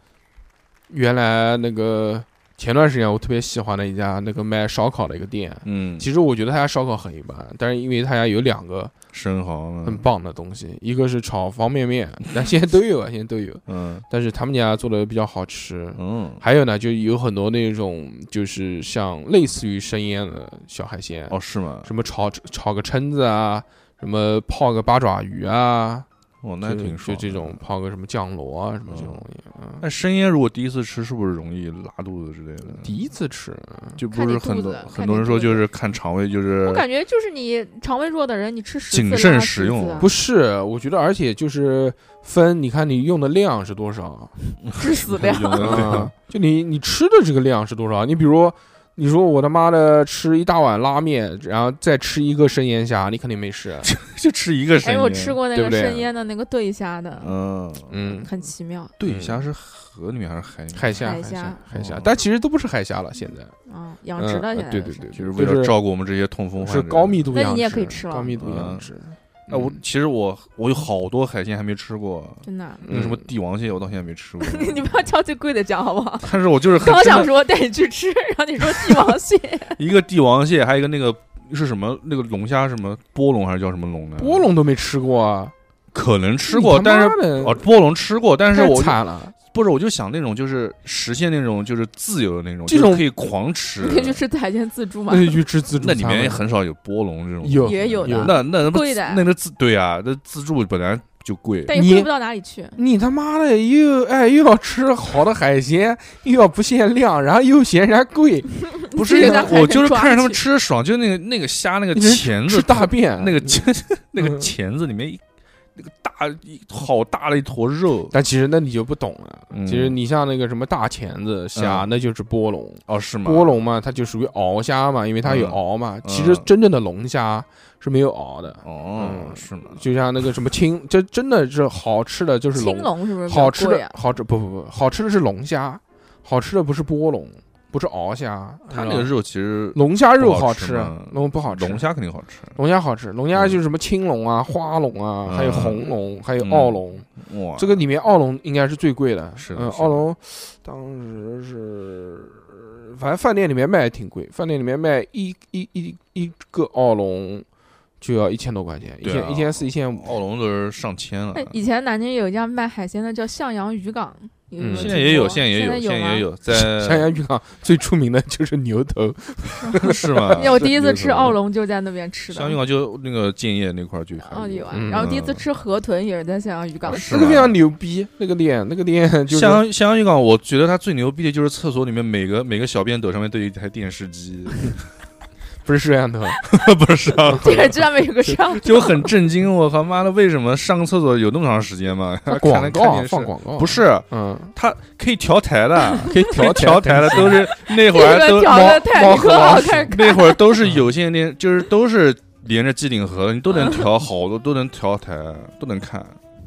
Speaker 1: 原来那个前段时间我特别喜欢的一家那个卖烧烤的一个店，
Speaker 2: 嗯，
Speaker 1: 其实我觉得他家烧烤很一般，但是因为他家有两个
Speaker 2: 生蚝嘛，
Speaker 1: 很棒的东西，一个是炒方便面，但现在都有啊，现在都有，
Speaker 2: 嗯
Speaker 1: 但是他们家做的比较好吃，
Speaker 2: 嗯，
Speaker 1: 还有呢，就有很多那种就是像类似于生腌的小海鲜，
Speaker 2: 哦是吗？
Speaker 1: 什么炒炒个蛏子啊，什么泡个八爪鱼啊，
Speaker 2: 哦，那
Speaker 1: 就
Speaker 2: 还挺
Speaker 1: 就
Speaker 2: 爽。
Speaker 1: 这种，泡个什么酱螺啊，什么这种
Speaker 2: 嗯
Speaker 1: 东西。嗯，
Speaker 2: 那生腌如果第一次吃，是不是容易拉肚子之类的？
Speaker 1: 第一次吃，
Speaker 2: 就不是很多
Speaker 3: 看你肚子
Speaker 2: 很多人说就是看肠胃，就是
Speaker 3: 我感觉就是你肠胃弱的人，你吃十次
Speaker 2: 谨慎
Speaker 3: 拉
Speaker 2: 食
Speaker 3: 十
Speaker 2: 用
Speaker 3: 次啊
Speaker 1: 不是，我觉得，而且就是分，你看你用的量是多少，
Speaker 3: 致死量。
Speaker 2: 有的对
Speaker 1: 啊
Speaker 2: 啊，
Speaker 1: 就你你吃的这个量是多少？你比如。你说我他妈的吃一大碗拉面，然后再吃一个生腌虾，你肯定没 事。
Speaker 2: 就吃一个生
Speaker 3: 哎，
Speaker 2: 腌。
Speaker 3: 我吃，过那
Speaker 1: 对不
Speaker 3: 个
Speaker 1: 对
Speaker 3: 生腌的那个对虾的，
Speaker 2: 嗯，
Speaker 1: 嗯，
Speaker 3: 很奇妙
Speaker 2: 对虾是河里面还是海里面？
Speaker 1: 海虾，
Speaker 3: 海
Speaker 1: 虾
Speaker 3: 虾，
Speaker 1: 海虾
Speaker 2: 哦，
Speaker 1: 但其实都不是海虾了，现在
Speaker 3: 啊，养殖
Speaker 1: 嗯
Speaker 3: 的
Speaker 1: 呃
Speaker 3: 现在
Speaker 1: 对
Speaker 3: 都
Speaker 1: 对
Speaker 3: 是
Speaker 1: 对，
Speaker 2: 就是为了
Speaker 1: 照
Speaker 2: 照顾我们这些痛风患
Speaker 1: 是
Speaker 2: 者。
Speaker 1: 高密度呃
Speaker 3: 那
Speaker 1: 养殖，
Speaker 3: 你也可以吃了
Speaker 1: 高密度养
Speaker 2: 嗯
Speaker 1: 殖。
Speaker 2: 那我其实我我有好多海鲜还没吃过，
Speaker 3: 真的。。
Speaker 2: 那什么
Speaker 1: 嗯
Speaker 2: 帝王蟹我到现在没吃过
Speaker 3: 你不要挑最贵的讲好不 好？
Speaker 2: 但是我就是很
Speaker 3: 刚想
Speaker 2: 真的
Speaker 3: 说带你去吃，然后你说帝 王蟹，
Speaker 2: 一个帝王蟹，还有一个那个是什么那个龙虾什么波龙还是叫什么龙呢？
Speaker 1: 波龙都没吃过啊，
Speaker 2: 可能吃过，但是
Speaker 1: 是
Speaker 2: 哦波龙吃过，但是我
Speaker 1: 惨了，
Speaker 2: 不是我就想那种就是实现那种就是自由的那种，
Speaker 1: 这
Speaker 2: 就是
Speaker 1: 种
Speaker 2: 可以狂吃
Speaker 3: 你。可以去吃海鲜自助嘛
Speaker 2: 哎
Speaker 1: 那，就去吃自助
Speaker 2: 那
Speaker 1: 餐
Speaker 2: 里
Speaker 1: 吧，
Speaker 2: 面也很少有波龙这种。
Speaker 1: 有
Speaker 3: 也有的
Speaker 2: 那那那不
Speaker 3: 贵的
Speaker 2: 那那自对啊，那自助本来就贵。
Speaker 3: 但也
Speaker 1: 你
Speaker 3: 贵不到哪里去。
Speaker 1: 你他妈的又哎又要吃好的海鲜，又要不限量，然后又嫌人家贵，
Speaker 2: 不
Speaker 3: 这
Speaker 2: 是因
Speaker 3: 个
Speaker 2: 为
Speaker 3: 咱还
Speaker 2: 我
Speaker 3: 能
Speaker 2: 就是
Speaker 3: 抓
Speaker 2: 看着他们
Speaker 3: 去
Speaker 2: 吃的爽，就那个那个虾那个
Speaker 1: 你是
Speaker 2: 钳
Speaker 1: 吃
Speaker 2: 子
Speaker 1: 大便
Speaker 2: 那个
Speaker 1: 嗯
Speaker 2: 钳 那个
Speaker 1: 嗯
Speaker 2: 钳子里面一那个大一好大的一坨肉
Speaker 1: 但其实那你就不懂了，
Speaker 2: 嗯
Speaker 1: 其实你像那个什么大钳子虾，
Speaker 2: 嗯
Speaker 1: 那就是波龙。
Speaker 2: 哦，是吗？
Speaker 1: 波龙嘛，它就属于鳌虾嘛，因为它有
Speaker 2: 嗯
Speaker 1: 鳌嘛。其实真正的龙虾是没有鳌的，
Speaker 2: 哦，
Speaker 1: 嗯
Speaker 2: 是吗？
Speaker 1: 就像那个什么青，这真的是好吃的就是
Speaker 3: 青龙是不是比较
Speaker 1: 好吃
Speaker 3: 贵
Speaker 1: 的
Speaker 3: 啊？
Speaker 1: 好吃不不不，好吃的是龙虾，好吃的不是波龙，不是鳌虾，
Speaker 2: 它
Speaker 1: 你知道
Speaker 2: 那个
Speaker 1: 吗
Speaker 2: 肉其实
Speaker 1: 龙虾肉
Speaker 2: 不好
Speaker 1: 吃
Speaker 2: 吃吗，
Speaker 1: 龙不好吃，
Speaker 2: 龙虾肯定好吃，
Speaker 1: 龙虾好吃，龙虾
Speaker 2: 嗯
Speaker 1: 就是什么青龙啊、花龙啊，还有
Speaker 2: 嗯
Speaker 1: 红龙，还有
Speaker 2: 嗯
Speaker 1: 澳龙，
Speaker 2: 哇，
Speaker 1: 这个里面澳龙应该是最贵的，
Speaker 2: 是的
Speaker 1: 嗯，
Speaker 2: 是的
Speaker 1: 澳龙当时是，呃反正饭店里面卖也挺贵，饭店里面卖一一一一个澳龙就要一千多块钱，一
Speaker 2: 对
Speaker 1: 千
Speaker 2: 啊
Speaker 1: 一千四、一千五，
Speaker 2: 澳龙都是上千了
Speaker 3: 哎，，以前南京有一家卖海鲜的叫向阳渔港，有
Speaker 1: 嗯
Speaker 3: 没有啊
Speaker 2: 现
Speaker 3: 听
Speaker 2: 在也有，
Speaker 3: 过
Speaker 2: 现在也有，现在
Speaker 3: 吗
Speaker 2: 也有，
Speaker 1: 襄
Speaker 2: 在
Speaker 1: 阳渔港最出名的就是牛头，
Speaker 2: 是 吗？
Speaker 3: 那我第一次吃澳
Speaker 2: 龙，
Speaker 3: 龙就是在哦那边吃的，
Speaker 2: 香港啊就那个建业那块儿就还
Speaker 3: 澳
Speaker 2: 有
Speaker 3: 里湾，
Speaker 1: 嗯
Speaker 3: 然后第一次吃河豚也是在襄阳渔港
Speaker 2: 啊
Speaker 3: 吃
Speaker 2: 是
Speaker 1: 那
Speaker 2: 吗
Speaker 1: 个非常牛逼，那个店那个店就是
Speaker 2: 襄阳襄阳渔港，我觉得它最牛逼的就是厕所里面每个每个小便斗上面都有一台电视机，
Speaker 1: 不是摄像头，
Speaker 2: 不是啊？
Speaker 3: 这个上面有个上，
Speaker 2: 就很震惊，我靠妈的，为什么上个厕所有那么长时间吗？
Speaker 1: 它
Speaker 2: 看
Speaker 1: 广
Speaker 2: 来
Speaker 1: 告
Speaker 2: 看电
Speaker 1: 放
Speaker 2: 视
Speaker 1: 广告，
Speaker 2: 不，是，
Speaker 1: 嗯，
Speaker 2: 它可以调台的，
Speaker 1: 可以调
Speaker 2: 调台的都是那会儿
Speaker 3: 个
Speaker 2: 都
Speaker 3: 调的太
Speaker 1: 猫
Speaker 3: 你可
Speaker 1: 和
Speaker 3: 好
Speaker 1: 老
Speaker 3: 看，
Speaker 2: 那会儿都是有线电，就是都是连着机顶盒的，你都能调好多，都能调台，都能看，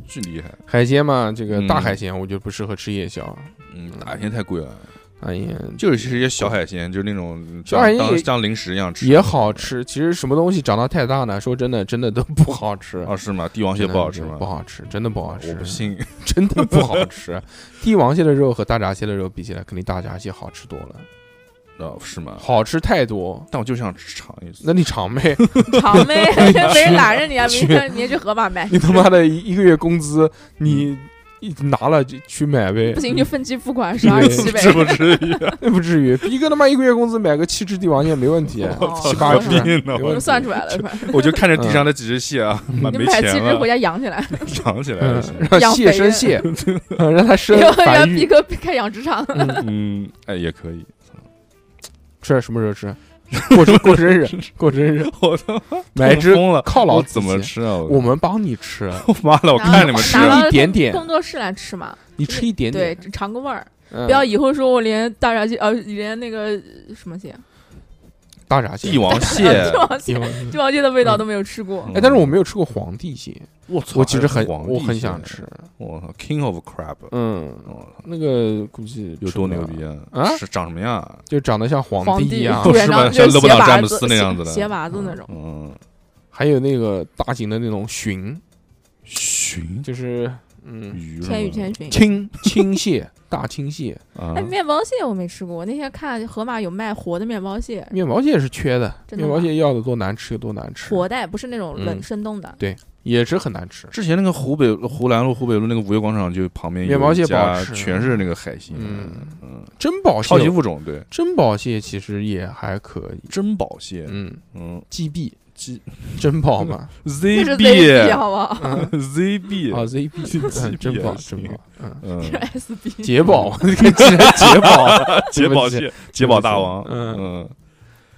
Speaker 2: 巨厉害。
Speaker 1: 海鲜嘛，这个
Speaker 2: 嗯
Speaker 1: 大海鲜我觉得不适合吃夜宵，
Speaker 2: 嗯，大海鲜太贵了，
Speaker 1: 哎呀，
Speaker 2: 就是其实也小海鲜，就是那种
Speaker 1: 小海鲜
Speaker 2: 当
Speaker 1: 也
Speaker 2: 当零食一样吃
Speaker 1: 也好吃。其实什么东西长到太大呢，说真的，真的都不好吃。
Speaker 2: 哦，是吗？帝王蟹不好吃吗
Speaker 1: 不？好吃，真的不好吃，
Speaker 2: 我不信，
Speaker 1: 真的不好吃。 帝王蟹的肉和大闸蟹的肉比起来，肯定大闸蟹好吃多了，
Speaker 2: 哦，是吗？
Speaker 1: 好吃太多。
Speaker 2: 但我就想吃尝一次。
Speaker 1: 那你尝 呗，
Speaker 3: 长妹， 没人拦着你啊，明天你也去河马买，
Speaker 1: 你他妈的一一个月工资，你
Speaker 2: 嗯
Speaker 1: 一拿了就去买呗。
Speaker 3: 不行就分期付款十二期呗。
Speaker 2: 是不至于啊，
Speaker 1: 那不至于，逼哥他妈一个月工资买个七只帝王蟹没问 题，
Speaker 3: 我操
Speaker 1: 啊七八嗯
Speaker 3: 何
Speaker 1: 只。
Speaker 2: 必呢
Speaker 1: 没
Speaker 3: 我
Speaker 1: 问
Speaker 3: 们
Speaker 1: 题
Speaker 3: 算出来了是吧？
Speaker 2: 我就看着地上那几只蟹 啊，蛮
Speaker 3: 你
Speaker 2: 没
Speaker 3: 买几
Speaker 2: 钱
Speaker 3: 只回
Speaker 2: 了，
Speaker 3: 家养起来，
Speaker 2: 藏起来
Speaker 1: 嗯
Speaker 2: 了先。，
Speaker 1: 让
Speaker 3: 养
Speaker 1: 蟹
Speaker 3: 肥
Speaker 1: 生
Speaker 3: 了
Speaker 1: 蟹， 嗯让它生
Speaker 3: 要要
Speaker 1: 繁
Speaker 3: 逼
Speaker 1: 育。
Speaker 3: 哥开养殖场。
Speaker 1: 嗯，
Speaker 2: 嗯，哎，也可以。
Speaker 1: 吃什么时候吃？ 过 生过生日，过生日，
Speaker 2: 我操，
Speaker 1: 买一只
Speaker 2: 疯了，
Speaker 1: 犒劳
Speaker 2: 我
Speaker 1: 自己
Speaker 2: 怎么吃啊？
Speaker 1: 我们帮你吃，
Speaker 2: 我妈了，我看你们吃
Speaker 1: 拿
Speaker 2: 啊
Speaker 1: 了一点点
Speaker 3: 工作室来吃嘛，
Speaker 1: 你吃一点
Speaker 3: 对
Speaker 1: 点，，
Speaker 3: 尝个味儿，
Speaker 1: 嗯
Speaker 3: 不要以后说我连大闸蟹，呃，连那个什么蟹，
Speaker 1: 大闸蟹
Speaker 2: 帝。王 蟹，
Speaker 3: 帝
Speaker 1: 帝
Speaker 3: 王蟹，
Speaker 1: 王
Speaker 3: 帝王蟹的味道都没有吃过
Speaker 2: 嗯。
Speaker 1: 哎，但是我没有吃过皇帝蟹，
Speaker 2: 我操
Speaker 1: 我其实很
Speaker 2: 皇帝
Speaker 1: 我很
Speaker 2: 蟹
Speaker 1: 想吃。
Speaker 2: 我操，King of Crab，
Speaker 1: 嗯，
Speaker 2: 我操
Speaker 1: 那个估计
Speaker 2: 有
Speaker 1: 吃
Speaker 2: 多
Speaker 1: 不
Speaker 2: 牛
Speaker 1: 了，
Speaker 2: 逼啊？
Speaker 1: 啊
Speaker 2: 是长什么样啊？
Speaker 1: 就长得像
Speaker 3: 皇
Speaker 1: 帝一样
Speaker 2: 皇
Speaker 3: 肚
Speaker 2: 帝啊
Speaker 3: 子
Speaker 2: 是吧
Speaker 3: 上
Speaker 2: 像
Speaker 3: 就是
Speaker 2: 勒布
Speaker 3: 鞋
Speaker 2: 朗詹
Speaker 3: 拔
Speaker 2: 姆
Speaker 3: 子
Speaker 2: 斯那
Speaker 3: 鞋
Speaker 2: 样子的
Speaker 3: 鞋拔子那种。
Speaker 2: 嗯，
Speaker 1: 还有那个大型的那种鲟，
Speaker 2: 鲟
Speaker 1: 就是嗯，
Speaker 2: 鱼，
Speaker 3: 千与千寻。
Speaker 1: 青青蟹、大青蟹、
Speaker 2: 啊
Speaker 3: 哎，，面包蟹我没吃过，我那天看河马有卖活的面包 蟹，
Speaker 1: 面包蟹是缺的，
Speaker 3: 真的
Speaker 1: 面包
Speaker 3: 吗
Speaker 1: 蟹要的多难吃有多难吃，
Speaker 3: 活的不是那种冷
Speaker 1: 嗯
Speaker 3: 生冻的。
Speaker 1: 也是很难吃。
Speaker 2: 之前那个湖北湖南路湖北路那个五月广场就旁边有
Speaker 1: 面包蟹
Speaker 2: 一家
Speaker 1: 不好吃
Speaker 2: 全是那个海鲜，
Speaker 1: 嗯
Speaker 2: 嗯，
Speaker 1: 珍宝
Speaker 2: 超级
Speaker 1: 蟹，
Speaker 2: 物种对，
Speaker 1: 珍宝蟹其实也还可以，
Speaker 2: 珍宝蟹，
Speaker 1: 嗯
Speaker 2: 嗯
Speaker 1: ，GB
Speaker 2: ，G
Speaker 1: 珍宝 嘛，
Speaker 3: 那是
Speaker 2: ZB
Speaker 3: ZB 好不好？
Speaker 1: 嗯啊
Speaker 2: ZB，
Speaker 1: ，ZB 嗯
Speaker 2: GB
Speaker 1: 珍宝
Speaker 2: 还
Speaker 1: 珍
Speaker 2: 行
Speaker 1: 宝，嗯，
Speaker 2: 嗯，
Speaker 3: 是 SB。
Speaker 1: 捷宝，跟 捷宝，
Speaker 2: 捷宝 蟹，捷宝大王，
Speaker 1: 嗯
Speaker 2: 嗯，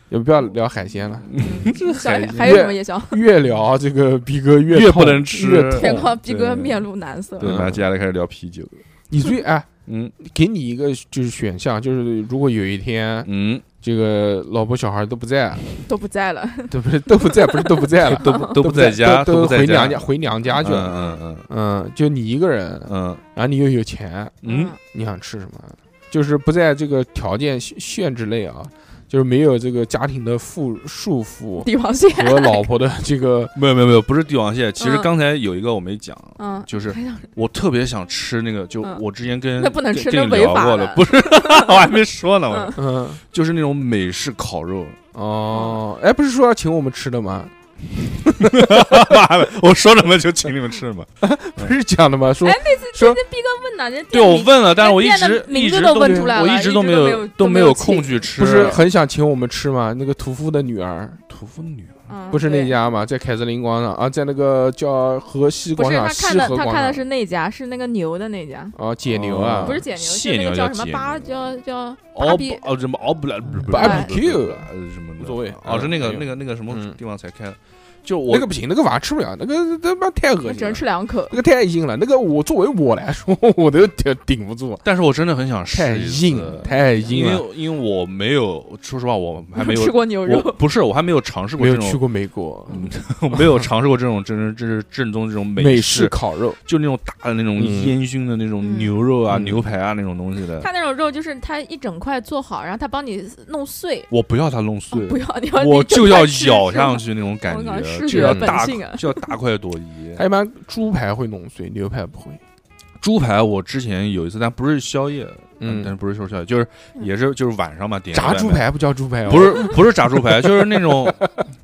Speaker 1: 也不要聊海鲜了，
Speaker 3: 嗯小
Speaker 2: 海哦
Speaker 3: 还有什么夜宵？
Speaker 1: 越聊这个逼哥越
Speaker 2: 越
Speaker 1: 越
Speaker 2: 不能吃
Speaker 1: 越痛
Speaker 3: 别光逼
Speaker 2: 对
Speaker 3: 哥面露难色。
Speaker 2: 对，
Speaker 1: 嗯
Speaker 2: 然后接下来开始聊啤酒，
Speaker 1: 你最哎，
Speaker 2: 嗯
Speaker 1: 给你一个就是选项，就是如果有一天
Speaker 2: 嗯，
Speaker 1: 这个老婆小孩都不 在，
Speaker 3: 都不在了，
Speaker 1: 都不是都不在，不是都不在了，
Speaker 2: 哎 都不 都不在家，
Speaker 1: 都
Speaker 2: 不在
Speaker 1: 回娘
Speaker 2: 家
Speaker 1: 家回娘家去了。
Speaker 2: 嗯嗯
Speaker 1: 嗯，就你一个人，
Speaker 2: 嗯
Speaker 1: 然后你又有钱，
Speaker 2: 嗯嗯，
Speaker 1: 你想吃什么？就是不在这个条件限限制内啊，就是没有这个家庭的束束缚
Speaker 3: 帝王蟹，
Speaker 1: 和老婆的这个
Speaker 2: 没有没有没有，不是帝王蟹，其实
Speaker 3: 嗯
Speaker 2: 刚才有一个我没讲，
Speaker 3: 嗯，
Speaker 2: 就是
Speaker 3: 还想
Speaker 2: 我特别想吃那个，就
Speaker 3: 嗯
Speaker 2: 我之前跟
Speaker 3: 那不能
Speaker 2: 跟
Speaker 3: 吃
Speaker 2: 跟
Speaker 3: 那
Speaker 2: 你聊
Speaker 3: 违法
Speaker 2: 过
Speaker 3: 的
Speaker 2: 不是， 我还没说呢，我
Speaker 3: 嗯
Speaker 1: 嗯
Speaker 2: 就是那种美式烤肉，
Speaker 1: 哦，哎，不是说要请我们吃的吗？
Speaker 2: 妈的，我说什么就请你们吃什么。
Speaker 1: 不 是讲的吗？说
Speaker 3: 哎
Speaker 1: 说
Speaker 3: 那逼哥问哪家店
Speaker 2: 对，我
Speaker 3: 名
Speaker 2: 问了，但是
Speaker 3: 那
Speaker 2: 我一
Speaker 3: 店的
Speaker 2: 直
Speaker 3: 名
Speaker 2: 一
Speaker 3: 字
Speaker 2: 直
Speaker 3: 都
Speaker 2: 都
Speaker 3: 问出来
Speaker 2: 我
Speaker 3: 了
Speaker 2: 一
Speaker 3: 一
Speaker 2: 直
Speaker 3: 直
Speaker 2: 都
Speaker 3: 都
Speaker 2: 没
Speaker 3: 没
Speaker 2: 有
Speaker 3: 有
Speaker 2: 都
Speaker 3: 都
Speaker 2: 没
Speaker 3: 没
Speaker 2: 有
Speaker 3: 有
Speaker 2: 空
Speaker 3: 请
Speaker 2: 去吃，啊
Speaker 1: 不是很想请我们吃吗？那个屠夫的女儿
Speaker 2: 屠夫女儿
Speaker 3: 嗯
Speaker 1: 不是那
Speaker 3: 哦对
Speaker 1: 家吗？在凯瑟琳广场啊，在那个叫河西
Speaker 3: 不
Speaker 1: 广
Speaker 3: 是
Speaker 1: 场，
Speaker 3: 他看
Speaker 1: 西
Speaker 3: 的，
Speaker 1: 河
Speaker 3: 他
Speaker 1: 广
Speaker 3: 看的
Speaker 1: 场
Speaker 3: 是那家，是那个牛的那家，
Speaker 1: 啊，解牛啊，
Speaker 2: 哦
Speaker 3: 不是解牛，
Speaker 2: 蟹
Speaker 3: 是那
Speaker 2: 牛
Speaker 3: 个
Speaker 2: 叫
Speaker 3: 叫什
Speaker 2: 解
Speaker 3: 么巴叫叫
Speaker 2: 哦
Speaker 3: 巴比
Speaker 2: 哦什么哦不来啊什么的，
Speaker 1: 无所谓
Speaker 2: 哦是那个
Speaker 1: 嗯
Speaker 2: 那个那个什么
Speaker 1: 嗯
Speaker 2: 地方才开的，就我
Speaker 1: 那个不行，那个娃吃不了，那个他妈太恶
Speaker 3: 我
Speaker 1: 心
Speaker 3: 只能
Speaker 1: 了。
Speaker 3: 吃两口
Speaker 1: 那。个太硬了，那个我作为我来说，我都顶顶不住，
Speaker 2: 但是我真的很想吃
Speaker 1: 太
Speaker 2: 一次
Speaker 1: 硬，太硬
Speaker 2: 因
Speaker 1: 了。
Speaker 2: 为因为我没有，说实话我 还没
Speaker 3: 吃
Speaker 2: 有，
Speaker 3: 过牛肉，
Speaker 2: 我不是我还没有尝试过
Speaker 1: 没
Speaker 2: 这
Speaker 1: 有去
Speaker 2: 种，嗯
Speaker 1: 过美国，
Speaker 2: 我没有尝试过这种真正正正宗这种
Speaker 1: 美式
Speaker 2: 式，
Speaker 1: 烤肉，
Speaker 2: 就那种大的那种
Speaker 1: 嗯
Speaker 2: 烟熏的那种
Speaker 3: 嗯
Speaker 2: 牛肉啊、
Speaker 1: 嗯
Speaker 2: 牛排啊那种东西的，
Speaker 3: 他那种肉就是他一整块做好，然后他帮你弄碎，
Speaker 2: 我不要它弄
Speaker 3: 哦
Speaker 2: 碎，
Speaker 3: 不要你要
Speaker 2: 我就要咬上
Speaker 3: 去。
Speaker 2: 去那种感
Speaker 3: 我靠
Speaker 2: 觉，
Speaker 3: 视
Speaker 2: 就
Speaker 1: 觉
Speaker 2: 要
Speaker 1: 本
Speaker 2: 大
Speaker 3: 性啊哎
Speaker 2: 就要大快朵颐。
Speaker 1: 它一般猪排会弄碎，牛排不会。
Speaker 2: 猪排我之前有一次，但不是宵夜，
Speaker 1: 嗯
Speaker 2: 但是不是说宵夜，就是
Speaker 3: 嗯
Speaker 2: 也是就是晚上嘛，点
Speaker 1: 炸
Speaker 2: 个
Speaker 1: 猪
Speaker 2: 外卖，
Speaker 1: 排不叫猪排哦，
Speaker 2: 不是不是炸 猪排，就是那种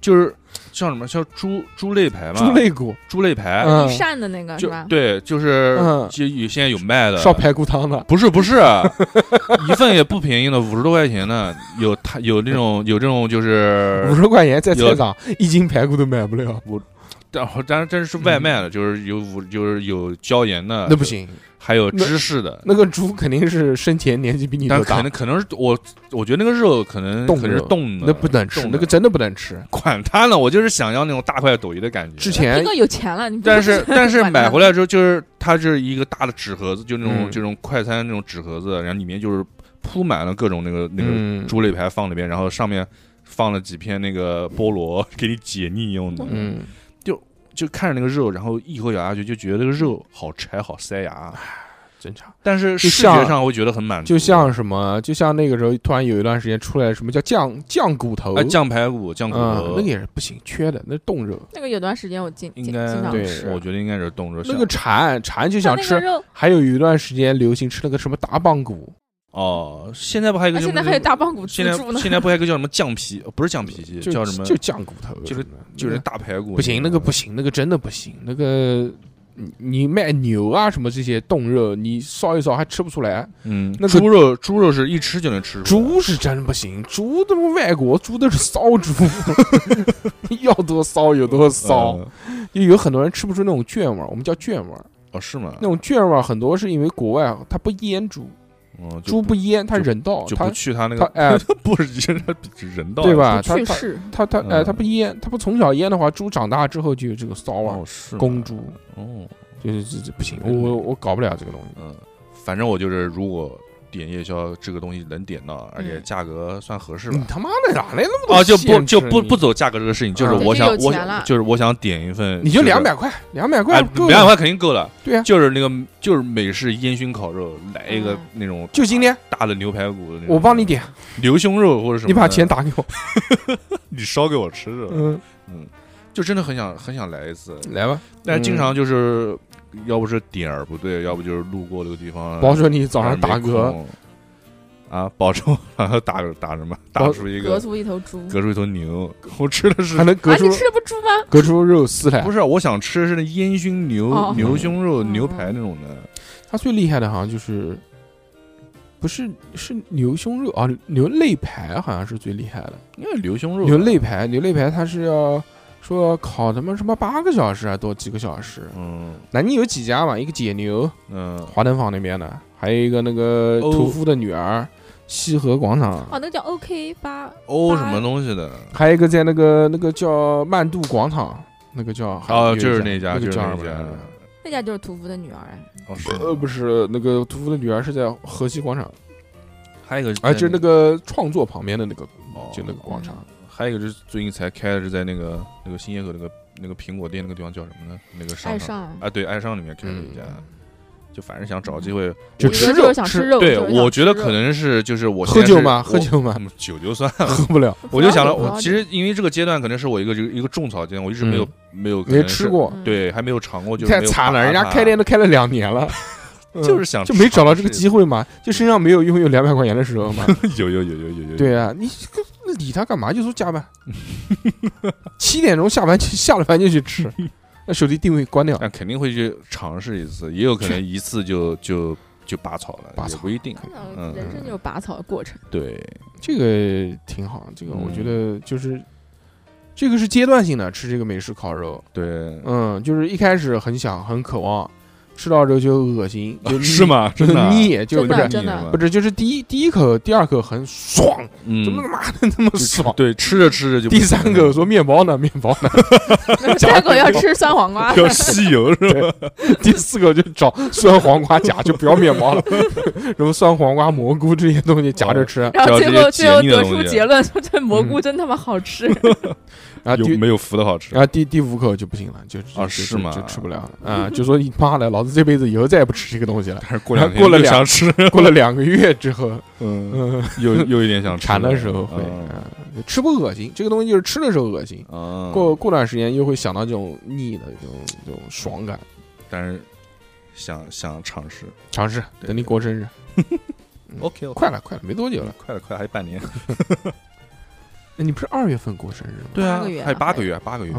Speaker 2: 就是像什么像猪猪肋排嘛，
Speaker 1: 猪肋骨，
Speaker 2: 猪肋排
Speaker 1: 嗯
Speaker 3: 一，扇的那个是
Speaker 2: 就
Speaker 3: 吧？
Speaker 2: 对，就是
Speaker 1: 嗯
Speaker 2: 就有现在有卖的
Speaker 1: 烧排骨汤的，
Speaker 2: 不是 不是，一份也不便宜呢，五十多块钱呢。有它有那种有这种就是
Speaker 1: 五十块钱在
Speaker 2: 有
Speaker 1: 菜场一斤排骨都买不了，
Speaker 2: 但当然真是外卖的，就是有五就是有椒盐的，
Speaker 1: 嗯那不，行，
Speaker 2: 还有
Speaker 1: 那
Speaker 2: 芝士的。
Speaker 1: 那个猪肯定是生前年纪比你
Speaker 2: 但
Speaker 1: 都
Speaker 2: 可
Speaker 1: 大
Speaker 2: 能，可能是我，我觉得那个肉可能
Speaker 1: 冻
Speaker 2: 可能是
Speaker 1: 肉
Speaker 2: 冻的，
Speaker 1: 那不能吃，那
Speaker 2: 冻的
Speaker 1: 个真的不能吃。
Speaker 2: 管他呢，我就是想要那种大快朵颐的感觉。
Speaker 1: 之
Speaker 3: 逼
Speaker 1: 前
Speaker 3: 哥有钱了，你不
Speaker 2: 但 是但是
Speaker 3: 管
Speaker 2: 买
Speaker 3: 它
Speaker 2: 回来之后，就是它是一个大的纸盒子，就那种、
Speaker 1: 嗯
Speaker 2: 这种快餐那种纸盒子，然后里面就是铺满了各种那个那个
Speaker 1: 嗯
Speaker 2: 猪肋排放里边，然后上面放了几片那个菠萝给你解腻用的，
Speaker 1: 嗯，
Speaker 2: 就看着那个肉，然后一口咬下去就觉得这个肉好柴好塞牙，
Speaker 1: 正常。
Speaker 2: 但是
Speaker 1: 就
Speaker 2: 视觉
Speaker 1: 像
Speaker 2: 上会觉得很满足，
Speaker 1: 就像什么，就像那个时候突然有一段时间出来什么叫酱酱骨头，
Speaker 2: 啊酱排骨、酱骨
Speaker 1: 嗯，
Speaker 2: 头
Speaker 1: 那个，也是不行，缺的，那是冻肉，
Speaker 3: 那个有段时间我经经
Speaker 2: 应
Speaker 3: 经
Speaker 2: 该
Speaker 3: 常
Speaker 1: 对
Speaker 3: 吃，
Speaker 2: 我觉得应该是冻着
Speaker 1: 那个馋馋就
Speaker 3: 它
Speaker 1: 想
Speaker 3: 那个
Speaker 1: 吃。
Speaker 3: 肉，
Speaker 1: 还有一段时间流行吃那个什么大棒骨，
Speaker 2: 哦，现在不还有一
Speaker 3: 啊
Speaker 2: 个
Speaker 3: 现在
Speaker 2: 叫
Speaker 3: 还有大棒骨自
Speaker 2: 现在
Speaker 3: 助呢。
Speaker 2: 现在不还有一个叫什么酱皮，呃不是酱皮，
Speaker 1: 就
Speaker 2: 叫什么
Speaker 1: 就酱骨头，
Speaker 2: 就是
Speaker 1: 什么的
Speaker 2: 就
Speaker 1: 那
Speaker 2: 是
Speaker 1: 个
Speaker 2: 大排骨，
Speaker 1: 不行，那个不行，那个真的不行，那个。你你卖牛啊什么这些冻肉，你烧一烧还吃不出来。
Speaker 2: 嗯，
Speaker 1: 那个
Speaker 2: 猪肉猪肉是一吃就能吃出来，嗯
Speaker 1: 猪是真不行，猪都是外国猪都是骚猪， 要多骚有多骚。
Speaker 2: 呃
Speaker 1: 就有很多人吃不出那种卷味儿，我们叫卷味儿。
Speaker 2: 哦是吗？
Speaker 1: 那种卷味儿很多是因为国外啊它不腌猪，
Speaker 2: 哦就
Speaker 1: 猪不腌，它
Speaker 2: 就
Speaker 1: 人道，
Speaker 2: 就
Speaker 1: 它
Speaker 2: 不去他那
Speaker 1: 它
Speaker 2: 个
Speaker 1: 哎
Speaker 2: 不是人人道啊
Speaker 1: 对？吧？它
Speaker 3: 去
Speaker 1: 它
Speaker 3: 世，
Speaker 1: 它它哎
Speaker 2: 嗯
Speaker 1: 它不腌，它不从小腌的话，猪长大之后就有这个骚味儿
Speaker 2: 哦，是吗
Speaker 1: 公猪
Speaker 2: 哦，
Speaker 1: 就是这这不行，我我我搞不了这个东西。
Speaker 2: 嗯，反正我就是如果点夜宵这个东西能点到，而且价格算合适吧
Speaker 1: 你。他妈的哪来那么多
Speaker 2: 哦，就不
Speaker 1: 限制
Speaker 2: 就不
Speaker 1: 你
Speaker 2: 不走价格这个事情，就是
Speaker 1: 嗯
Speaker 2: 我想
Speaker 3: 对就有
Speaker 2: 我
Speaker 3: 钱了
Speaker 2: 想就是我想点一份，
Speaker 1: 你就是两百块，两百
Speaker 2: 哎
Speaker 1: 块够
Speaker 2: 两百
Speaker 1: 了。
Speaker 2: 块肯定够了。
Speaker 1: 对啊
Speaker 2: 就是那个就是美式烟熏烤肉，来一个
Speaker 3: 嗯
Speaker 2: 那种
Speaker 1: 就今天
Speaker 2: 大的牛排骨，
Speaker 1: 我帮你，点，
Speaker 2: 牛胸肉或者什么的，
Speaker 1: 你把钱打给我。
Speaker 2: 你烧给我吃是吧
Speaker 1: 嗯，
Speaker 2: 嗯，就真的很想很想来一次，
Speaker 1: 来吧。
Speaker 2: 但是经
Speaker 1: 嗯
Speaker 2: 常就是要不是点儿不对，要不就是路过那个地方，
Speaker 1: 保准你早上
Speaker 2: 没
Speaker 1: 打嗝，
Speaker 2: 空啊，保证然后打打什么，打
Speaker 1: 保
Speaker 2: 出一
Speaker 3: 隔
Speaker 2: 个
Speaker 3: 出一头猪。
Speaker 2: 隔出一头牛，我吃的是
Speaker 1: 还能
Speaker 3: 啊，
Speaker 1: 隔出
Speaker 3: 你吃的不猪吗？
Speaker 1: 隔出肉丝来
Speaker 2: 嗯不。是我想吃是那烟熏牛、
Speaker 3: 哦
Speaker 2: 牛胸肉、
Speaker 3: 嗯
Speaker 2: 牛排那种的，
Speaker 1: 他最厉害的好像就是，不是是牛胸肉啊，牛肋排好像是最厉害的。
Speaker 2: 因为牛胸肉
Speaker 1: 牛肋排，牛肋排它是要说烤他妈什么八个小时啊，多几个小时。
Speaker 2: 嗯
Speaker 1: 南京有几家嘛？一个解牛，
Speaker 2: 嗯
Speaker 1: 华灯坊那边的，还有一个那个
Speaker 2: 哦
Speaker 1: 屠夫的女儿，西河广场，
Speaker 3: 哦，那个叫 OK 八，
Speaker 2: 哦什么东西的，
Speaker 1: 还有一个在那个那个叫曼度广场，那个叫还有
Speaker 2: 哦
Speaker 1: 一
Speaker 2: 就是那
Speaker 1: 家，
Speaker 2: 家就是
Speaker 1: 个叫
Speaker 2: 那
Speaker 1: 什么来着
Speaker 2: 家，嗯
Speaker 3: 那家就是屠夫的女儿哎。
Speaker 2: 哦是
Speaker 1: 呃，不是，那个屠夫的女儿是在河西广场，
Speaker 2: 还有一个
Speaker 1: 啊，就是那
Speaker 2: 在
Speaker 1: 个创作旁边的那个，
Speaker 2: 哦
Speaker 1: 就那个广场，
Speaker 2: 还有一个就是最近才开的是在那个那个新街口那个那个苹果店那个地方叫什么呢？那个商
Speaker 3: 爱
Speaker 2: 场
Speaker 3: 上，
Speaker 2: 啊，对，爱上里
Speaker 1: 嗯
Speaker 2: 面开了一家，就反正想找机会。
Speaker 1: 就
Speaker 3: 我觉
Speaker 1: 吃
Speaker 3: 得就
Speaker 1: 肉
Speaker 3: 是想
Speaker 1: 吃
Speaker 3: 吃肉。
Speaker 2: 对，
Speaker 3: 就是想
Speaker 2: 我觉得
Speaker 3: 吃
Speaker 2: 可
Speaker 3: 肉
Speaker 2: 能是就是我
Speaker 1: 喝
Speaker 2: 现在
Speaker 1: 酒
Speaker 2: 是
Speaker 1: 嘛，喝
Speaker 2: 我
Speaker 1: 酒嘛，
Speaker 2: 嗯酒就算
Speaker 1: 喝不了，
Speaker 2: 我就想了，
Speaker 3: 葡萄
Speaker 2: 我
Speaker 3: 酒
Speaker 2: 其实因为这个阶段可能是我一个一个种草阶段，我一直没有、
Speaker 1: 嗯
Speaker 2: 没有可
Speaker 1: 没
Speaker 2: 能
Speaker 1: 吃
Speaker 2: 是，
Speaker 1: 过，
Speaker 3: 嗯
Speaker 2: 对，还没有尝过，就是
Speaker 1: 太
Speaker 2: 没有
Speaker 1: 惨了，
Speaker 2: 把
Speaker 1: 人家
Speaker 2: 它
Speaker 1: 开店都开了两年了，嗯
Speaker 2: 就是想
Speaker 1: 就没找到这个
Speaker 2: 尝
Speaker 1: 机会嘛，就身上没有拥有两百块钱的时候嘛，
Speaker 2: 试， 有有有有有有，有，
Speaker 1: 对啊，你这个那理他干嘛？就说 加班，七点钟下班就下了班就去 吃，那手机定位关掉，
Speaker 2: 但肯定会去尝试一次，也有可能一次就就就拔草了，
Speaker 1: 拔
Speaker 2: 也
Speaker 1: 草
Speaker 2: 不一定，
Speaker 3: 看到
Speaker 2: 嗯
Speaker 3: 人生就是拔草的过程。
Speaker 2: 对，
Speaker 1: 这个挺好，这个我
Speaker 2: 嗯
Speaker 1: 觉得就是。这个是阶段性的，吃这个美式烤肉，
Speaker 2: 对，
Speaker 1: 嗯，就是一开始很想很渴望，吃到之后就恶心，就腻
Speaker 2: 是？吗？
Speaker 1: 就
Speaker 2: 真的啊
Speaker 1: 腻，就
Speaker 3: 真
Speaker 1: 不
Speaker 3: 的
Speaker 1: 是
Speaker 3: 真的
Speaker 1: 不是，就是第一第一口、第二口很爽，
Speaker 2: 嗯
Speaker 1: 怎么他妈的那么爽？
Speaker 2: 对，吃着吃着就，
Speaker 1: 第三口说面包呢，面包呢，
Speaker 3: 三狗要吃酸黄瓜
Speaker 2: 要吸油是吧？
Speaker 1: 第四口就找酸黄瓜夹，就不要面 包了，什么酸黄瓜、蘑菇这些东西夹着吃，
Speaker 2: 哦
Speaker 3: 然后最后
Speaker 2: 这
Speaker 3: 最
Speaker 2: 些解
Speaker 3: 后
Speaker 2: 腻的
Speaker 3: 得
Speaker 2: 东
Speaker 3: 出
Speaker 2: 西嗯
Speaker 3: 结论说这蘑菇真他妈好吃。
Speaker 1: 然后
Speaker 2: 有
Speaker 1: 第
Speaker 2: 没有福的好吃
Speaker 1: 然？后第第五口就不行了，就就
Speaker 2: 啊
Speaker 1: 就是
Speaker 2: 吗
Speaker 1: 就吃不了了啊，就说你妈的，老子这辈子以后再也不吃这个东西了。
Speaker 2: 但是过两天
Speaker 1: 啊过了
Speaker 2: 又
Speaker 1: 两
Speaker 2: 想吃，
Speaker 1: 过了两个月之后，
Speaker 2: 嗯，
Speaker 1: 嗯，
Speaker 2: 又又有点想吃
Speaker 1: 馋的时候会
Speaker 2: 嗯
Speaker 1: 啊吃不恶心，这个东西就是吃的时候恶心，
Speaker 2: 啊，
Speaker 1: 过过段时间又会想到这种腻的这种这种爽感。
Speaker 2: 但是想想尝试。
Speaker 1: 尝试，
Speaker 2: 对
Speaker 1: 等你过生日，
Speaker 2: OK，
Speaker 1: 嗯快了，快了，没多久了。
Speaker 2: 快了，快了，还有半年。
Speaker 1: 哎你不是二月份过生日吗？
Speaker 2: 对
Speaker 3: 八个月
Speaker 2: 还有
Speaker 3: 啊
Speaker 2: 八个月， 八个月。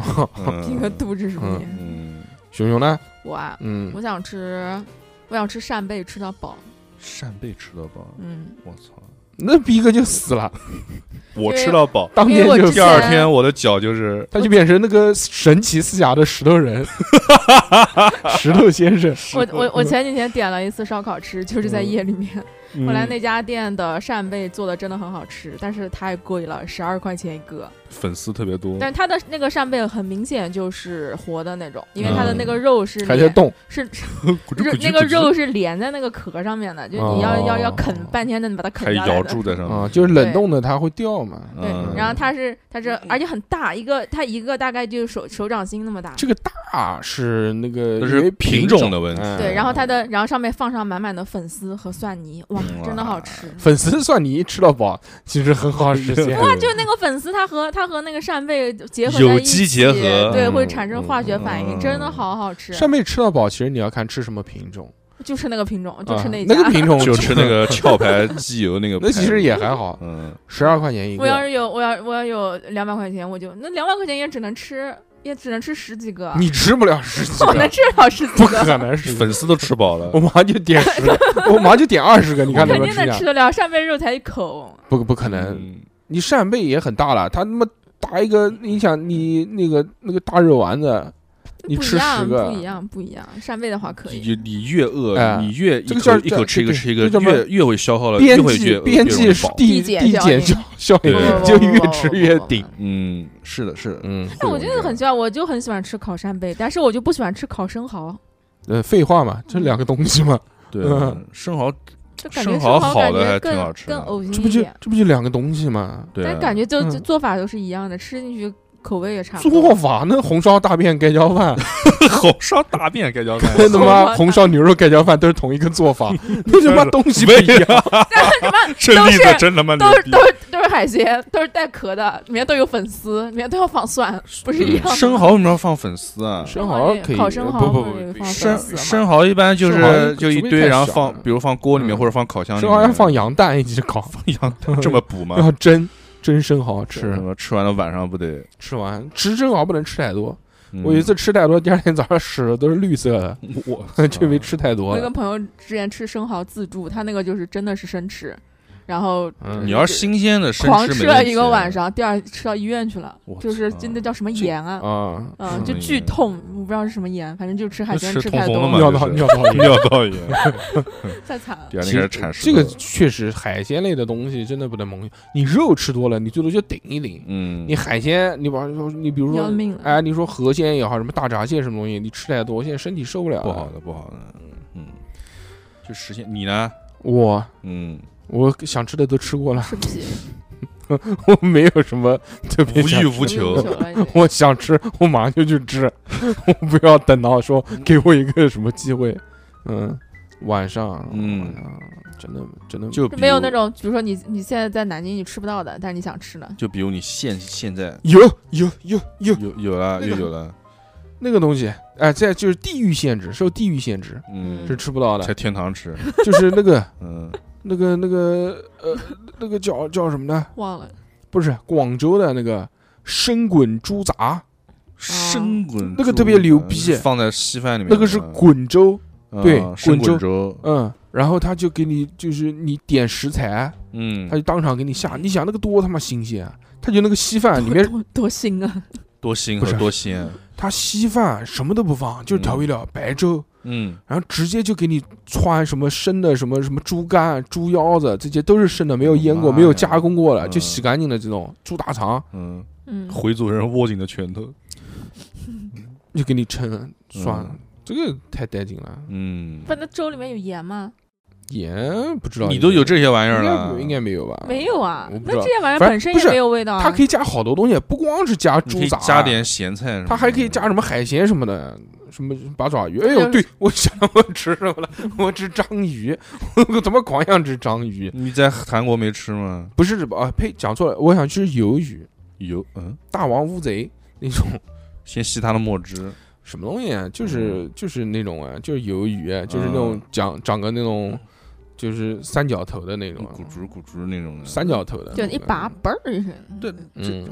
Speaker 3: 你
Speaker 2: 嗯
Speaker 3: 个度日如年。
Speaker 2: 嗯，
Speaker 1: 熊熊呢？
Speaker 3: 我啊，
Speaker 1: 嗯，
Speaker 3: 我想吃，我想吃扇贝，吃到饱。
Speaker 2: 扇贝吃到饱，
Speaker 3: 嗯，
Speaker 2: 我操！
Speaker 1: 那逼哥就死了，
Speaker 2: 我
Speaker 3: 对
Speaker 2: 吃到饱，
Speaker 1: 当天
Speaker 3: 因为我
Speaker 1: 就
Speaker 3: 之
Speaker 2: 第
Speaker 1: 死
Speaker 3: 前
Speaker 2: 二天我的脚就是
Speaker 1: 他就变成那个神奇四侠的石头 人，石头先生。
Speaker 3: 我
Speaker 2: 嗯
Speaker 3: 我我前几天点了一次烧烤吃，就是在夜里面。
Speaker 1: 嗯
Speaker 2: 嗯
Speaker 3: 后来那家店的扇贝做的真的很好吃，但是太贵了，十二块钱一个。
Speaker 2: 粉丝特别 多
Speaker 3: 但，是它的那个扇贝很明显就是活的那种，因为它的
Speaker 2: 嗯
Speaker 3: 那个肉是
Speaker 1: 还
Speaker 3: 连
Speaker 1: 在动，
Speaker 3: 是是
Speaker 2: 咕吱
Speaker 3: 肉
Speaker 2: 咕吱
Speaker 3: 那个
Speaker 2: 咕吱
Speaker 3: 肉是连在那个壳上面的，就你要要要啃
Speaker 1: 哦
Speaker 3: 半天才能把它
Speaker 2: 还
Speaker 3: 啃下来
Speaker 2: 咬
Speaker 3: 的的
Speaker 2: 住在上面
Speaker 1: 啊，就是冷冻的它会掉嘛。
Speaker 3: 对
Speaker 2: 嗯，
Speaker 3: 然后它是它是，而且很大，一个它一个大概就手手掌心那么大。
Speaker 1: 这个大啊是那个
Speaker 2: 那是
Speaker 1: 因为
Speaker 2: 品
Speaker 1: 品
Speaker 2: 种的问题
Speaker 1: 嗯
Speaker 3: 对，然后它的，然后上面放上满满的粉丝和蒜泥，哇，
Speaker 1: 嗯
Speaker 3: 真的好吃。
Speaker 1: 粉丝蒜泥吃到饱，其实很好实 现。
Speaker 2: 哇
Speaker 3: 就那个粉丝，它和它和那个扇贝结合在
Speaker 2: 有
Speaker 3: 一
Speaker 2: 机
Speaker 3: 起
Speaker 2: 结合
Speaker 3: 对，会
Speaker 1: 嗯
Speaker 3: 产生化学反应，
Speaker 2: 嗯
Speaker 3: 真的好好吃。啊
Speaker 1: 扇贝吃到饱，其实你要看吃什么品种，
Speaker 3: 就吃那个品哦种，就吃
Speaker 1: 啊那
Speaker 3: 家。
Speaker 1: 个品 种，，
Speaker 2: 就吃那，个壳牌鸡油那个
Speaker 1: 那其实也还好，
Speaker 2: 嗯，
Speaker 1: 十二块钱一
Speaker 3: 我要
Speaker 1: 个。
Speaker 3: 是有，我要我要有两百块钱，我就那两百块钱也只能吃，也只能吃十几个。
Speaker 1: 你吃不了十几
Speaker 3: 我 能
Speaker 1: 个，
Speaker 3: 吃了十几
Speaker 1: 不可
Speaker 3: 个，
Speaker 1: 能是
Speaker 2: 粉丝都吃饱了
Speaker 1: 我，马上就点十个， 我马上就点二十个，你看能
Speaker 3: 肯
Speaker 1: 不
Speaker 3: 定
Speaker 1: 能吃
Speaker 3: 能
Speaker 1: 下
Speaker 3: 吃？得了，扇贝肉才一口。
Speaker 1: 不，不 可能。
Speaker 2: 嗯，
Speaker 1: 你扇贝也很大了，它那么大一个，你想你那个那个大肉丸子，
Speaker 2: 呃
Speaker 1: 你
Speaker 3: 不一
Speaker 1: 吃十
Speaker 3: 样，
Speaker 1: 个
Speaker 3: 不一样，不一样。扇贝的话可以，
Speaker 2: 你你越饿，
Speaker 1: 哎
Speaker 2: 你越
Speaker 1: 这
Speaker 2: 一
Speaker 1: 个叫
Speaker 2: 口一口吃一个
Speaker 1: 这
Speaker 2: 吃一个
Speaker 1: 这，叫什么
Speaker 2: 越越会消耗了，越
Speaker 1: 边
Speaker 2: 会
Speaker 1: 际
Speaker 2: 越
Speaker 1: 边
Speaker 2: 越容易
Speaker 1: 际是
Speaker 2: 饱
Speaker 1: 递
Speaker 3: 递
Speaker 1: 递
Speaker 3: 减
Speaker 1: 减
Speaker 3: 效
Speaker 1: 效效
Speaker 2: 对
Speaker 1: 应，
Speaker 3: 哦
Speaker 2: 不
Speaker 1: 就越吃越顶。。
Speaker 2: 嗯，是的，是的，
Speaker 1: 嗯，
Speaker 3: 但我觉得很奇怪，我就很喜欢吃烤扇贝，但是我就不喜欢吃烤生蚝，
Speaker 1: 呃，废话嘛，这两个东西嘛，
Speaker 2: 对 啊
Speaker 1: 嗯，
Speaker 2: 生蚝
Speaker 3: 就感觉
Speaker 2: 生
Speaker 3: 生
Speaker 2: 蚝
Speaker 3: 蚝
Speaker 2: 好
Speaker 3: 感
Speaker 2: 的还
Speaker 3: 觉
Speaker 2: 挺
Speaker 3: 更
Speaker 2: 好吃的啊
Speaker 3: 更恶心
Speaker 1: 这不
Speaker 3: 一
Speaker 1: 就
Speaker 3: 点。
Speaker 1: 这不就两个东西嘛？
Speaker 2: 对啊，
Speaker 3: 但感觉就
Speaker 1: 嗯
Speaker 3: 就做法都是一样的，吃进去口味也差不
Speaker 1: 做
Speaker 3: 多。
Speaker 1: 法那红烧大便盖浇 饭，
Speaker 2: 好烧大便该叫
Speaker 1: 跟他妈
Speaker 3: 红烧
Speaker 1: 红烧牛肉盖浇饭都是同一个做 法，那他妈东西不一样。
Speaker 2: 这
Speaker 3: 都
Speaker 2: 例子
Speaker 3: 是
Speaker 2: 真他妈牛
Speaker 3: 都是
Speaker 2: 逼
Speaker 3: 都是都是海鲜，都是带壳的，里面都有粉丝，里面都要放蒜，不是一样的吗。
Speaker 2: 生蚝为什么要放粉丝啊？
Speaker 1: 生蚝可以，
Speaker 3: 哦烤生蚝
Speaker 1: 不不
Speaker 3: 不是有
Speaker 1: 不，
Speaker 3: 放
Speaker 2: 生
Speaker 3: 粉丝嘛
Speaker 2: 生蚝一般就
Speaker 1: 生蚝
Speaker 2: 是就一
Speaker 1: 除非
Speaker 2: 堆，
Speaker 1: 太
Speaker 2: 然后
Speaker 1: 小
Speaker 2: 放
Speaker 1: 了，
Speaker 2: 比如放锅里面
Speaker 1: 嗯
Speaker 2: 或者放烤箱里面，
Speaker 1: 生蚝要放羊蛋一起烤，
Speaker 2: 羊蛋这么补吗？
Speaker 1: 要蒸蒸生蚝
Speaker 2: 这他
Speaker 1: 吃，
Speaker 2: 妈吃完了晚上不得？
Speaker 1: 吃完吃生蚝不能吃太多。
Speaker 2: 嗯
Speaker 1: 我有一次吃太多，第二天早上屎都是绿色
Speaker 2: 我
Speaker 1: 的， 就因为吃太多
Speaker 3: 我有个
Speaker 1: 了。
Speaker 3: 朋友之前吃生蚝自助，他那个就是真的是生吃，然后
Speaker 1: 嗯
Speaker 2: 你要是新鲜的，生
Speaker 3: 狂
Speaker 2: 吃
Speaker 3: 吃
Speaker 2: 没
Speaker 3: 了
Speaker 2: 问题
Speaker 3: 一个晚，上，第二吃到医院去了
Speaker 2: 我，
Speaker 3: 就是
Speaker 2: 操
Speaker 3: 真的叫什么炎啊，
Speaker 1: 啊，
Speaker 3: 嗯，
Speaker 2: 嗯
Speaker 3: 就巨痛，我不知道是什么炎，反正就吃海鲜
Speaker 2: 那吃
Speaker 3: 太
Speaker 2: 痛
Speaker 3: 多
Speaker 2: 风了嘛
Speaker 1: 尿道
Speaker 2: 就是
Speaker 1: 尿道炎。
Speaker 2: 尿道炎，
Speaker 3: 太惨了。
Speaker 2: 第二
Speaker 1: 其
Speaker 2: 天开
Speaker 1: 实
Speaker 2: 始铲
Speaker 1: 这个确实，海鲜类的东西真的不能蒙。你肉吃多了，你最多就顶一顶。
Speaker 2: 嗯，
Speaker 1: 你海鲜，你往你比如
Speaker 3: 要
Speaker 1: 说，
Speaker 3: 命了！
Speaker 1: 哎，你说河鲜也好，什么大闸蟹什么东西，你吃太多，现在身体受不了。
Speaker 2: 不好，的，不好的，嗯，就实现你呢，
Speaker 1: 我
Speaker 2: 嗯，
Speaker 1: 我想吃的都吃过了，
Speaker 3: 吃不起，
Speaker 1: 我没有什么特别
Speaker 2: 无
Speaker 1: 想
Speaker 2: 欲无
Speaker 3: 无
Speaker 2: 求
Speaker 3: 欲，了已经。
Speaker 1: 我想吃，我马上就去吃，我不要等到说给我一个什么机会。嗯，晚上，
Speaker 2: 嗯
Speaker 1: 晚上真的真的
Speaker 2: 就
Speaker 3: 就没有
Speaker 2: 比
Speaker 3: 那
Speaker 2: 如
Speaker 3: 种，比如说你你现在在南京你吃不到的，但是你想吃的，
Speaker 2: 就比如你现现在
Speaker 1: 有有有有
Speaker 2: 有有了
Speaker 1: 那
Speaker 2: 又
Speaker 1: 个
Speaker 2: 有了，
Speaker 1: 那个东西，哎，在就是地域限制，受地域限制
Speaker 2: 嗯
Speaker 1: 是，吃不到
Speaker 2: 才
Speaker 1: 的，
Speaker 2: 天堂吃，
Speaker 1: 就是那个
Speaker 2: 嗯，
Speaker 1: 那个那个呃那个叫叫什么呢？
Speaker 3: 忘了
Speaker 1: 不是广州的那个生滚猪杂，
Speaker 2: 生滚
Speaker 1: 那个
Speaker 2: 猪
Speaker 1: 特别牛
Speaker 2: 嗯
Speaker 1: 逼
Speaker 2: 放在稀饭里面的，
Speaker 1: 那个是滚粥，
Speaker 2: 嗯
Speaker 1: 对
Speaker 2: 生
Speaker 1: 滚粥
Speaker 2: 滚粥，
Speaker 1: 嗯，然后他就给你就是你点食材，
Speaker 2: 嗯
Speaker 1: 他，就当场给你下，你想那个多他妈新鲜啊！他就那个稀饭里面，
Speaker 3: 多多 腥啊！
Speaker 2: 多腥
Speaker 1: 不
Speaker 2: 和
Speaker 1: 是
Speaker 2: 多鲜，
Speaker 1: 他稀饭什么都不放，就是调味料、白粥，
Speaker 2: 嗯，
Speaker 1: 然后直接就给你穿什么生的什么什么猪肝、猪腰子，这些都是生的，没有腌过、
Speaker 2: 妈呀
Speaker 1: 没有加工过的，
Speaker 2: 嗯
Speaker 1: 就洗干净的这种猪大肠，
Speaker 2: 嗯，
Speaker 3: 嗯，
Speaker 2: 回族人握紧的拳头，
Speaker 1: 就给你称算了
Speaker 2: 嗯，
Speaker 1: 这个太带劲了。
Speaker 2: 嗯，
Speaker 3: 不，那粥里面有盐吗？
Speaker 1: 盐不知道
Speaker 2: 你都有这些玩意
Speaker 1: 应
Speaker 2: 儿
Speaker 1: 该
Speaker 2: 了，
Speaker 1: 不应该没有吧？
Speaker 3: 没有啊
Speaker 1: 我，不
Speaker 3: 那
Speaker 1: 知道
Speaker 3: 这些玩意儿
Speaker 1: 反正
Speaker 3: 本身
Speaker 1: 不
Speaker 3: 也
Speaker 1: 是
Speaker 3: 没有味道啊。
Speaker 1: 它可以加好多东西，不光是加
Speaker 2: 你
Speaker 1: 猪
Speaker 2: 可以
Speaker 1: 杂，
Speaker 2: 加点咸菜什么的，
Speaker 1: 它还可以加什么海鲜什么的，什么八爪鱼。哎呦，
Speaker 3: 就是
Speaker 1: 对我想我吃什么 了？我吃章鱼， 我怎么狂想吃章鱼？
Speaker 2: 你在韩国没吃吗？
Speaker 1: 不是啊，呸，讲错了，我想吃鱿鱼、
Speaker 2: 有，嗯，
Speaker 1: 大王乌贼那种
Speaker 2: 先吸它的墨汁，
Speaker 1: 什么东西啊？就是就是那种啊，就是鱿鱼啊，就是那种
Speaker 2: 嗯
Speaker 1: 长长个那种，就是三角头的那种啊，
Speaker 2: 骨竹骨竹那种的，
Speaker 1: 三角头的，
Speaker 3: 就一拔，嘣儿一声，
Speaker 2: 对，这
Speaker 1: 嗯，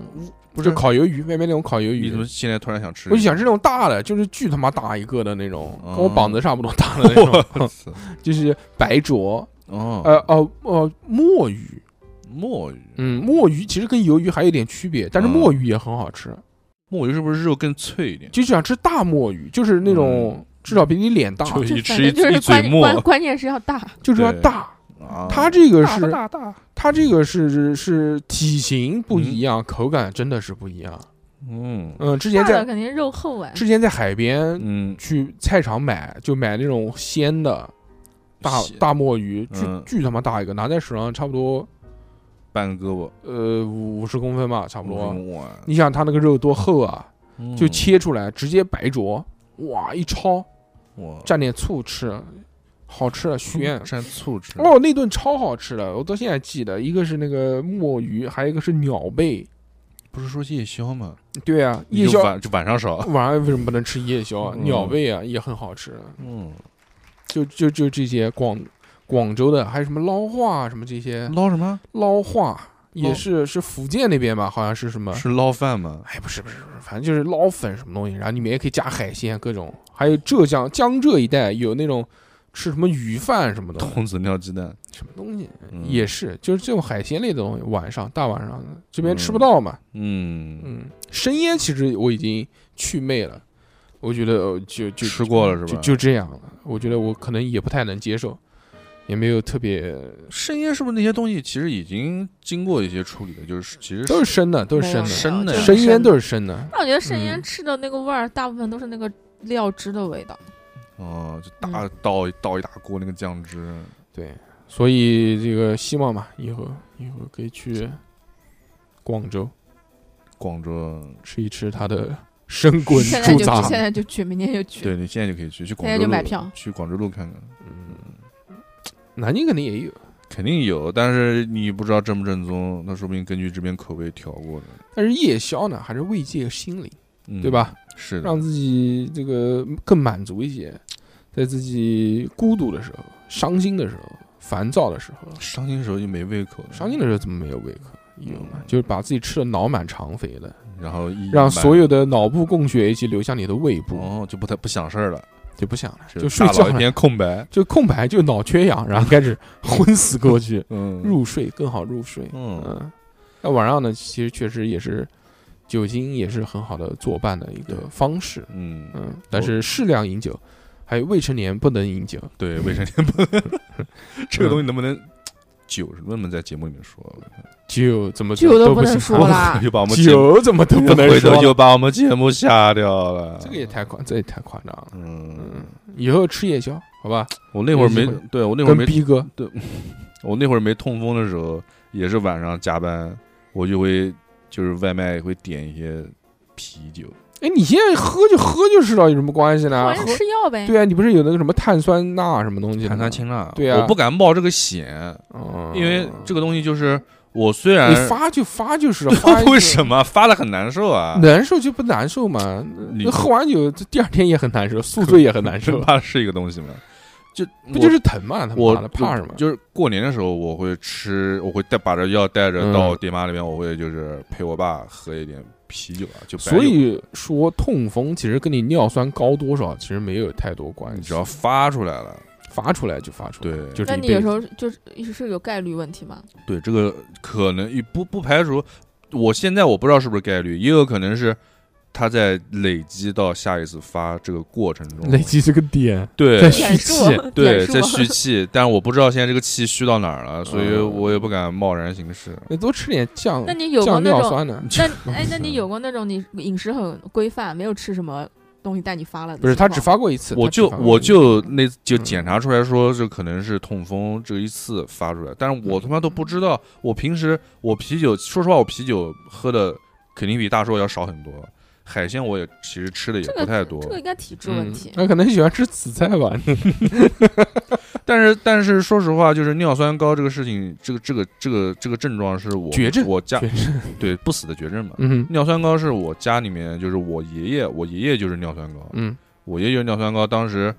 Speaker 1: 不是烤鱿鱼，外面那种烤鱿
Speaker 2: 你
Speaker 1: 鱼
Speaker 2: 怎么。现在突然想吃？
Speaker 1: 我就想吃那种大的，就是巨他妈大一个的那种，跟我
Speaker 2: 哦
Speaker 1: 膀子差不多大的 那种，
Speaker 2: 操
Speaker 1: 就是白灼，
Speaker 2: 哦，
Speaker 1: 呃哦哦，墨鱼，
Speaker 2: 墨鱼，
Speaker 1: 嗯，墨鱼其实跟鱿鱼还有点区别，但是
Speaker 2: 嗯
Speaker 1: 墨鱼也很好吃，
Speaker 2: 墨鱼是不是肉更脆一点？
Speaker 1: 就想吃大墨鱼，就是那种
Speaker 2: 嗯
Speaker 1: 至少比你脸大，
Speaker 2: 就
Speaker 3: 就
Speaker 2: 一
Speaker 3: 反
Speaker 2: 吃一
Speaker 3: 正就是
Speaker 2: 一嘴
Speaker 3: 关关
Speaker 2: 沫，
Speaker 3: 关键是要大，
Speaker 1: 就是要
Speaker 2: 对
Speaker 1: 大。
Speaker 2: 啊
Speaker 1: 它这个
Speaker 2: 大
Speaker 1: 是
Speaker 2: 大大，
Speaker 1: 它这个是是体型不一样，口感真的是不一样。
Speaker 2: 嗯
Speaker 1: 嗯，之
Speaker 3: 大
Speaker 1: 前
Speaker 3: 的
Speaker 1: 在
Speaker 3: 肯定肉厚哎。
Speaker 1: 之前在海边
Speaker 2: 嗯，
Speaker 1: 去菜场买，就买那种鲜的大
Speaker 2: 鲜
Speaker 1: 大墨鱼，巨
Speaker 2: 嗯
Speaker 1: 巨他妈大一个，拿在手上差不多
Speaker 2: 半个胳膊，
Speaker 1: 呃，五十公分吧，差不多。
Speaker 2: 哇，
Speaker 1: 你想它那个肉多厚啊，就
Speaker 2: 啊嗯
Speaker 1: 切出来直接白灼，哇，一焯
Speaker 2: 哇，
Speaker 1: 蘸点醋吃，好吃
Speaker 2: 嗯
Speaker 1: 啊，许愿。
Speaker 2: 蘸醋吃，
Speaker 1: 哦，那顿超好吃的，我到现在记得，一个是那个墨鱼，还有一个是鸟贝。
Speaker 2: 不是说夜宵吗？
Speaker 1: 对啊，
Speaker 2: 你
Speaker 1: 夜
Speaker 2: 就
Speaker 1: 宵
Speaker 2: 晚就晚上少，
Speaker 1: 晚上为什么不能吃夜宵啊？
Speaker 2: 嗯
Speaker 1: 鸟贝啊也很好吃，
Speaker 2: 嗯，
Speaker 1: 就就就这些广广州的，还有什么捞化啊什么这些
Speaker 2: 捞什么？
Speaker 1: 捞化也
Speaker 2: 捞
Speaker 1: 是是福建那边吧，好像是什么。
Speaker 2: 哦是捞饭吗？
Speaker 1: 哎，不是不是不是，反正就是捞粉什么东西，然后里面也可以加海鲜各种，还有浙江江浙一带有那种吃什么鱼饭什么的，
Speaker 2: 童子尿鸡蛋，
Speaker 1: 什么东西
Speaker 2: 嗯
Speaker 1: 也是，就是这种海鲜类的东西，晚上大晚上的这边吃不
Speaker 2: 嗯
Speaker 1: 到嘛。
Speaker 2: 嗯，
Speaker 1: 嗯，生腌其实我已经去魅了，我觉得呃就就
Speaker 2: 吃过了是
Speaker 1: 就
Speaker 2: 吧？
Speaker 1: 就这样了，我觉得我可能也不太能接受，也没有特别
Speaker 2: 生腌是不是那些东西其实已经经过一些处理的，就是其实
Speaker 1: 都是生的，都是生
Speaker 3: 没有
Speaker 1: 的，
Speaker 2: 生的
Speaker 3: 没有
Speaker 1: 生
Speaker 3: 就是
Speaker 1: 腌都是生的。
Speaker 3: 但我觉得生
Speaker 1: 嗯
Speaker 3: 腌吃的那个味儿，大部分都是那个料汁的味道。
Speaker 2: 哦，就
Speaker 1: 嗯
Speaker 2: 大倒倒一大锅那个酱汁，
Speaker 1: 对，所以这个希望嘛，以后以后可以去广州
Speaker 2: 广州，
Speaker 1: 吃一吃它的生滚
Speaker 3: 现在
Speaker 1: 猪
Speaker 3: 就
Speaker 1: 杂
Speaker 3: 去，。现在就去，明天就去。
Speaker 2: 对你现在就可以去去广
Speaker 3: 现
Speaker 2: 州
Speaker 3: 在
Speaker 2: 路
Speaker 3: 就买票
Speaker 2: 去广州路看看，
Speaker 1: 嗯南京肯定也有，
Speaker 2: 肯定有，但是你不知道正不正宗，那说不定根据这边口味调过的，
Speaker 1: 但是夜宵呢，还是慰藉心灵，
Speaker 2: 嗯
Speaker 1: 对？吧？
Speaker 2: 是的，
Speaker 1: 让自己这个更满足一些，在自己孤独的时候、伤心的时候、烦躁的时候，
Speaker 2: 伤心的时候就没胃口了，
Speaker 1: 伤心的时候怎么没有胃口？有嘛
Speaker 2: 嗯？
Speaker 1: 就是把自己吃的脑满肠肥的，
Speaker 2: 然后一
Speaker 1: 让所有的脑部供血一起流向你的胃部，
Speaker 2: 哦就不太不想事儿了，
Speaker 1: 就不想了，
Speaker 2: 是
Speaker 1: 就睡
Speaker 2: 大
Speaker 1: 觉
Speaker 2: 脑一
Speaker 1: 了，
Speaker 2: 片空白，
Speaker 1: 就空白，就脑缺氧，然后开始昏死过去，
Speaker 2: 嗯，
Speaker 1: 入睡更好入睡。
Speaker 2: 嗯
Speaker 1: 嗯，那晚上呢，其实确实也是酒精也是很好的作伴的一个
Speaker 2: 对
Speaker 1: 方式。
Speaker 2: 嗯，
Speaker 1: 嗯，但是适量饮酒，还有未成年不能饮酒。嗯
Speaker 2: 对，卫生 间不能， 这个东西能不能酒能不能在节目里面说？，
Speaker 1: 酒怎么
Speaker 3: 酒
Speaker 1: 都
Speaker 3: 不能
Speaker 1: 行
Speaker 3: 说啦
Speaker 2: 又把我们节 目
Speaker 1: 酒怎么都不能
Speaker 2: 回
Speaker 1: 说
Speaker 2: 头
Speaker 1: 了，
Speaker 2: 就把我们节目下掉了。
Speaker 1: 这个也太夸，这也太夸张了。
Speaker 2: 嗯，
Speaker 1: 以后吃夜宵，好吧？
Speaker 2: 我那会儿没
Speaker 1: 有机
Speaker 2: 对我那会儿
Speaker 1: 跟
Speaker 2: 没
Speaker 1: 逼哥，
Speaker 2: 我那会儿没痛风的时候，也是晚上加班，我就会就是外卖会点一些啤酒，
Speaker 1: 哎，你现在喝就喝就知道有什么关系呢？
Speaker 3: 晚
Speaker 1: 喝
Speaker 3: 上吃药呗。
Speaker 1: 对啊，你不是有那个什么碳酸钠什么东西的吗？
Speaker 2: 看看清辣。
Speaker 1: 对啊
Speaker 2: 我不敢冒这个险，
Speaker 1: 嗯，
Speaker 2: 因为这个东西就是我虽然
Speaker 1: 你发就发就是，发
Speaker 2: 发 为
Speaker 1: 就
Speaker 2: 什么发的很难 受啊？
Speaker 1: 难受就不难受嘛？
Speaker 2: 你
Speaker 1: 那喝完酒这第二天也很难受，宿醉也很难受
Speaker 2: 生，怕是一个东西吗？就
Speaker 1: 不就
Speaker 2: 我
Speaker 1: 是疼嘛？他
Speaker 2: 我
Speaker 1: 妈的怕什么？
Speaker 2: 就是过年的时候，我会吃，我会带把这药带着
Speaker 1: 嗯
Speaker 2: 到爹妈那边，我会就是陪我爸喝一点啤酒啊，就白
Speaker 1: 所
Speaker 2: 酒
Speaker 1: 以说痛风其实跟你尿酸高多少其实没有太多关系，
Speaker 2: 啊你只要发出来了，
Speaker 1: 发出来就发出来，
Speaker 2: 嗯对
Speaker 1: 就
Speaker 3: 那
Speaker 1: 是
Speaker 3: 你
Speaker 1: 辈
Speaker 3: 有
Speaker 1: 子
Speaker 3: 时候就是是有概率问题吗？
Speaker 1: 哦
Speaker 2: 对这个可能也不不排除，我现在我不知道是不是概率，也有可能是它在累积到下一次发这个过程中
Speaker 1: 累积这个点，
Speaker 2: 对
Speaker 1: 在蓄
Speaker 3: 点数
Speaker 1: 气，
Speaker 2: 对
Speaker 3: 点数
Speaker 2: 在蓄气，但是我不知道现在这个气虚到哪儿了，所以
Speaker 1: 嗯
Speaker 2: 我也不敢贸然行事。
Speaker 1: 那多吃点酱
Speaker 3: 那你有过
Speaker 1: 酱
Speaker 3: 那
Speaker 1: 尿
Speaker 3: 种？
Speaker 1: 酸呢？
Speaker 3: 那哎，那你有过那种你饮食很规范，没有吃什么东西带你发了的情况吗？
Speaker 1: 不是，他只发过一次，
Speaker 2: 我
Speaker 1: 他只
Speaker 2: 就
Speaker 1: 发过
Speaker 2: 我
Speaker 1: 一次
Speaker 2: 就那
Speaker 1: 嗯
Speaker 2: 就检查出来说这可能是痛风，这一次发出来，但是
Speaker 1: 嗯
Speaker 2: 我他妈都不知道。我平时我啤酒，说实话，我啤酒喝的肯定比大寿要少很多，海鲜我也其实吃的也
Speaker 3: 这
Speaker 2: 不
Speaker 3: 个
Speaker 2: 太多
Speaker 3: 这。个应该体质问题
Speaker 1: 嗯。那可能喜欢吃紫菜 吧？
Speaker 2: 但是但是说实话，就是尿酸高这个事情，这个这个这个这个症状是我
Speaker 1: 绝症
Speaker 2: 我家
Speaker 1: 确实，
Speaker 2: 对不死的绝症嘛。
Speaker 1: 嗯
Speaker 2: 尿酸高是我家里面就是我爷爷，我爷爷就是尿酸高，
Speaker 1: 嗯，
Speaker 2: 我爷爷就是尿酸高，当时。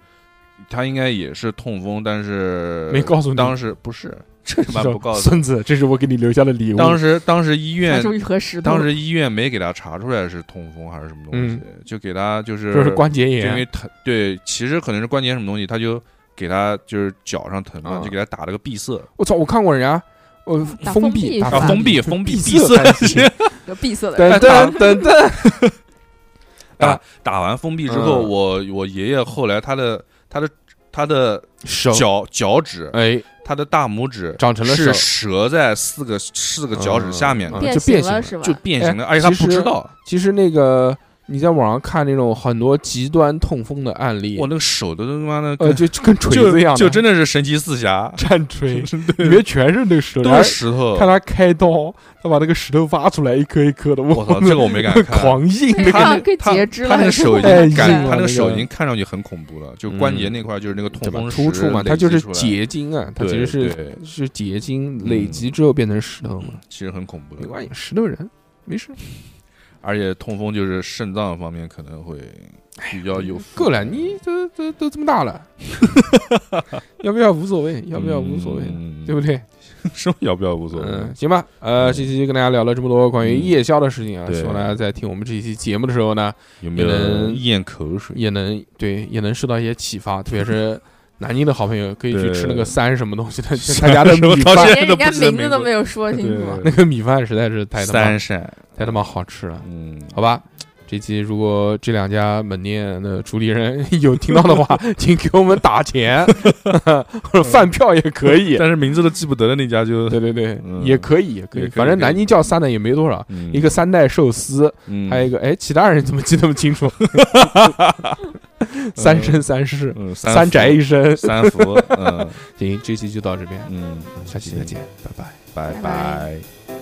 Speaker 2: 他应该也是痛风，但是
Speaker 1: 没告诉你
Speaker 2: 当时不是， 这他妈不告诉你。
Speaker 1: 孙子，这是我给你留下的礼物。
Speaker 2: 当时当时医
Speaker 3: 他
Speaker 2: 院
Speaker 3: 说一盒石头
Speaker 2: 当，时医院没给他查出来是痛风还是什么东西，就给他就是
Speaker 1: 嗯就是关节
Speaker 2: 就因为
Speaker 1: 炎，
Speaker 2: 疼，对，其实可能是关节什么东西，他就给他就是脚上疼嘛，
Speaker 1: 啊
Speaker 2: 就给他打了个闭塞，
Speaker 1: 我操，我看过人家。呃，
Speaker 3: 打
Speaker 1: 封
Speaker 3: 封闭
Speaker 1: 打
Speaker 3: 啊
Speaker 2: 啊，
Speaker 3: 反
Speaker 2: 封闭
Speaker 1: 闭
Speaker 2: 封闭闭
Speaker 1: 闭
Speaker 2: 塞
Speaker 1: 塞，
Speaker 3: 有闭塞的。
Speaker 1: 等
Speaker 2: 但
Speaker 1: 等等等，
Speaker 2: 打啊打完封闭之后，
Speaker 1: 嗯
Speaker 2: 我我爷爷后来他的他的他的
Speaker 1: 手
Speaker 2: 脚脚趾，
Speaker 1: 哎
Speaker 2: 他的大拇指
Speaker 1: 长成了手
Speaker 2: 是折在四个四个脚趾下面的
Speaker 1: 嗯，
Speaker 3: 变
Speaker 1: 就
Speaker 3: 形
Speaker 1: 变形
Speaker 3: 了
Speaker 1: 了
Speaker 3: 是吧？
Speaker 2: 就变形了，
Speaker 1: 哎
Speaker 2: 而且他
Speaker 1: 其
Speaker 2: 不知
Speaker 1: 实
Speaker 2: 道，
Speaker 1: 其实那个你在网上看那种很多极端痛风的案例
Speaker 2: 我，那个手都他妈的
Speaker 1: 呃，
Speaker 2: 跟
Speaker 1: 就就跟锤子一样的，
Speaker 2: 就真的是神奇四侠，
Speaker 1: 战 锤，里面全是那个石头，
Speaker 2: 都
Speaker 1: 然
Speaker 2: 是
Speaker 1: 后
Speaker 2: 石头。
Speaker 1: 看他开刀，他把那个石头挖出来一颗一颗的，
Speaker 2: 我操，这个我没敢看。
Speaker 1: 狂硬
Speaker 3: 被
Speaker 1: 那个
Speaker 3: 给
Speaker 2: 他
Speaker 3: 啊截肢了，
Speaker 2: 他那个手已
Speaker 1: 太
Speaker 2: 经
Speaker 1: 硬
Speaker 2: 感，
Speaker 1: 哎了
Speaker 2: 他那个
Speaker 1: 那
Speaker 2: 手
Speaker 1: 个
Speaker 2: 已经看上去很恐怖了，就关节那块就是那个痛
Speaker 1: 怎么
Speaker 2: 风
Speaker 1: 突出嘛，
Speaker 2: 石
Speaker 1: 它就
Speaker 2: 累
Speaker 1: 是
Speaker 2: 积出来
Speaker 1: 结晶啊，它
Speaker 2: 对
Speaker 1: 其实是
Speaker 2: 对嗯
Speaker 1: 是结晶累积之后变成石头嘛，
Speaker 2: 其实很恐怖
Speaker 1: 没关
Speaker 2: 的。
Speaker 1: 系，石头人没事，
Speaker 2: 而且痛风就是肾脏方面可能会
Speaker 1: 哎
Speaker 2: 比较有负
Speaker 1: 够了，你都都都这么大 了，要不要无所谓，要不要无所谓，
Speaker 2: 嗯
Speaker 1: 对不对？
Speaker 2: 什么要不要无所谓？
Speaker 1: 嗯，行吧，呃，这期就跟大家聊了这么多关于
Speaker 2: 嗯
Speaker 1: 夜宵的事情啊，
Speaker 2: 对
Speaker 1: 希望大家在听我们这一期节目的时候呢，
Speaker 2: 有没有
Speaker 1: 也能
Speaker 2: 咽口水？
Speaker 1: 也能对也能受到一些启发，特别 是南京的好朋友可以去
Speaker 2: 对
Speaker 1: 吃那个三什么东西的，就大家的
Speaker 2: 什么
Speaker 1: 米
Speaker 2: 东西
Speaker 1: 饭，
Speaker 3: 连
Speaker 2: 都
Speaker 3: 哎人家
Speaker 2: 不是
Speaker 3: 名字
Speaker 2: 美
Speaker 3: 都
Speaker 2: 国
Speaker 3: 没有说清
Speaker 2: 对
Speaker 3: 楚。
Speaker 1: 那个米饭实在是太他妈
Speaker 2: 三陕，
Speaker 1: 太他妈好吃了。
Speaker 2: 嗯，
Speaker 1: 好吧。这期如果这两家门店的主理人有听到的 话，请给我们打钱，或者饭票也可以。
Speaker 2: 但是名字都记不得的那家就
Speaker 1: 对对对，
Speaker 2: 嗯
Speaker 1: 也可以，也可
Speaker 2: 也
Speaker 1: 以。
Speaker 2: 可以
Speaker 1: 反正南京叫三的也没多少，一个，三代寿司，
Speaker 2: 嗯
Speaker 1: 还有一个哎，其他人怎么记那么清 楚？三生三世，
Speaker 2: 嗯三
Speaker 1: 三宅一生。
Speaker 2: 三福，嗯
Speaker 1: 行，这期就到这边，
Speaker 2: 嗯，
Speaker 1: 下期再见，拜拜。
Speaker 2: 拜
Speaker 3: 拜
Speaker 2: 拜
Speaker 3: 拜。